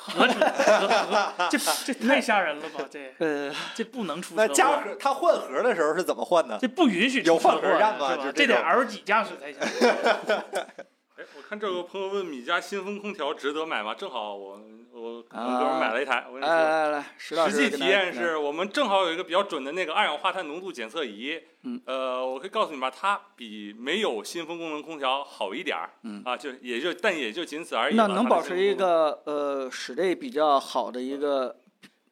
Speaker 4: 何止 何这 这太吓人了吧？这
Speaker 2: 呃，
Speaker 4: 这不能出车
Speaker 1: 那
Speaker 4: 祸
Speaker 1: 加盒他换核的时候是怎么换的？
Speaker 4: 这不允许
Speaker 1: 有
Speaker 4: 出车
Speaker 1: 换
Speaker 4: 祸
Speaker 1: 核
Speaker 4: 的
Speaker 1: 让吧
Speaker 4: 是
Speaker 1: 就
Speaker 4: 吧？
Speaker 1: 这
Speaker 4: 得
Speaker 1: 种
Speaker 4: L 几驾驶才行。
Speaker 3: 哎，我看这有个朋友问米家新风空调值得买吗？正好我我
Speaker 2: 啊
Speaker 3: 我哥们儿买了一台，我跟
Speaker 2: 来
Speaker 3: 你说。
Speaker 2: 来来，石老
Speaker 3: 呃实
Speaker 2: 师
Speaker 3: 际
Speaker 2: 给
Speaker 3: 体
Speaker 2: 大家
Speaker 3: 验
Speaker 2: 讲讲
Speaker 3: 是我们正好有一个比较准的那个二氧化碳浓度检测仪，
Speaker 2: 嗯，
Speaker 3: 呃，我可以告诉你吧，它比没有新风功能空调好一点儿，
Speaker 2: 嗯
Speaker 3: 啊，就也就但也就仅此而已了。
Speaker 2: 那能
Speaker 3: 它的
Speaker 2: 保
Speaker 3: 新
Speaker 2: 持
Speaker 3: 风
Speaker 2: 一
Speaker 3: 功能
Speaker 2: 个呃室内比较好的一个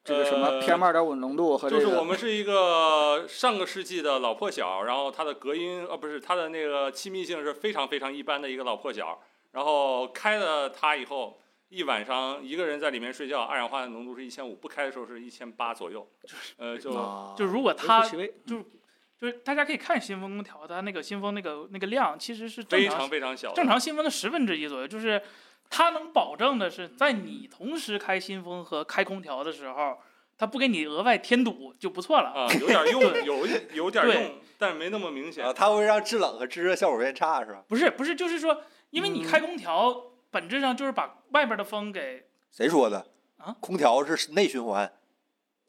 Speaker 2: 这个什么
Speaker 3: 嗯呃
Speaker 2: PM 二点五浓度和这
Speaker 3: 就
Speaker 2: 个
Speaker 3: 是我们是一个上个世纪的老破小，然后它的隔音呃不是它的那个气密性是非常非常一般的一个老破小，然后开了它以后，一晚上一个人在里面睡觉，二氧化碳浓度是一千五，不开的时候是一千八左右，呃就
Speaker 2: 啊
Speaker 4: 就如果
Speaker 2: 微乎
Speaker 4: 它
Speaker 2: 其微
Speaker 4: 就是就是大家可以看新风空调，它那个新风那个那个量其实是正
Speaker 3: 非
Speaker 4: 常
Speaker 3: 常非常小的。
Speaker 4: 正常新风的十分之一左右，就是它能保证的是，在你同时开新风和开空调的时候，它不给你额外添堵就不错了。
Speaker 3: 啊，有点用，有有点
Speaker 4: 对
Speaker 3: 用，但没那么明显
Speaker 1: 啊，。它会让制冷和制热效果变差是吧？
Speaker 4: 不是不是，就是说，因为你
Speaker 2: 嗯
Speaker 4: 开空调，本质上就是把外边的风给
Speaker 1: 谁说的？
Speaker 4: 啊，
Speaker 1: 空调是内循环。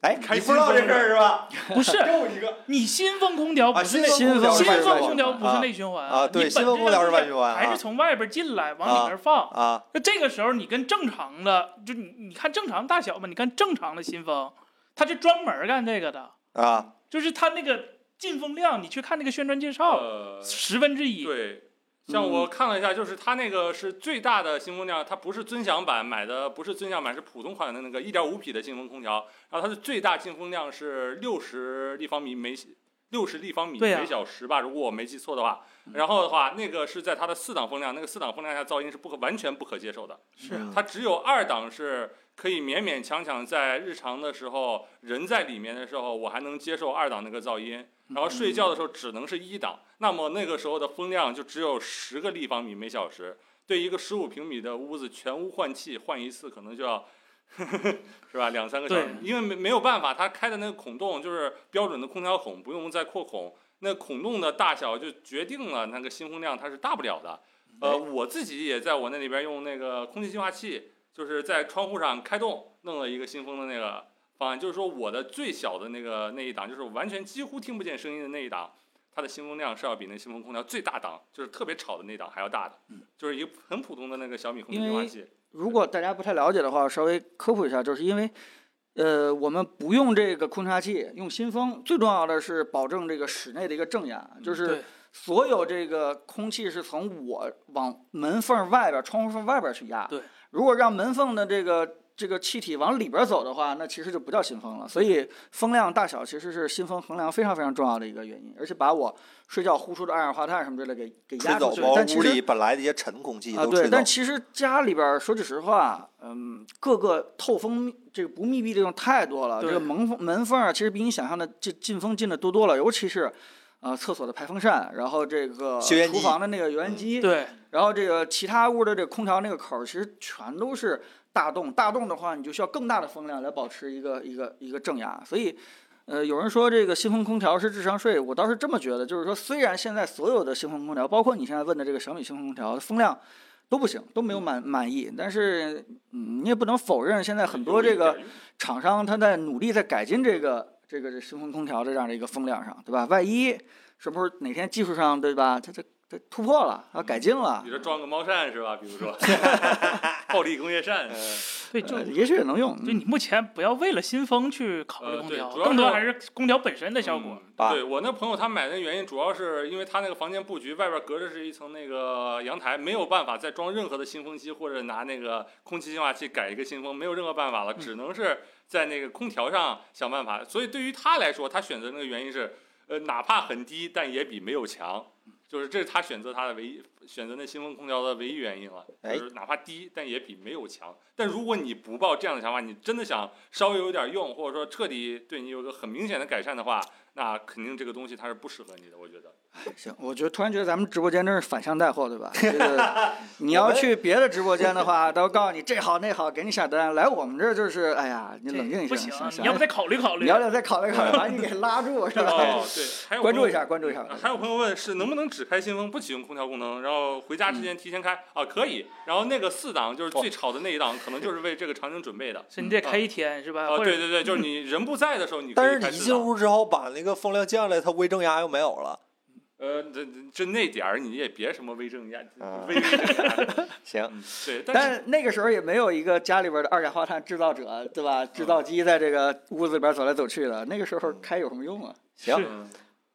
Speaker 1: 哎，
Speaker 3: 开
Speaker 1: 你不知道这事儿是吧？
Speaker 4: 不是
Speaker 1: 又一个
Speaker 4: 你新风空调
Speaker 1: 啊，
Speaker 4: 不是
Speaker 1: 新
Speaker 4: 内。
Speaker 1: 风空调
Speaker 4: 新
Speaker 1: 是外
Speaker 4: 风
Speaker 1: 循
Speaker 4: 空调
Speaker 1: 环
Speaker 4: 不是内循环
Speaker 1: 啊对
Speaker 4: 你
Speaker 1: 新风
Speaker 4: 本质
Speaker 1: 空调是
Speaker 4: 上就
Speaker 1: 外循环
Speaker 4: 还
Speaker 1: 啊
Speaker 4: 是从外边进来往
Speaker 1: 啊
Speaker 4: 里面放。
Speaker 1: 啊，
Speaker 4: 那这个时候你跟正常的，就你你看正常大小吧，你看正常的新风，它是专门干这个的，
Speaker 1: 啊，
Speaker 4: 就是它那个进风量，你去看那个宣传介绍，
Speaker 3: 呃，
Speaker 4: 十分之一。
Speaker 3: 对，像
Speaker 4: 嗯
Speaker 3: 我看了一下，就是它那个是最大的新风量，它不是尊享版买的，不是尊享版，是普通款的那个一点五匹的新风空调，然后它的最大进风量是六十立方米每六十立方米
Speaker 4: 对啊嗯
Speaker 3: 每小时吧，如果我没记错的话。然后的话，那个是在它的四档风量，那个四档风量下噪音是不可完全不可接受的，
Speaker 4: 是
Speaker 1: 嗯
Speaker 2: 啊
Speaker 3: 它只有二档是。可以勉勉强强在日常的时候，人在里面的时候，我还能接受二档那个噪音，然后睡觉的时候只能是一档，那么那个时候的风量就只有十个立方米每小时，对一个十五平米的屋子全屋换气换一次可能就要， 是吧？两三个小时，因为没没有办法，它开的那个孔洞就是标准的空调孔，不用再扩孔，那孔洞的大小就决定了那个新风量它是大不了的。呃，我自己也在我那里边用那个空气净化器，就是在窗户上开洞弄了一个新风的那个方案，就是说我的最小的那个那一档，就是完全几乎听不见声音的那一档，它的新风量是要比那新风空调最大档，就是特别吵的那档还要大的，
Speaker 2: 嗯
Speaker 3: 就是一个很普通的那个小米空气净化器。
Speaker 2: 如果大家不太了解的话，稍微科普一下，就是因为，呃，我们不用这个空调器，用新风，最重要的是保证这个室内的一个正压，
Speaker 1: 嗯
Speaker 2: 就是
Speaker 4: 对
Speaker 2: 所有这个空气是从我往门缝外边、窗户缝外边去压。
Speaker 4: 对，
Speaker 2: 如果让门缝的这个这个气体往里边走的话，那其实就不叫新风了。所以风量大小其实是新风衡量非常非常重要的一个原因，而且把我睡觉呼出的二氧化碳什么之类给给
Speaker 1: 吹
Speaker 2: 压出
Speaker 1: 走
Speaker 2: 去。
Speaker 1: 包
Speaker 2: 但其
Speaker 1: 屋
Speaker 2: 实
Speaker 1: 里本来的一些尘空气
Speaker 2: 啊，
Speaker 1: 都
Speaker 2: 对，
Speaker 1: 吹走
Speaker 2: 但。其实家里边儿说句实话，嗯，各个透风密这个不密闭的地方太多了，这
Speaker 4: 对
Speaker 2: 个门缝门缝儿其实比你想象的进进风进的多多了，尤其是。呃，厕所的排风扇，然后这个
Speaker 1: 油烟
Speaker 2: 厨
Speaker 1: 机嗯
Speaker 2: 房的那个油烟机，
Speaker 4: 对
Speaker 2: 然后这个其他屋的这个空调那个口儿，其实全都是大洞。大洞的话，你就需要更大的风量来保持一个一个一个正压。所以，呃，有人说这个新风空调是智商税，我倒是这么觉得，就是说，虽然现在所有的新风空调，包括你现在问的这个小米新风空调，风量都不行，都没有满满意，但是、嗯、你也不能否认，现在很多这个厂商他在努力在改进这个这个这新风空调的这样的一个风量上，对吧？万一是不是哪天技术上对吧，它它它突破了，它改进了
Speaker 3: 比，如装个猫扇是吧？比如说 暴力工业扇，
Speaker 4: 对，就
Speaker 2: 呃
Speaker 1: 嗯
Speaker 2: 也许也能用。
Speaker 4: 就你目前不要为了新风去考虑
Speaker 3: 呃
Speaker 4: 空
Speaker 3: 对
Speaker 4: 调，
Speaker 3: 主要
Speaker 4: 更多
Speaker 3: 是
Speaker 4: 还是空调本身的效果。
Speaker 3: 嗯
Speaker 1: 吧
Speaker 3: 对我那朋友他买的原因，主要是因为他那个房间布局外边隔着是一层那个阳台，没有办法再装任何的新风机或者拿那个空气净化器改一个新风，没有任何办法了，只能是在那个空调上想办法。所以对于他来说，他选择那个原因是，呃，哪怕很低，但也比没有强。就是这是他选择他的唯一选择那新风空调的唯一原因了，
Speaker 1: 哎
Speaker 3: 就是哪怕低，但也比没有强。但如果你不抱这样的想法，你真的想稍微有点用，或者说彻底对你有个很明显的改善的话，那肯定这个东西它是不适合你的，我觉得。
Speaker 2: 行，我觉得突然觉得咱们直播间真是反向带货，对吧？这个你要去别的直播间的话，都告诉你这好那好，给你下单。来我们这儿就是，哎呀，你
Speaker 4: 这
Speaker 2: 冷静一下，
Speaker 4: 不行
Speaker 2: 想，
Speaker 4: 你要
Speaker 2: 想
Speaker 4: 不再考虑考虑
Speaker 2: 你。要不要再考虑考虑，把你给拉住是吧？
Speaker 3: 哦，对，还有
Speaker 2: 关注
Speaker 3: 朋
Speaker 2: 一
Speaker 3: 友
Speaker 2: 下，关注一下。
Speaker 3: 啊还有朋友问是能不能只开新风不启用空调功能，然后回家之前提前开、啊？可以。然后那个四档就是最吵的那一档，可能就是为这个场景准备的。
Speaker 4: 是你得开一天是吧？
Speaker 3: 啊，
Speaker 4: 或
Speaker 3: 对
Speaker 4: 者
Speaker 3: 对对，就是你人不在的时候，你可
Speaker 1: 但
Speaker 3: 以
Speaker 1: 是
Speaker 3: 开
Speaker 1: 你一
Speaker 3: 四
Speaker 1: 进
Speaker 3: 档。
Speaker 1: 屋之后，把那个风量降下来，它微正压又没有了。
Speaker 3: 呃，这这那点儿你也别什么微正压
Speaker 1: 啊，
Speaker 3: 微微正压。
Speaker 1: 行，
Speaker 3: 对，但
Speaker 2: 但
Speaker 3: 是
Speaker 2: 是那个时候也没有一个家里边的二氧化碳制造者，对吧？制
Speaker 4: 嗯
Speaker 2: 造机在这个屋子里边走来走去的，那个时候开有什么用啊？
Speaker 1: 行
Speaker 4: 是
Speaker 3: 嗯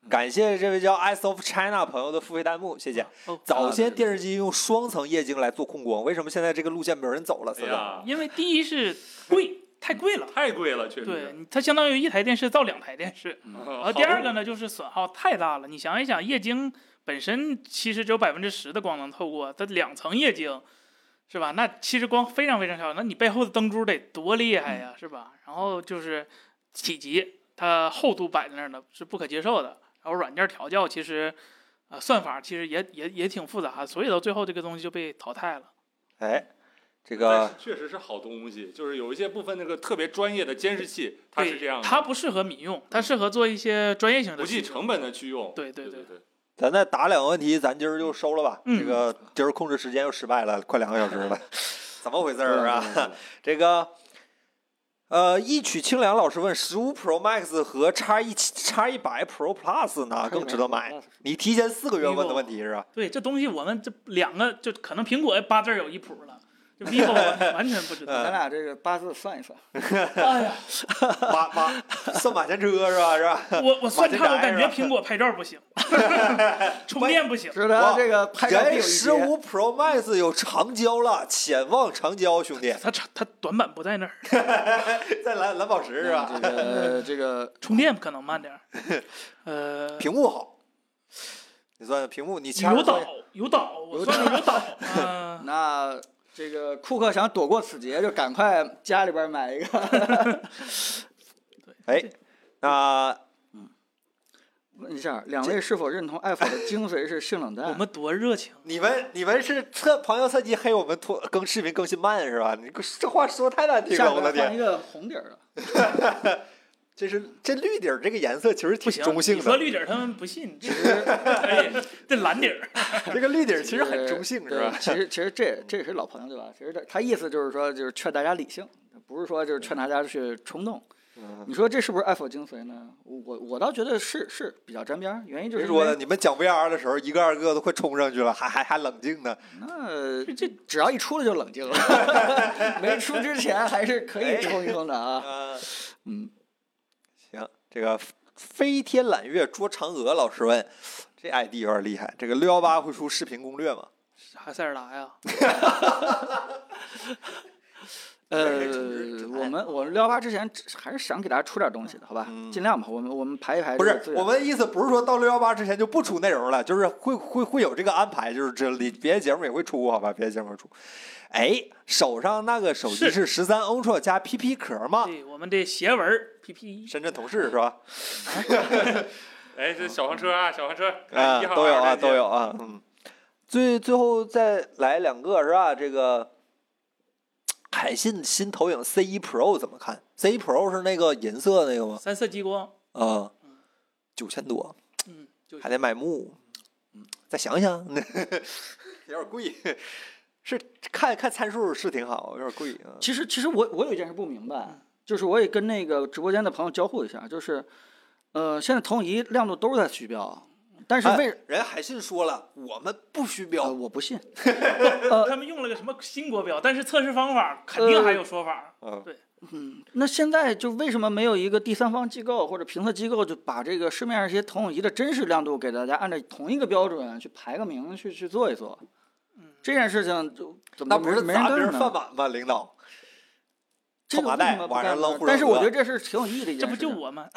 Speaker 1: 感谢这位叫 Ice of China 朋友的付费弹幕，谢谢。
Speaker 4: 哦
Speaker 1: 早
Speaker 2: 啊
Speaker 1: 先
Speaker 2: 对
Speaker 1: 电视机用双层液晶来做控光，为什么现在这个路线没有人走了？
Speaker 3: 哎
Speaker 1: 现在
Speaker 3: 呀，
Speaker 4: 因为第一是贵，太贵了。
Speaker 3: 太贵了，确实。嗯
Speaker 4: 对，哦它相当于一台电视造两台电视。然
Speaker 3: 然
Speaker 4: 后嗯啊第二个呢，就是损耗太大了。你想一想，液晶本身其实只有百分之十的光能透过，它两层液晶，是吧？那其实光非常非常少，那你背后的灯珠得多厉害呀，是吧？然后就是体积，它厚度摆在那儿呢，是不可接受的。然后软件调教其实，呃，算法其实也也也挺复杂，所以到最后这个东西就被淘汰了。
Speaker 1: 哎，这
Speaker 3: 但
Speaker 1: 个
Speaker 3: 是确实是好东西，就是有一些部分那个特别专业的监视器，它是
Speaker 4: 对，
Speaker 3: 这样的，
Speaker 4: 它不适合民用，它适合做一些专业性的。
Speaker 3: 不计成本的去用。
Speaker 4: 对
Speaker 3: 对
Speaker 4: 对
Speaker 3: 对
Speaker 4: 对
Speaker 3: 对，
Speaker 1: 咱再打两个问题，咱今儿就收了吧。
Speaker 4: 嗯
Speaker 1: 这个今儿控制时间又失败了，快两个小时了， 怎么回事儿
Speaker 2: 对对
Speaker 1: 啊？ 这个。呃，一曲清凉老师问：十五 Pro Max 和叉一叉一百 Pro Plus 哪更值得买？你提前四个月问的问题是 吧？
Speaker 4: 对，这东西我们这两个就可能苹果八字儿有一谱了，就 vivo 完全不知
Speaker 1: 呃
Speaker 4: 道。
Speaker 2: 咱
Speaker 1: 嗯
Speaker 2: 俩这个八字算一算，
Speaker 4: 哎呀，
Speaker 1: 马马算马前车是吧？是 吧？
Speaker 4: 我我算差，
Speaker 1: 马
Speaker 4: 我
Speaker 1: 自达
Speaker 4: 感
Speaker 1: 是
Speaker 4: 觉
Speaker 1: 吧
Speaker 4: 苹果拍照 不行，充电不行。
Speaker 1: 哇
Speaker 2: 值得这个拍照必有
Speaker 1: 人
Speaker 2: 一啊
Speaker 1: 十
Speaker 2: 节。
Speaker 1: 五 Pro Max 有长焦了，潜望长焦，兄 弟，
Speaker 4: 它长它短板不在那儿，
Speaker 1: 在蓝蓝宝石是吧？
Speaker 2: 这个呃这个。
Speaker 4: 充电可能 慢点儿。呃，
Speaker 1: 屏幕好，你算屏幕，你掐着
Speaker 4: 有
Speaker 1: 算
Speaker 4: 导有导，我算是有导 啊
Speaker 2: 那这个库克想躲过此劫，就赶快家里边买一个
Speaker 1: 哎，那
Speaker 2: 问一下，两位是否认同 Apple 的精髓是性
Speaker 1: 嗯
Speaker 2: 冷淡？
Speaker 4: 我们多热情，
Speaker 1: 你们你们是测朋友测级黑我们拖更视频更新慢是吧？你这话说太难听
Speaker 2: 下
Speaker 1: 了，
Speaker 2: 边
Speaker 1: 我的
Speaker 2: 换一
Speaker 1: 天！
Speaker 2: 个红底儿的，
Speaker 1: 这是这绿底儿这个颜色其实
Speaker 4: 不
Speaker 1: 挺
Speaker 4: 行，
Speaker 1: 中性
Speaker 4: 你说
Speaker 1: 的，
Speaker 4: 绿底儿他们不信，这
Speaker 2: 其实
Speaker 4: 哎这蓝 底儿，
Speaker 1: 这个绿底儿其实很中性
Speaker 2: 对
Speaker 1: 是吧？
Speaker 2: 其实其实这这也是老朋友对吧？其实他他意思就是说，就是劝大家理性，不是说就是劝大家去冲动。
Speaker 1: 嗯
Speaker 2: 你说这是不是 Apple 精髓呢？我我倒觉得是是比较沾边儿，原因就是
Speaker 1: 谁
Speaker 2: 因
Speaker 1: 说
Speaker 2: 为
Speaker 1: 的？你们讲 VR 的时候，一个二个都快冲上去了，还还还冷静呢。
Speaker 2: 那这只要一出了就冷静了， 没出之前还是可以冲一冲的啊。
Speaker 1: 嗯，
Speaker 2: 嗯，
Speaker 1: 行，这个飞天揽月捉嫦娥老师问，这 ID 有点厉害，这个六幺八会出视频攻略吗？
Speaker 4: 啥塞尔达呀？
Speaker 1: 这是充值
Speaker 2: 呃，我们我们聊吧之前还是想给大家出点东西的，好吧？
Speaker 1: 嗯
Speaker 2: 尽量吧，我们我们排一排
Speaker 1: 不
Speaker 2: 这个
Speaker 1: 是
Speaker 2: 资，源。
Speaker 1: 我们的意思不是说到六幺八之前就不出内容了，就是会会会有这个安排，就是这里别的节目也会出，好吧？别的节目会出。哎，手上那个手机是十三 Ultra 加 PP 壳吗？
Speaker 4: 对，我们这斜纹 PP
Speaker 1: 深圳同事是吧？
Speaker 3: 哎，这小黄车啊，小黄车，
Speaker 1: 嗯啊
Speaker 3: 看一，号
Speaker 1: 都有啊，
Speaker 3: 二
Speaker 1: 都有啊，嗯。最最后再来两个是吧？这个海信新投影 C 1 Pro 怎么看？C 1 Pro 是那个银色那个吗？
Speaker 4: 三色激光，
Speaker 1: 啊，九千多，
Speaker 4: 嗯，就
Speaker 1: 还得买幕，再想想， 有点贵。是看看参数是挺好，有点贵啊。
Speaker 2: 其实其实我我有一件事不明
Speaker 1: 嗯
Speaker 2: 白，就是我也跟那个直播间的朋友交互一下，就是，呃，现在投影仪亮度都是在虚标，但是为、
Speaker 1: 哎人海信说了，我们不虚
Speaker 2: 呃
Speaker 1: 标。
Speaker 2: 我不信，
Speaker 4: 他们用了个什么新国标，但是测试方法肯定还有说法。
Speaker 1: 嗯，
Speaker 2: 那现在就为什么没有一个第三方机构或者评测机构就把这个市面上这些投影仪的真实亮度给大家按照同一个标准去排个名去去做一做？这件事情就怎
Speaker 1: 嗯
Speaker 2: 么
Speaker 1: 那
Speaker 2: 就
Speaker 1: 不是
Speaker 2: 没人
Speaker 1: 砸别
Speaker 2: 干
Speaker 1: 人
Speaker 2: 呢？
Speaker 1: 饭碗吗？领导，
Speaker 2: 这个
Speaker 1: 臭麻
Speaker 2: 为
Speaker 1: 袋
Speaker 2: 什么不
Speaker 1: 晚
Speaker 2: 干
Speaker 1: 上
Speaker 2: 呢
Speaker 1: 扔护
Speaker 2: 但
Speaker 1: 手
Speaker 2: 是我
Speaker 1: 盒
Speaker 2: 觉得这是挺有意义的一件事情。
Speaker 4: 这不就我吗？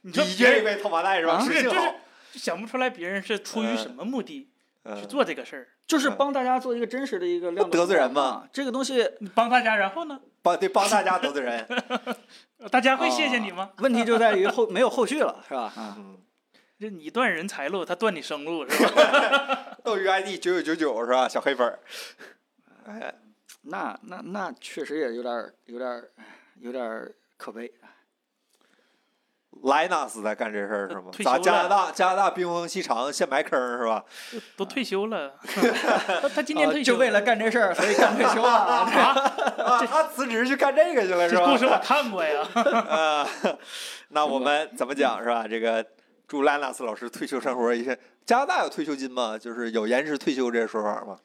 Speaker 1: 你
Speaker 4: 说别
Speaker 1: 愿
Speaker 4: 人
Speaker 1: 意被套麻袋是吧？
Speaker 2: 啊
Speaker 4: 不
Speaker 1: 是
Speaker 4: 是，
Speaker 1: 幸
Speaker 4: 就
Speaker 1: 好
Speaker 4: 是就想不出来别人是出于什么目的去
Speaker 1: 嗯
Speaker 4: 做这个事儿。
Speaker 2: 就是
Speaker 1: 嗯
Speaker 2: 帮大家做一个真实的啊一个亮度
Speaker 1: 得罪人啊
Speaker 2: 控管嘛？这个东西
Speaker 4: 你帮大家，然后呢？呃
Speaker 1: 帮对帮大家得罪人。
Speaker 4: 大家会谢谢你吗？
Speaker 2: 问题就在于后 没有后续了，是吧？啊，
Speaker 1: 嗯，
Speaker 4: 这你断人财路，他断你生路，是吧？
Speaker 1: 斗鱼 ID 九九九九是吧？小黑粉儿。哎，
Speaker 2: 那那那确实也有点儿有点儿有点儿可悲。
Speaker 1: 莱纳斯在干这事儿是
Speaker 2: 呃
Speaker 1: 吗？
Speaker 4: 退休
Speaker 1: 咋
Speaker 4: 了
Speaker 1: 加拿大加拿大冰封西厂现埋坑儿是 吧？
Speaker 4: 都退休了，他他今年
Speaker 2: 啊
Speaker 4: 退
Speaker 2: 就
Speaker 4: 休了，
Speaker 2: 为了干这事儿，所以干退 休了。
Speaker 1: 啊，他辞职去干这个去了是
Speaker 4: 这
Speaker 1: 吧？
Speaker 4: 故事我看过呀。
Speaker 1: 啊，那我们怎么讲是吧？这个祝莱纳斯老师退休生活一些。加拿大有退休金吗？就是有延迟退休这说法吗？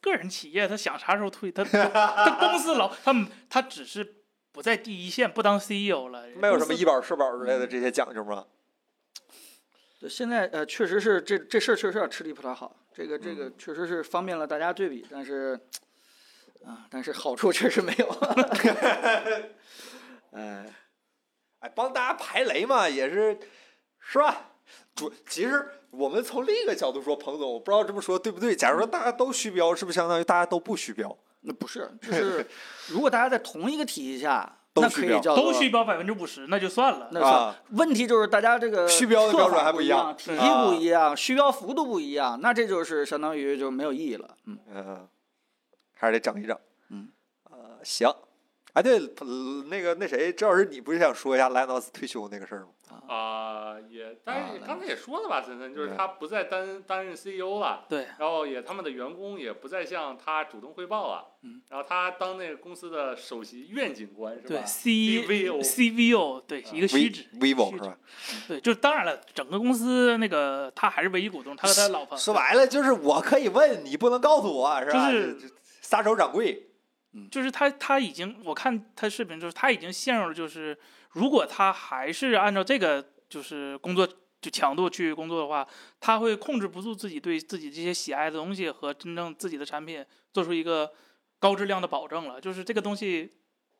Speaker 4: 个人企业他想啥时候退，他他他公司老他他只是不在第一线，不当 CEO 了，
Speaker 1: 没有什么
Speaker 4: 公司
Speaker 1: 医保社保之类的这些讲究吗？
Speaker 2: 对现在呃，确实是这这事儿确实要吃力不讨好，这个这个
Speaker 1: 嗯
Speaker 2: 确实是方便了大家对比，但是啊，但是好处确实没有。 哎，
Speaker 1: 哎，帮大家排雷嘛，也是是吧？主其实我们从另一个角度说，彭总，我不知道这么说对不对。假如说大家都虚标，是不是相当于大家都不虚标？
Speaker 2: 那不是，就是如果大家在同一个体系下，
Speaker 1: 都
Speaker 2: 那
Speaker 1: 虚
Speaker 2: 可以
Speaker 1: 标，
Speaker 2: 叫
Speaker 4: 都
Speaker 2: 做
Speaker 4: 虚标百分之五十，那就算了。
Speaker 2: 那算
Speaker 1: 啊
Speaker 2: 问题就是大家这个
Speaker 1: 虚标的标准还
Speaker 2: 不
Speaker 1: 不一样啊
Speaker 2: 样，体系不一样，虚标幅度不一样，那这就是相当于就没有意义了。嗯，
Speaker 1: 嗯，还是得整一整。
Speaker 2: 嗯，
Speaker 1: 呃，行。哎，对，呃那个那谁，周老师，你不是想说一下莱诺斯退休那个事儿吗？
Speaker 3: 啊、也，但是
Speaker 2: 啊
Speaker 3: 刚才也说了吧，森森，就是
Speaker 1: 对
Speaker 3: 他不再担担任 CEO 了，
Speaker 4: 对，
Speaker 3: 然后也他们的员工也不再向他主动汇报了，
Speaker 2: 嗯，
Speaker 3: 然后他当那个公司的首席愿景官是
Speaker 4: 对
Speaker 3: 吧？
Speaker 4: ，C E
Speaker 3: CVO
Speaker 4: C V O 对
Speaker 3: 啊
Speaker 4: 一个
Speaker 1: v
Speaker 4: 虚职，
Speaker 1: vivo
Speaker 4: 虚
Speaker 1: 是
Speaker 4: 职
Speaker 1: 吧？
Speaker 4: 对，就是当然了，整个公司那个他还是唯一股东，他和他老婆
Speaker 1: 说白了就是我可以问你，不能告诉我，是吧？
Speaker 4: 就是
Speaker 1: 这这撒手掌柜，
Speaker 4: 就是他他已经我看他视频，就是他已经陷入了就是如果他还是按照这个就是工作就强度去工作的话，他会控制不住自己对自己这些喜爱的东西和真正自己的产品做出一个高质量的保证了。就是这个东西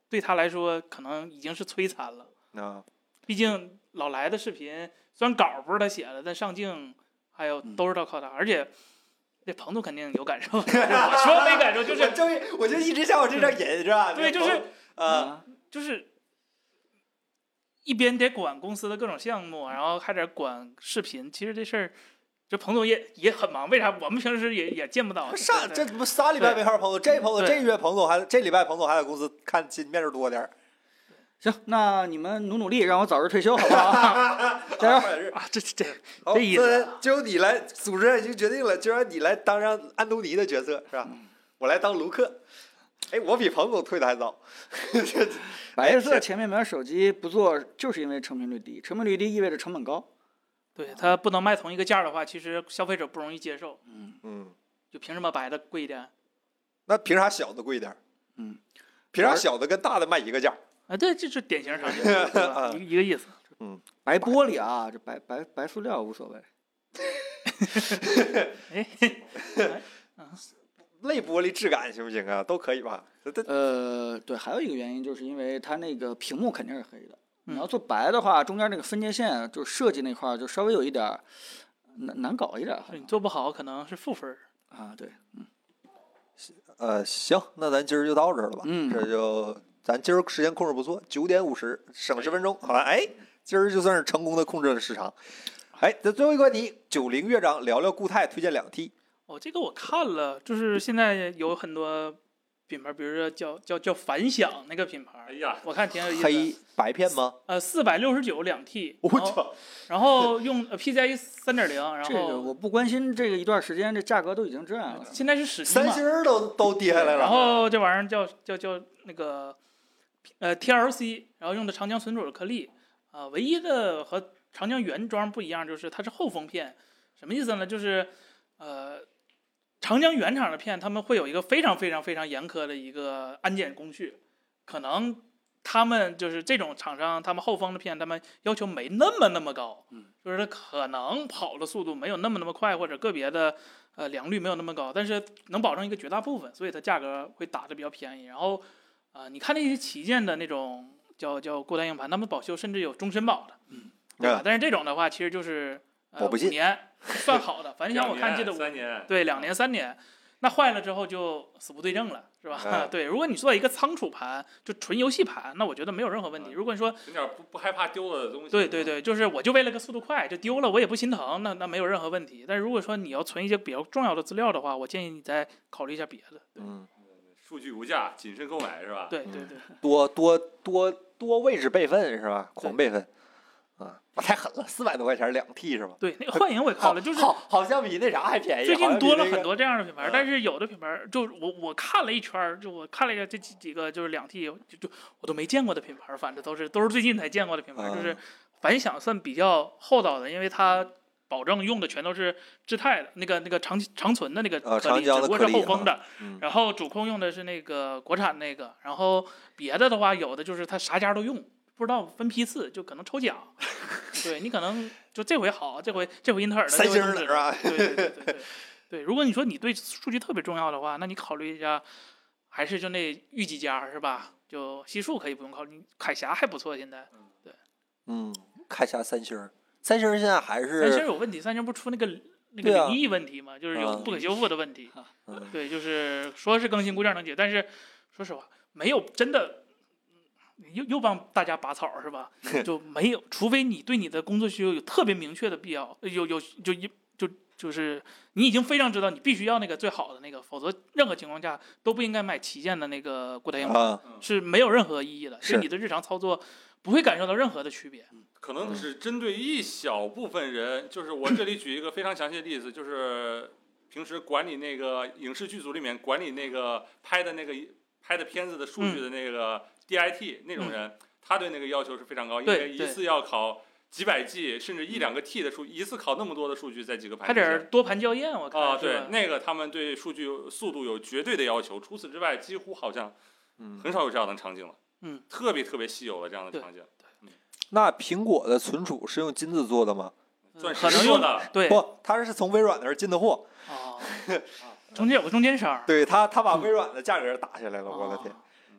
Speaker 4: 对他来说可能已经是摧残了，
Speaker 1: 啊，
Speaker 4: 毕竟老来的视频虽然稿不是他写的，但上镜还有
Speaker 2: 嗯
Speaker 4: 都是他靠他，而且。这彭总肯定有感受，我说没感受，就
Speaker 1: 我
Speaker 4: 是
Speaker 1: 终于我就一直想往这上引，是吧？
Speaker 4: 对，
Speaker 1: 这
Speaker 4: 就是嗯
Speaker 1: 呃，
Speaker 4: 就是一边得管公司的各种项目，然后还得管视频。其实这事儿，这彭总也也很忙，为啥我们平时也也见不到？
Speaker 1: 上
Speaker 4: 对
Speaker 1: 这不仨礼拜没看彭总，这彭总
Speaker 4: 对
Speaker 1: 这月彭总还这礼拜彭总还在公司看见面儿多点儿，
Speaker 2: 行，那你们努努力，让我早日退休，好不好？加油！
Speaker 1: 是
Speaker 4: 啊，这这
Speaker 1: 好，
Speaker 4: 这意思啊
Speaker 1: 那就由你来，组织已经决定了，就让你来当上安东尼的角色是吧？我来当卢克。哎，我比彭总退的还早。
Speaker 2: 白色前面板手机不做，就是因为成品率低，成品率低意味着成本高。
Speaker 4: 对他不能卖同一个价儿的话，其实消费者不容易接受。
Speaker 1: 嗯，
Speaker 4: 就凭什么白的贵一点？
Speaker 1: 那凭啥小的贵一点？
Speaker 2: 嗯，
Speaker 1: 凭啥小的跟大的卖一个价？
Speaker 4: 啊，对，这是典型场景，对吧 一个一个意思。
Speaker 2: 白玻璃啊，这白白白塑料无所谓。
Speaker 4: 哎，
Speaker 1: 类玻璃质感行不行啊？都可以吧？这这
Speaker 2: 呃，对，还有一个原因就是因为它那个屏幕肯定是黑的，
Speaker 4: 嗯
Speaker 2: 你要做白的话，中间那个分界线就设计那块儿就稍微有一点儿难难搞一点儿好
Speaker 4: 你
Speaker 2: 像
Speaker 4: 做不好可能是负分儿。
Speaker 2: 啊，对，
Speaker 1: 呃，行，那咱今儿就到这儿了吧。
Speaker 2: 嗯
Speaker 1: 这就咱今儿时间控制不错，九点五十，省十分钟，好吧？哎，今儿就算是成功的控制了时长。哎，那最后一个问题，九零乐章聊聊固态，推荐两 T。
Speaker 4: 哦，这个我看了，就是现在有很多品牌，比如说叫叫叫反响那个品
Speaker 3: 哎
Speaker 4: 牌，
Speaker 3: 呀，
Speaker 4: 我看挺有意思的。
Speaker 1: 黑白片吗？
Speaker 4: 呃，四百六十九两 T，
Speaker 1: 我
Speaker 4: 然后
Speaker 1: 操！
Speaker 4: 然后用呃 PCIe 三点零，然
Speaker 2: 这个我
Speaker 4: 后
Speaker 2: 不关心这个一段时间，这价格都已经这样了。
Speaker 4: 现在是十 G
Speaker 1: 三
Speaker 4: 嘛，
Speaker 1: 星儿都都跌下来
Speaker 4: 然
Speaker 1: 了。
Speaker 4: 后这玩意儿叫叫叫那个呃 TLC，然后用的长江存储的颗粒，啊、唯一的和长江原装不一样就是它是后封片，什么意思呢？就是呃。长江原厂的片，他们会有一个非常非常非常严苛的一个安检工序，可能他们就是这种厂商，他们后方的片，他们要求没那么那么高，
Speaker 2: 嗯，
Speaker 4: 就是它可能跑的速度没有那么那么快，或者个别的呃良率没有那么高，但是能保证一个绝大部分，所以它价格会打的比较便宜。然后呃，你看那些旗舰的那种叫叫固态硬盘，他们保修甚至有终身保的，对吧？
Speaker 1: 嗯
Speaker 4: 但是这种的话，其实就是呃
Speaker 1: 我不
Speaker 4: 五
Speaker 1: 信
Speaker 4: 年算好的，反正
Speaker 3: 两
Speaker 4: 我看
Speaker 3: 年
Speaker 4: 记得
Speaker 3: 三年，
Speaker 4: 对，两年三年，那坏了之后就死不对证了，是吧？
Speaker 1: 哎
Speaker 4: 对，如果你做一个仓储盘，就纯游戏盘，那我觉得没有任何问题。
Speaker 3: 嗯
Speaker 4: 如果你说
Speaker 3: 有点不不害怕丢了的东西。
Speaker 4: 对对，对，就是我就为了个速度快，就丢了我也不心疼，那那没有任何问题。但如果说你要存一些比较重要的资料的话，我建议你再考虑一下别的。
Speaker 1: 嗯，
Speaker 3: 数据无价，谨慎购买是吧？
Speaker 4: 对
Speaker 1: 嗯
Speaker 4: 对对，
Speaker 1: 多多多多位置备份是吧？狂备份。啊，那太狠了，四百多块钱两 T 是吧？
Speaker 4: 对那个幻影我也看了，就是
Speaker 1: 好，好像比那啥还便宜。
Speaker 4: 最
Speaker 1: 好
Speaker 4: 近
Speaker 1: 像比
Speaker 4: 多了
Speaker 1: 那个
Speaker 4: 很。多这样的品牌，
Speaker 3: 嗯
Speaker 4: 但是有的品牌就我我看了一圈儿，就我看了一下这几几个就是两 T 就就我都没见过的品牌，反正都是都是最近才见过的品牌，
Speaker 1: 嗯
Speaker 4: 就是反响算比较厚道的，因为它保证用的全都是致泰的那个那个长长存的那个
Speaker 1: 呃
Speaker 4: 颗
Speaker 1: 长
Speaker 4: 粒，
Speaker 1: 江
Speaker 4: 只
Speaker 1: 的
Speaker 4: 不过
Speaker 1: 颗
Speaker 4: 是
Speaker 1: 粒
Speaker 4: 后封的
Speaker 1: 嗯，
Speaker 4: 然后主控用的是那个国产那个，然后别的的话有的就是它啥家都用。不知道分批次，就可能抽奖， 对你可能就这回好，这回这回英特尔的，
Speaker 1: 三
Speaker 4: 这回
Speaker 1: 星儿
Speaker 4: 东
Speaker 1: 的
Speaker 4: 芝
Speaker 1: 是吧？
Speaker 4: 对对对对对对，如果你说你对数据特别重要的话，那你考虑一下，还是就那御几家是吧？就西数可以不用考虑，凯霞还不错，现在
Speaker 1: 嗯，看一下三星儿，三星儿现在还
Speaker 4: 三星
Speaker 1: 是
Speaker 4: 有问题，三星不出那个那
Speaker 1: 对
Speaker 4: 个
Speaker 1: 啊
Speaker 4: 灵异问题嘛，就是有
Speaker 1: 嗯
Speaker 4: 不可修复的问题。
Speaker 1: 嗯
Speaker 4: 对，就是说是更新固件能解，但是说实话，没有真的又又帮大家拔草是 吧？就没有，除非你对你的工作需求有特别明确的必要，有有就一就就是你已经非常知道你必须要那个最好的那个，否则任何情况下都不应该买旗舰的那个固态硬盘，
Speaker 1: 啊，
Speaker 4: 是没有任何意义的，
Speaker 1: 是
Speaker 4: 对你的日常操作不会感受到任何的区别。
Speaker 3: 可
Speaker 4: 嗯
Speaker 3: 能只针对一小部分人，就是我这里举一个非常详细的例子，就是平时管理那个影视剧组里面管理那个拍的那个拍的片子的数据
Speaker 4: 嗯
Speaker 3: 的那个 DIT 那种人，他对那个要求是非常高，因
Speaker 4: 对
Speaker 3: 为一
Speaker 4: 对嗯
Speaker 3: 次要考几百 G 甚至一两个 T 的数，一次考那么多的数据在几个盘
Speaker 4: 还
Speaker 3: 子
Speaker 4: 得
Speaker 3: 上
Speaker 4: 是多盘校验，
Speaker 1: 哦
Speaker 4: 我看
Speaker 3: 啊，
Speaker 4: 是
Speaker 3: 对
Speaker 4: 吧，
Speaker 3: 那个他们对数据速度有绝对的要求，除此之外，几乎好像
Speaker 1: 嗯，
Speaker 3: 很少有这样的场景了。
Speaker 4: 嗯，
Speaker 3: 特别特别稀有了这样的
Speaker 4: 对
Speaker 3: 场景，
Speaker 1: 那苹果的存储是用金子做的吗？
Speaker 3: 钻石
Speaker 4: 可能
Speaker 3: 做
Speaker 4: 用
Speaker 3: 的，
Speaker 4: 对
Speaker 1: 不，它是从微软那儿进的货。
Speaker 4: 哦， 中间有个中间商，
Speaker 1: 对它，它把微软的价格打下来了，我的
Speaker 4: 哦
Speaker 1: 天！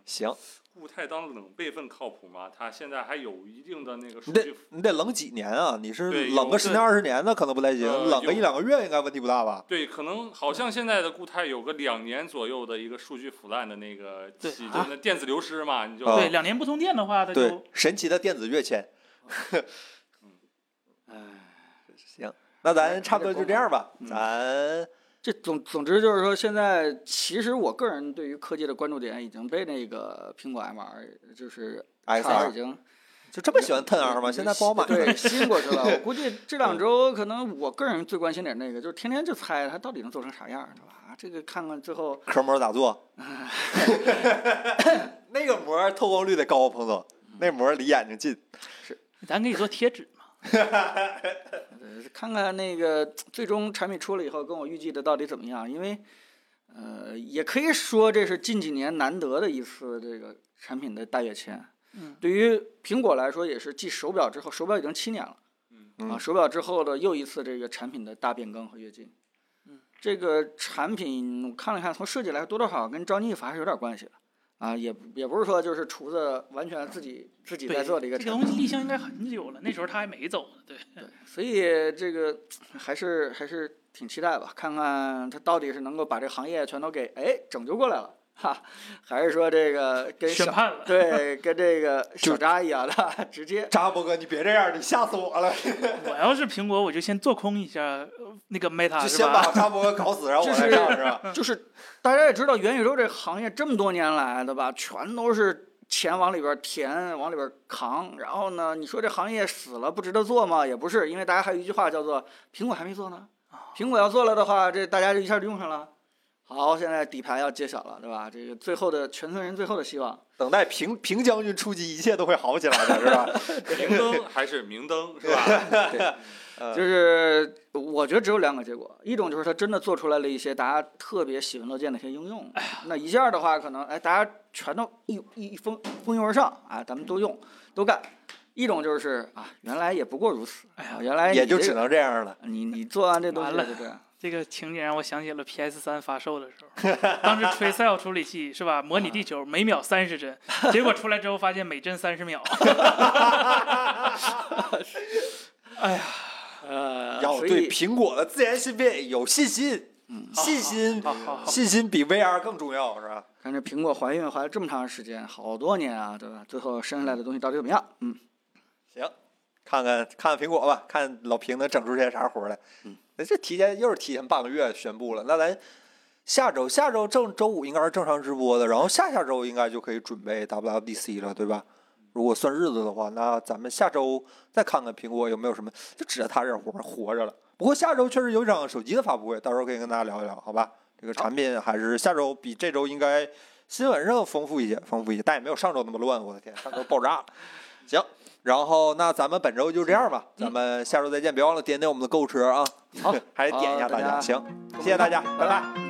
Speaker 1: 行，
Speaker 3: 固态当冷备份靠谱吗？它现在还有一定的那个数
Speaker 1: 你
Speaker 3: 据
Speaker 1: 得，你得冷几年啊？你是
Speaker 3: 对
Speaker 1: 冷
Speaker 3: 有
Speaker 1: 个十年二十年的可能不太行，
Speaker 3: 呃
Speaker 1: 冷个
Speaker 3: 有
Speaker 1: 一两个月应该问题不大吧？
Speaker 3: 对，可能好像现在的固态有个两年左右的一个数据腐烂的那个
Speaker 4: 对
Speaker 3: 期，
Speaker 4: 啊哦
Speaker 3: 就那电子流失嘛，
Speaker 2: 哦
Speaker 3: 你就
Speaker 1: 啊
Speaker 4: 对，两年不通电的话，它
Speaker 1: 对
Speaker 4: 就，
Speaker 1: 神奇的电子跃迁。
Speaker 2: 哎，
Speaker 1: 行，那咱差不多就嗯这样吧，咱
Speaker 2: 这总总之就是说，现在其实我个人对于科技的关注点已经被那个苹果 MR 就是
Speaker 1: S
Speaker 2: 叉
Speaker 1: R
Speaker 2: 已经
Speaker 1: 就嗯这么喜欢 Ten R 吗？
Speaker 2: 对
Speaker 1: 现在不好买了。
Speaker 2: 对，吸引过去了。我估计这
Speaker 4: 嗯
Speaker 2: 两周可能我个人最关心点那个，就是天天就猜它到底能做成啥样，是吧？啊这个看看最后
Speaker 1: 壳膜咋做？ 那个膜透光率得高，彭总，那膜离眼睛近。
Speaker 4: 咱给你做贴纸嘛。
Speaker 2: 呃，看看那个最终产品出了以后，跟我预计的到底怎么样？因为，呃，也可以说这是近几年难得的一次这个产品的大跃迁。
Speaker 4: 嗯，
Speaker 2: 对于苹果来说，也是继手表之后，手表已经七年了，
Speaker 1: 嗯
Speaker 2: 啊，手表之后的又一次这个产品的大变更和跃进。
Speaker 4: 嗯，
Speaker 2: 这个产品我看了看，从设计来说多多少少跟照逆法还是有点关系的，啊，也也不是说就是厨子完全自己自己
Speaker 4: 对，
Speaker 2: 在做的一个
Speaker 4: 这
Speaker 2: 产
Speaker 4: 个
Speaker 2: 品。
Speaker 4: 东西立项应该很久了，那时候他还没走呢。对，
Speaker 2: 所以这个还是还是挺期待吧，看看他到底是能够把这个行业全都给哎拯救过来了，哈，还是说这个跟
Speaker 4: 宣
Speaker 2: 小
Speaker 4: 判了
Speaker 2: 对跟这个
Speaker 1: 就
Speaker 2: 小渣一样的 直接
Speaker 1: 扎波哥，你别这样，你吓死我了！
Speaker 4: 我要是苹果，我就先做空一下呃那个 Meta
Speaker 1: 就是先把
Speaker 4: 吧？
Speaker 1: 扎波哥搞死，然后我
Speaker 2: 就
Speaker 1: 再
Speaker 2: 是
Speaker 1: 上，是吧？
Speaker 2: 就是大家也知道元宇宙这个行业这么多年来对吧，全都是钱往里边填，往里边扛，然后呢，你说这行业死了不值得做吗？也不是，因为大家还有一句话叫做苹果还没做呢，苹果要做了的话，这大家就一下就用上了。好，现在底牌要揭晓了，对吧？这个最后的全村人最后的希望，
Speaker 1: 等待平平将军出击，一切都会好起来的，是吧？
Speaker 3: 明灯还是明灯是吧？
Speaker 2: 就是我觉得只有两个结果，一种就是它真的做出来了一些大家特别喜闻乐见的一些应用，那一下的话，可能哎大家全都一一一蜂蜂拥而上啊，咱们都用都干。一种就是啊，原来也不过如此，哎呀，原 来
Speaker 1: 也
Speaker 2: 你
Speaker 1: 就
Speaker 2: 这
Speaker 1: 只
Speaker 2: 个
Speaker 1: 能这样了。
Speaker 2: 你你做完这东西
Speaker 4: 完了
Speaker 2: 就这样，
Speaker 4: 这个情景让我想起了 PS 三发售的时候，当时 吹 Cell 处理器是吧？模拟地球每秒三十帧，结果出来之后发现每帧三 十秒。哎呀，
Speaker 2: 呃
Speaker 1: 要
Speaker 2: 所
Speaker 1: 对
Speaker 2: 以
Speaker 1: 苹果的自研芯片有信心，信心
Speaker 4: 好好，好
Speaker 1: 信心比 VR 更重要，是吧？
Speaker 2: 看这苹果怀孕怀了这么长时间，好多年啊，对吧？最后生下来的东西到底怎么样？嗯，
Speaker 1: 行，看看看看苹果吧，看老平能整出些啥活儿来。
Speaker 2: 嗯，
Speaker 1: 那这提前又是提前半个月宣布了，那咱下周下周正周五应该是正常直播的，然后下下周应该就可以准备 WWDC 了，对吧？如果算日子的话，那咱们下周再看看苹果有没有什么，就指着它这活儿活着了。不过下周确实有一场手机的发布会，到时候可以跟大家聊一聊，好吧？这个产品还是下周比这周应该新闻上丰富一些，丰富一些，但也没有上周那么乱。我的天，上周爆炸了。行，然后那咱们本周就这样吧，咱们下周再见，别忘了点点我们的购物车啊，
Speaker 2: 好，
Speaker 1: 还得点一下
Speaker 2: 好大
Speaker 1: 大家。
Speaker 2: 家
Speaker 1: 行，谢谢大家，拜拜
Speaker 2: 拜。
Speaker 1: 嗯